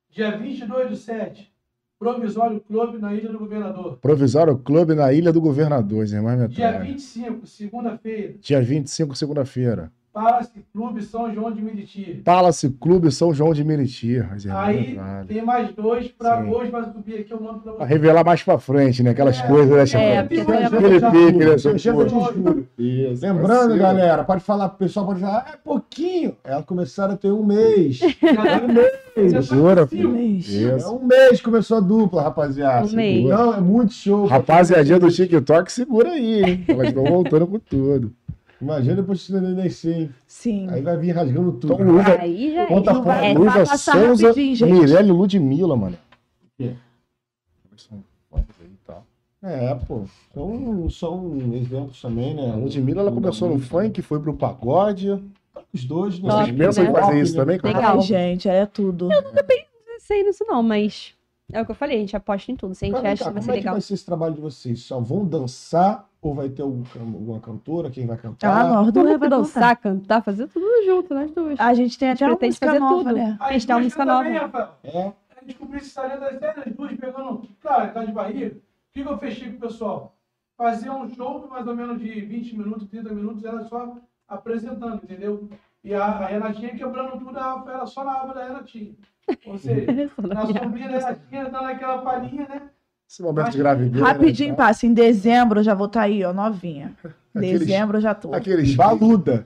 S5: Dia 22 do 7, Provisório Clube na Ilha do Governador.
S1: Provisório Clube na Ilha do Governador, as Irmãs
S2: É.
S5: Dia
S1: Metralhas.
S5: 25, segunda-feira,
S1: Dia 25, segunda-feira.
S5: Palace Clube São João de Meriti.
S1: Palace Clube São João de Meriti, as Irmãs
S5: Aí
S1: Metralhas.
S5: tem mais dois para
S1: Sim.
S5: hoje, vai subir aqui, eu mando para
S1: Pra
S5: você.
S1: revelar mais pra frente, né? Aquelas
S5: É,
S1: coisas, né?
S3: é,
S1: Chefão?
S3: porque foi a-
S1: Aquele pique, né? seu
S2: Agenda de
S1: porra?
S2: julho.
S1: Isso,
S2: Lembrando,
S1: parceiro.
S2: galera, pode falar, o pessoal pode falar, "Ah, é pouquinho. Elas começaram a ter um mês.
S5: Já tá
S1: Jura,
S5: com cinco.
S4: Mas-
S2: É
S1: Isso.
S2: um mês que começou a dupla, rapaziada.
S3: Um mês.
S2: Não, é muito show.
S1: Rapaziadinha do TikTok, segura aí, hein? Elas estão voltando com tudo.
S2: Imagina depois que neném nascer, hein?
S4: Sim.
S2: Aí vai vir rasgando tudo.
S1: Então, Luísa,
S3: Aí já é.
S1: conta
S4: não
S1: com
S4: vai- vai
S1: Luísa
S4: passar
S1: Souza,
S4: rapidinho, gente.
S1: Mirelle e Ludmilla, mano.
S2: É.
S1: Eles são fãs aí e tal.
S2: É, pô. São, são exemplos também, né?
S1: A Ludmilla, ela começou no funk, foi pro pagode.
S2: Os dois, né?
S3: Top,
S1: Vocês pensam em
S3: né?
S1: fazer isso também? cara?
S3: Legal.
S4: Ai, gente, ela é tudo.
S3: Não sei nisso não, mas é o que eu falei, a gente aposta em tudo. Se a gente
S2: Mas vem
S3: acha
S2: cá,
S3: que vai
S2: como
S3: ser
S2: é que
S3: legal.
S2: vai ser esse trabalho de vocês? Só vão dançar ou vai ter algum can- alguma cantora? Quem vai
S4: Ah,
S2: cantar?
S4: nós duas
S3: Tudo
S4: vai
S3: que
S4: dançar.
S3: dançar, cantar, fazer tudo junto, nós duas.
S4: A gente tem até uma
S3: pretende
S4: música
S3: fazer
S4: nova,
S3: tudo.
S4: né?
S5: Aí
S3: Testar uma música
S5: também,
S3: tá nova.
S5: Rafael.
S2: É?
S5: Aí descobri esse talento das séries, as duas pegando, claro, tá de barriga. O que, que eu fechei com o pessoal? Fazer um show mais ou menos de 20 minutos, 30 minutos, ela só apresentando, entendeu? E a, a Renatinha quebrando tudo, a Rafa era só na aba da Renatinha. Ou seja, na sombrinha da Renatinha, dando aquela palhinha, né?
S1: Esse momento de gravidez. né,
S4: Rapidinho
S1: e tal.
S4: passa. Em dezembro eu já vou estar aí, ó, novinha.
S1: Aqueles-
S4: Dezembro eu já tô.
S1: Aqueles
S2: Baluda.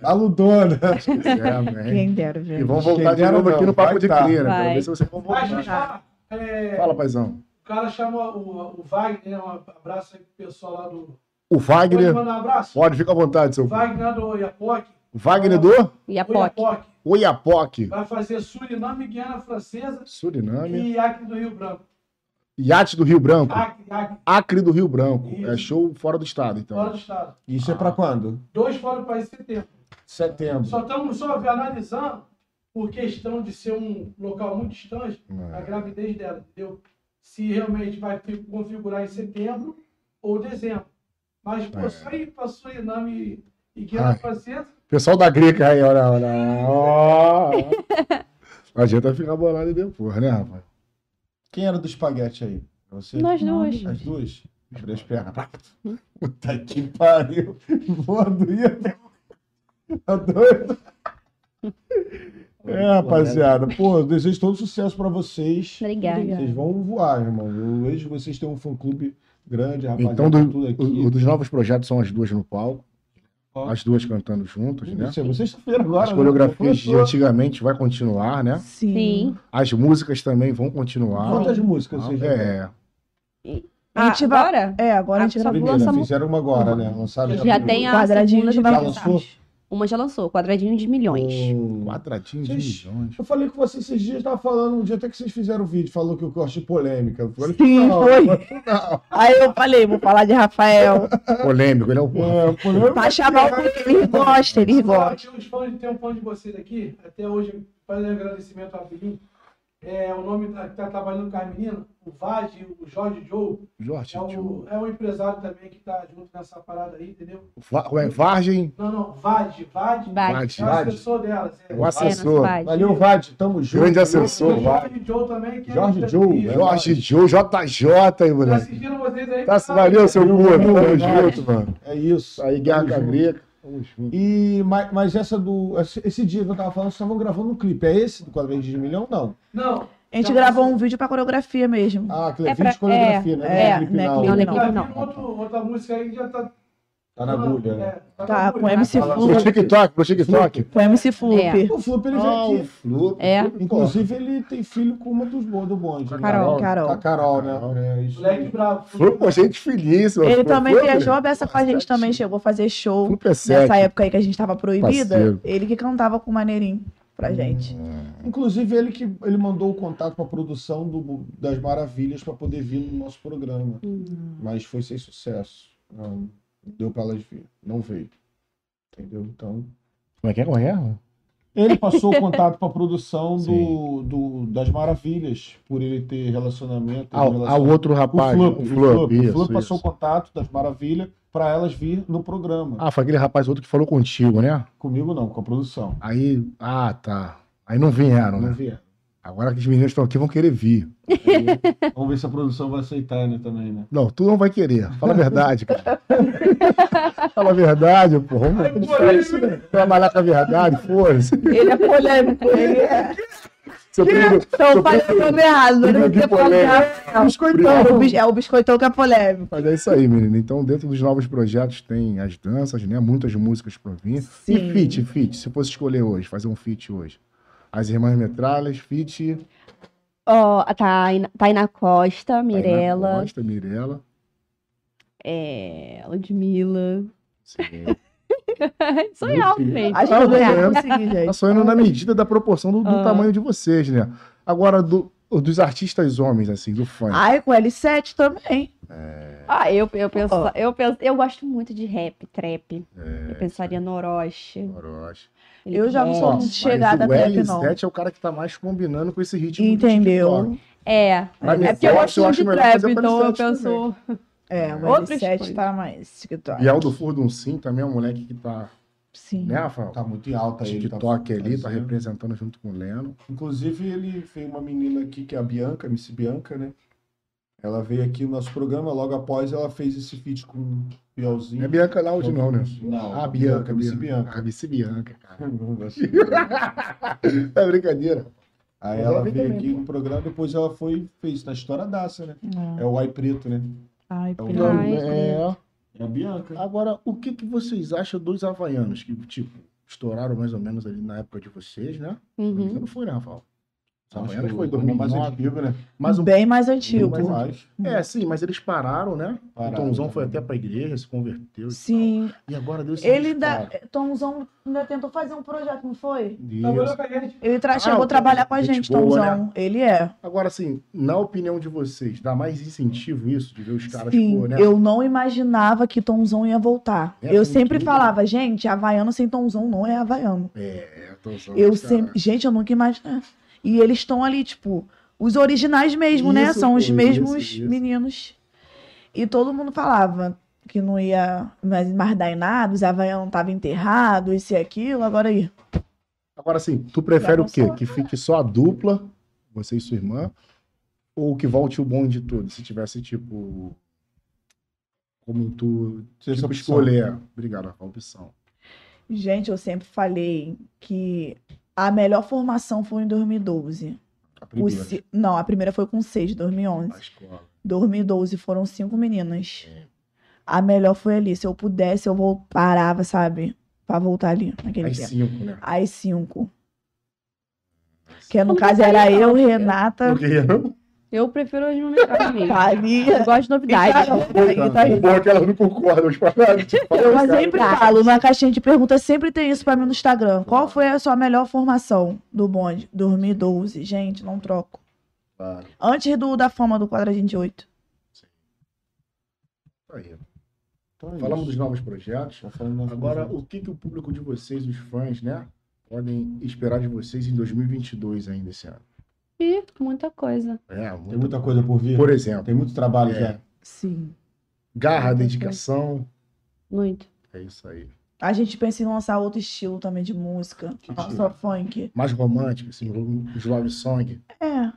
S2: Baludona.
S1: É,
S4: Quem dera, gente.
S1: e vão voltar de
S2: É, Chegaram,
S1: novo aqui
S2: não.
S1: no Papo de
S2: Vai tá.
S1: Cria, né? Pra
S3: Vai.
S1: ver se vocês vão
S5: Mas,
S1: voltar.
S5: tá, é,
S1: Fala, paizão.
S5: o cara chama o, o Wagner, um abraço aí pro pessoal lá do.
S1: O
S5: Pode
S1: Wagner.
S5: mandar um abraço?
S1: Pode, fica à vontade, seu.
S5: Wagner do Oiapoque.
S1: O Wagner do
S3: E a POC.
S5: Oiapoque
S1: Oiapoque,
S5: vai fazer Suriname e Guiana Francesa.
S1: Suriname.
S5: E Acre do Rio Branco.
S1: Iate do Rio Branco.
S5: Acre, Acre,
S1: Acre do Rio Branco.
S5: Isso.
S1: É show fora do estado,
S5: fora do
S1: então.
S5: estado.
S2: Isso é pra quando?
S5: Dois fora do país em setembro.
S2: Setembro.
S5: Só estamos só analisando por questão de ser um local muito distante, a
S1: É.
S5: gravidez dela, entendeu? Se realmente vai fi- configurar em setembro ou dezembro. Mas
S1: É.
S5: por sair para Suriname e Guiana
S1: Ai.
S5: Francesa,
S1: Pessoal da Greca aí, olha, olha. ó. Não adianta ficar bolado depois, né, rapaz?
S2: Quem era do espaguete aí? Você?
S3: Nós duas.
S2: As duas? Abriu as pernas. Puta que pariu. Voando ia. Tá doido? É, rapaziada, pô, eu desejo todo sucesso pra vocês.
S3: Obrigada.
S2: Vocês vão voar, irmão. Eu vejo que vocês têm um fã-clube grande, rapaziada,
S1: Então, do-
S2: tudo aqui.
S1: o- o dos novos projetos são as duas no palco,
S2: Ó. né?
S1: as duas cantando juntas, né?
S2: Você, você está feira agora.
S1: As coreografias de antigamente vai continuar, né?
S3: Sim.
S1: As músicas também vão continuar.
S2: Quantas músicas vocês já têm?
S1: É,
S3: Ah,
S4: A gente vai-
S3: agora?
S4: É, agora a gente
S3: Ah,
S4: gravou.
S3: só
S2: Primeira,
S3: lança-
S2: fizeram uma agora, né? Lançaram
S3: Já tem a
S4: Quadradinho
S3: segunda que
S4: de
S3: vai
S2: Já
S3: lançar.
S2: lançou?
S3: Uma já lançou, Quadradinho de Milhões.
S2: Hum,
S1: quadradinho um de
S2: Vocês-
S1: milhões.
S2: Eu falei com você esses dias, tava falando, um dia até que vocês fizeram o vídeo, falou que eu gosto de polêmica. Eu falei,
S4: Sim,
S2: não,
S4: foi.
S2: Não.
S4: Aí eu falei, vou falar de Rafael.
S1: Polêmico, ele é o
S2: É, polêmica.
S4: Pra chamar o porque ele gosta, ele gosta.
S5: Tem, uns fãs, tem um fã de vocês aqui, até hoje, fazendo agradecimento rapidinho. É, o nome da, que tá trabalhando com a menina, o Vade, o Jorge Joe,
S1: Jorge.
S5: é um, é um empresário também que tá junto nessa parada aí, entendeu?
S1: Va- Ué, Vargem,
S5: Não, não, Vade, Vade,
S3: Vai.
S5: é o
S1: Vade.
S5: assessor delas. É.
S1: O
S3: É, nosso
S1: assessor.
S3: Vade.
S2: Oh, Valeu, Vade, tamo junto.
S1: Grande
S5: E o-
S1: assessor,
S5: e o
S2: Vade.
S5: Jorge Joe também. Que
S2: Jorge
S5: é
S2: Joe,
S5: isso.
S2: Jorge
S1: Jorge Joe, JJ, aí,
S5: Tá
S1: moleque.
S5: assistindo vocês aí.
S1: Tá,
S5: que
S1: valeu, seu
S2: Valeu,
S1: gordo. Tamo
S2: valeu, valeu.
S1: junto, mano.
S2: É isso.
S1: Aí, Guerra
S2: Tamo
S1: com a
S2: junto.
S1: Greca. Tamo junto.
S2: E, mas, mas essa do. Esse, esse dia que eu tava falando, vocês estavam gravando um clipe. É esse do Quadrinho de Milhão? Não.
S5: Não.
S4: A gente gravou um vídeo pra coreografia mesmo.
S2: Ah, aquele é
S3: É
S2: vídeo de
S3: pra-
S2: coreografia, né?
S4: é,
S2: Não clipe
S4: né,
S2: não.
S4: clipe
S3: não é
S5: Não,
S3: clipe,
S5: não.
S3: não.
S5: outra música aí que já tá.
S2: Tá na
S5: É,
S1: né?
S2: agulha.
S5: tá,
S4: Tá, com MC
S2: Fala-
S1: Pro
S4: Flup.
S1: TikTok, pro TikTok.
S4: Com MC Flup.
S2: O Flup, ele
S1: Ah,
S2: já
S1: o
S2: tinha.
S1: Flu.
S3: É.
S2: Inclusive, ele tem filho com uma dos boas do bonde. né?
S1: Carol.
S2: Com A
S4: Carol.
S2: Carol, né?
S1: Carol.
S2: É, isso.
S5: Moleque bravo.
S1: Flu, pô, gente finíssima. pô.
S4: Ele também
S1: Flu,
S4: viajou a
S1: moleque.
S4: beça com a gente também, chegou a fazer show.
S1: Flu é sério.
S4: Nessa época aí que a gente tava proibida,
S1: Parceiro.
S4: ele que cantava com o maneirinho pra gente.
S2: Inclusive, ele que ele mandou o contato para a produção do- das Maravilhas para poder vir no nosso programa.
S3: Hum.
S2: Mas foi sem sucesso. Não deu para elas vir. Não veio. Entendeu? Então.
S1: Como é que é? Como é que é?
S2: Ele passou o contato para a produção do,
S1: Sim.
S2: do- das Maravilhas, por ele ter relacionamento.
S1: Ah, o- ah,
S2: relacionamento.
S1: o outro
S2: o
S1: rapaz.
S2: Flup, o Flup, o
S1: isso,
S2: Flup passou
S1: isso.
S2: o contato das Maravilhas para elas vir no programa.
S1: Ah, foi aquele rapaz outro que falou contigo, né?
S2: Comigo não, com a produção.
S1: Aí, ah, tá. Aí não vieram,
S2: Não
S1: né?
S2: vieram.
S1: Agora que os meninos estão aqui vão querer vir.
S2: Entendeu? Vamos ver se a produção vai aceitar, né, também, né?
S1: Não, tu não vai querer. Fala a verdade, cara. Fala a verdade, pô. Vamos trabalhar com a verdade, foda-se.
S4: Ele é polêmico, ele é.
S1: Seu primo,
S4: Então
S1: seu
S4: faz o
S1: primo,
S4: nome errado,
S1: primo
S4: não
S1: de
S4: quer falar
S1: polêmico.
S4: Rafael.
S1: Biscoitão.
S4: É o bis- É o biscoitão que é polêmico.
S1: Mas é isso aí, menino. Então, dentro dos novos projetos tem as danças, né? Muitas músicas pra vir. E
S4: Sim.
S1: feat, feat. Se fosse escolher hoje, fazer um feat hoje. As Irmãs Metralhas, feat.
S3: Ó, a Taina, Taina Costa,
S1: Tainá
S3: Mirella,
S1: Costa, Mirella.
S3: é, Ludmilla.
S1: Sim.
S3: Sou eu, gente.
S4: Acho que eu não consegui, gente.
S1: Tá sonhando na medida da proporção do, do
S3: Ah.
S1: tamanho de vocês, né? Agora, do- dos artistas homens, assim, do funk.
S4: Ai, com L7 também.
S3: Ah, eu, eu, penso,
S4: Ó.
S3: eu, penso, eu gosto muito de rap, trap. eu pensaria no Orochi.
S1: Orochi.
S3: Ele
S4: Eu já não
S3: é.
S4: sou
S1: Ó,
S4: muito chegada
S1: mas o
S4: até que não.
S1: L7 é o cara que tá mais combinando com esse ritmo. do TikTok.
S4: Entendeu?
S3: É.
S1: Mas
S3: É porque eu
S1: L7
S3: gosto muito de
S1: melhor
S3: trap,
S1: fazer
S3: então eu
S1: L7 também.
S3: penso.
S4: É, o
S3: Outras
S4: L7
S3: coisas.
S4: tá mais TikTok.
S1: E Aldo Furdun Sim também é um moleque que tá,
S4: Sim.
S1: né, Rafael?
S2: Tá muito em alta aí. ele tá
S1: TikTok ali, tá
S2: fazendo.
S1: representando junto com o Leno.
S2: Inclusive, ele veio uma menina aqui, que é a Bianca, Miss Bianca, né? Ela veio aqui no nosso programa, logo após ela fez esse feat com o Bielzinho.
S1: Não é Bianca Laude, não, né?
S2: Não,
S1: Ah, Bianca,
S2: Miss
S1: Bianca.
S2: Bianca.
S1: Ah, Bianca. Bianca, cara.
S2: Bianca.
S1: É brincadeira.
S2: Aí
S1: Eu
S2: ela
S1: já vi
S2: veio
S1: também,
S2: aqui no programa, depois ela foi fez na história daça, né? É o Ai Preto, né?
S1: um
S4: Ai,
S2: É o
S4: pelo
S2: Não,
S3: Ai,
S1: é,
S2: É a Bianca.
S1: Agora, o que, que vocês acham dos havaianos? Que, tipo, estouraram mais ou menos ali na época de vocês, né?
S3: Uhum.
S1: Eu não fui, né, Rafael? Os havaianos
S2: Ah, que
S1: foi em
S2: o mais
S1: 2009.
S2: antigo, né?
S1: Mas um...
S4: Bem mais antigo.
S1: Bem mais-
S2: Mais.
S1: É, sim, mas eles pararam, né?
S2: Pararam.
S1: o Tomzão foi até pra igreja, se converteu. e
S4: Sim.
S1: tal. E agora deu esse
S4: Ele ainda.
S1: disparo.
S4: Tomzão ainda tentou fazer um projeto, não foi?
S1: Isso.
S5: Trabalhou com a gente.
S4: Ele tra...
S1: Ah,
S4: chegou
S1: o
S4: a trabalhar com a
S1: gente
S4: gente,
S1: boa, né?
S4: Tomzão. Ele é.
S1: Agora, assim, na opinião de vocês, dá mais incentivo isso de ver os caras,
S4: Sim,
S1: pô, né?
S4: eu não imaginava que Tomzão ia voltar.
S1: É,
S4: eu
S1: foi
S4: sempre
S1: incrível.
S4: falava, gente, Havaiano sem Tomzão não é Havaiano.
S1: É, tô só-
S4: eu
S1: os caras-
S4: sempre. Gente, eu nunca imaginava. E eles estão ali, tipo, os originais mesmo, né?
S1: Isso,
S4: São os
S1: isso,
S4: mesmos
S1: isso.
S4: meninos. E todo mundo falava que não ia mais, mais dar em nada, os Havaiano tava enterrado, isso e aquilo, agora aí.
S1: Agora, assim, tu prefere
S4: Já
S1: o quê?
S4: não
S1: Que fique só a dupla, você e sua irmã, ou que volte o bonde todo? Se tivesse, tipo. Como tu
S2: Você
S1: tipo,
S2: sabe
S1: escolher. Obrigado, a opção.
S4: Gente, eu sempre falei que A melhor formação foi em 2012.
S1: A
S4: O
S1: primeira,
S4: ci- Não, a primeira foi com seis, 2011.
S1: a escola.
S4: 2012 foram cinco meninas.
S1: É.
S4: A melhor foi ali. Se eu pudesse, eu vol- parava, sabe? Pra voltar ali naquele
S1: As
S4: tempo.
S1: cinco, né?
S4: As cinco. Que no
S3: Não
S4: caso
S3: tem
S4: era
S3: aí,
S4: eu,
S3: não.
S4: Renata,
S1: Porque né? eu
S3: Eu prefiro as nomeadas mesmo.
S4: Thalia.
S3: Eu gosto de
S4: e Carol.
S3: novidade.
S4: E Thalia.
S1: o bom é que elas não concordam, as paradas.
S4: Eu
S1: Fala, cara,
S4: sempre falo, na caixinha de perguntas sempre tem isso pra mim no Instagram. Qual foi a sua melhor formação do bonde? 2012. Gente, não troco.
S1: claro.
S4: Antes do da fama do quadradinho de oito.
S1: Tá aí.
S2: Então é
S1: Falamos
S2: isso.
S1: dos novos projetos.
S2: Tá falando nós-
S1: Agora, o que, que o público de vocês, os fãs, né? Podem esperar de vocês em 2022 ainda esse ano.
S3: E muita coisa.
S1: É,
S2: Tem
S1: muito...
S2: muita coisa por vir.
S1: Por exemplo,
S2: Tem muito trabalho
S1: É.
S2: já.
S4: Sim.
S1: garra, dedicação.
S3: Muito.
S1: É isso aí.
S4: A gente pensa em lançar outro estilo também de música.
S1: Que
S4: Não
S1: estilo?
S4: só funk.
S1: Mais romântico, assim, os love song.
S4: É,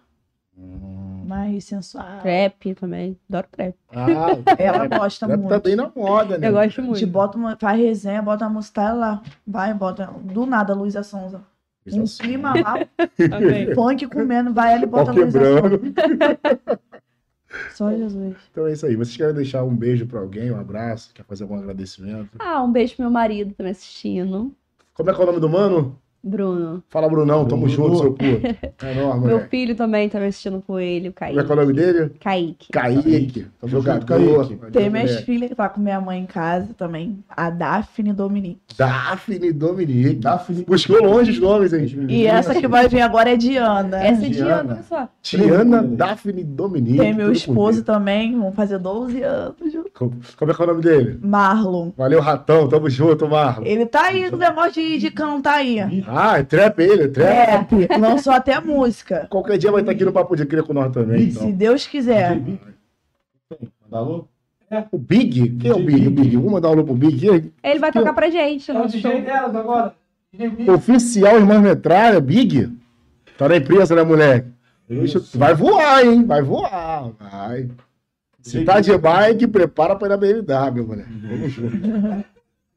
S1: Hum.
S4: mais
S3: Ah.
S4: sensual.
S3: Trap também. Adoro trap.
S1: Ah,
S4: Ela gosta
S1: Trap
S4: muito.
S1: tá bem na moda, né?
S3: Eu gosto
S4: A gente
S3: muito.
S4: bota uma, faz resenha, bota a música, tá lá. Vai, bota. Do nada, Luísa Sonza.
S1: Isso
S4: Um
S1: assim.
S4: clima lá,
S3: Amei.
S4: funk comendo, vai ela e
S1: Pau
S4: bota assim. a Luísa Sonza.
S1: quebrando.
S3: Só Jesus.
S1: Então é isso aí. Vocês querem deixar um beijo pra alguém, um abraço? Quer fazer algum agradecimento?
S3: Ah, um beijo pro meu marido também assistindo.
S1: Como é que é o nome do mano?
S3: Bruno.
S1: Fala, Brunão. Tamo
S2: Bruno.
S1: junto, seu cu. É enorme,
S3: Meu
S1: velho.
S3: filho também tá me assistindo com ele, o
S1: Como é que é o
S3: Kaique.
S1: nome dele?
S3: Kaique.
S1: Kaique.
S2: Tamo
S1: Jogador.
S2: junto, Kaique.
S4: Tem
S1: né?
S4: minhas filhas que tá com minha mãe em casa também. A Daphne e Dominique.
S1: Daphne Dominique.
S2: Daphne.
S1: Buscou longe os nomes, hein?
S4: E essa que vai vir agora é
S1: Ah,
S4: Diana.
S3: Essa é
S2: Diana.
S3: Diana, olha só.
S1: Tiana Daphne Dominique.
S4: Tem meu
S1: tudo
S4: esposo também, vão fazer 12 anos.
S1: com D. Como é que é o nome dele?
S4: Marlon.
S1: Valeu, Ratão. Tamo junto, Marlon.
S4: Ele tá aí com o negócio de, de cantar aí.
S1: Ah, é trap ele, é trap.
S4: Rap, lançou até música.
S1: Qualquer dia vai estar aqui no Papo de Cria com nós também.
S4: Se
S1: Então.
S4: Deus quiser.
S2: Manda alô?
S1: O Big? Quem é o
S2: De
S1: Big? O
S2: Big.
S1: Big. Vamos mandar um alô pro Big.
S3: Ele vai tocar pra gente.
S5: É o
S3: no
S5: DJ
S3: show.
S5: delas agora. DJ Mix.
S1: Oficial Irmãs Metralha, Big. Tá na imprensa, né, moleque? Deixa-
S2: Isso.
S1: Vai voar, hein? Vai voar. Vai. Se tá de bike, prepara pra ir na BMW, moleque. Vamos junto.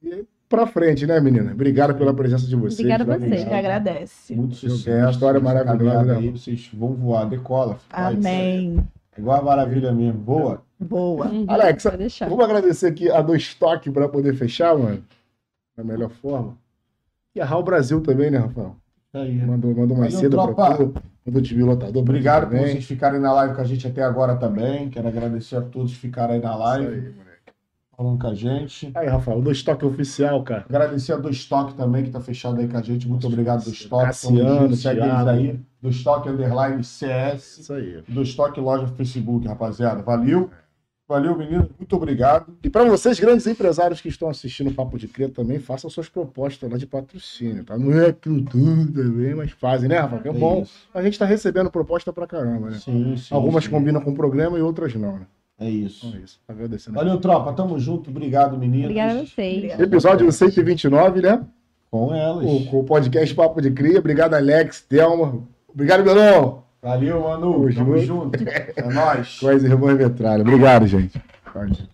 S1: E pra frente, né, menina? Obrigado pela presença de vocês.
S3: Obrigada a
S1: Tá
S3: vocês.
S4: A gente que
S1: ligado?
S4: agradece.
S2: Muito
S1: Uma
S2: sucesso.
S1: história maravilhosa,
S2: Caminhada
S1: né?
S2: aí, vocês vão voar, decola. Vai.
S4: Amém.
S2: É igual a maravilha mesmo. Boa.
S4: Boa.
S3: Uhum,
S1: Alexa,
S3: pode deixar.
S1: Vamos agradecer aqui a Dois Toque pra poder fechar, mano. Da melhor forma. E a Raul Brasil também, né, Rafael?
S2: Aí.
S1: Mandou, mandou mais
S2: Valeu,
S1: cedo pra
S2: tropa.
S1: tu. Mandou te lotador. pra
S2: Obrigado
S1: tu
S2: por
S1: também.
S2: vocês ficarem na live com a gente até agora também. Quero agradecer a todos que ficaram aí na live,
S1: Isso aí, moleque.
S2: falando com a gente.
S1: Aí, Rafael, o Dois Toque oficial, cara.
S2: Agradecer a Dois Toque também, que tá fechado aí com a gente. Muito obrigado, Dois Toque.
S1: Cassiano,
S2: Tamo junto, segue eles
S1: Thiago.
S2: aí. Dois Toque Underline CS.
S1: Isso aí.
S2: Dois Toque Loja Facebook, rapaziada. Valeu.
S1: É.
S2: Valeu, menino. Muito obrigado.
S1: E pra vocês, grandes empresários que estão assistindo o Papo de Cria também, façam suas propostas lá de patrocínio, tá? Não é aquilo tudo também, mas fazem, né, Rafael? Que é bom.
S2: isso.
S1: A gente tá recebendo proposta pra caramba, né?
S2: Sim, sim,
S1: Algumas
S2: sim.
S1: combinam com o programa e outras não, né?
S2: É
S1: Então
S2: isso.
S1: é isso. Agradecendo.
S2: né? Valeu, tropa. Tamo junto. Obrigado, meninos.
S3: Obrigada a vocês.
S1: Episódio 129, né?
S2: Com elas.
S1: o, com o podcast Papo de Cria. Obrigado, Alex, Thelma. Obrigado, Belão.
S2: Valeu, Manu. Tamo
S1: Tamo
S2: junto. É nóis.
S1: Com as irmãs Metralha. Obrigado, gente. Pode.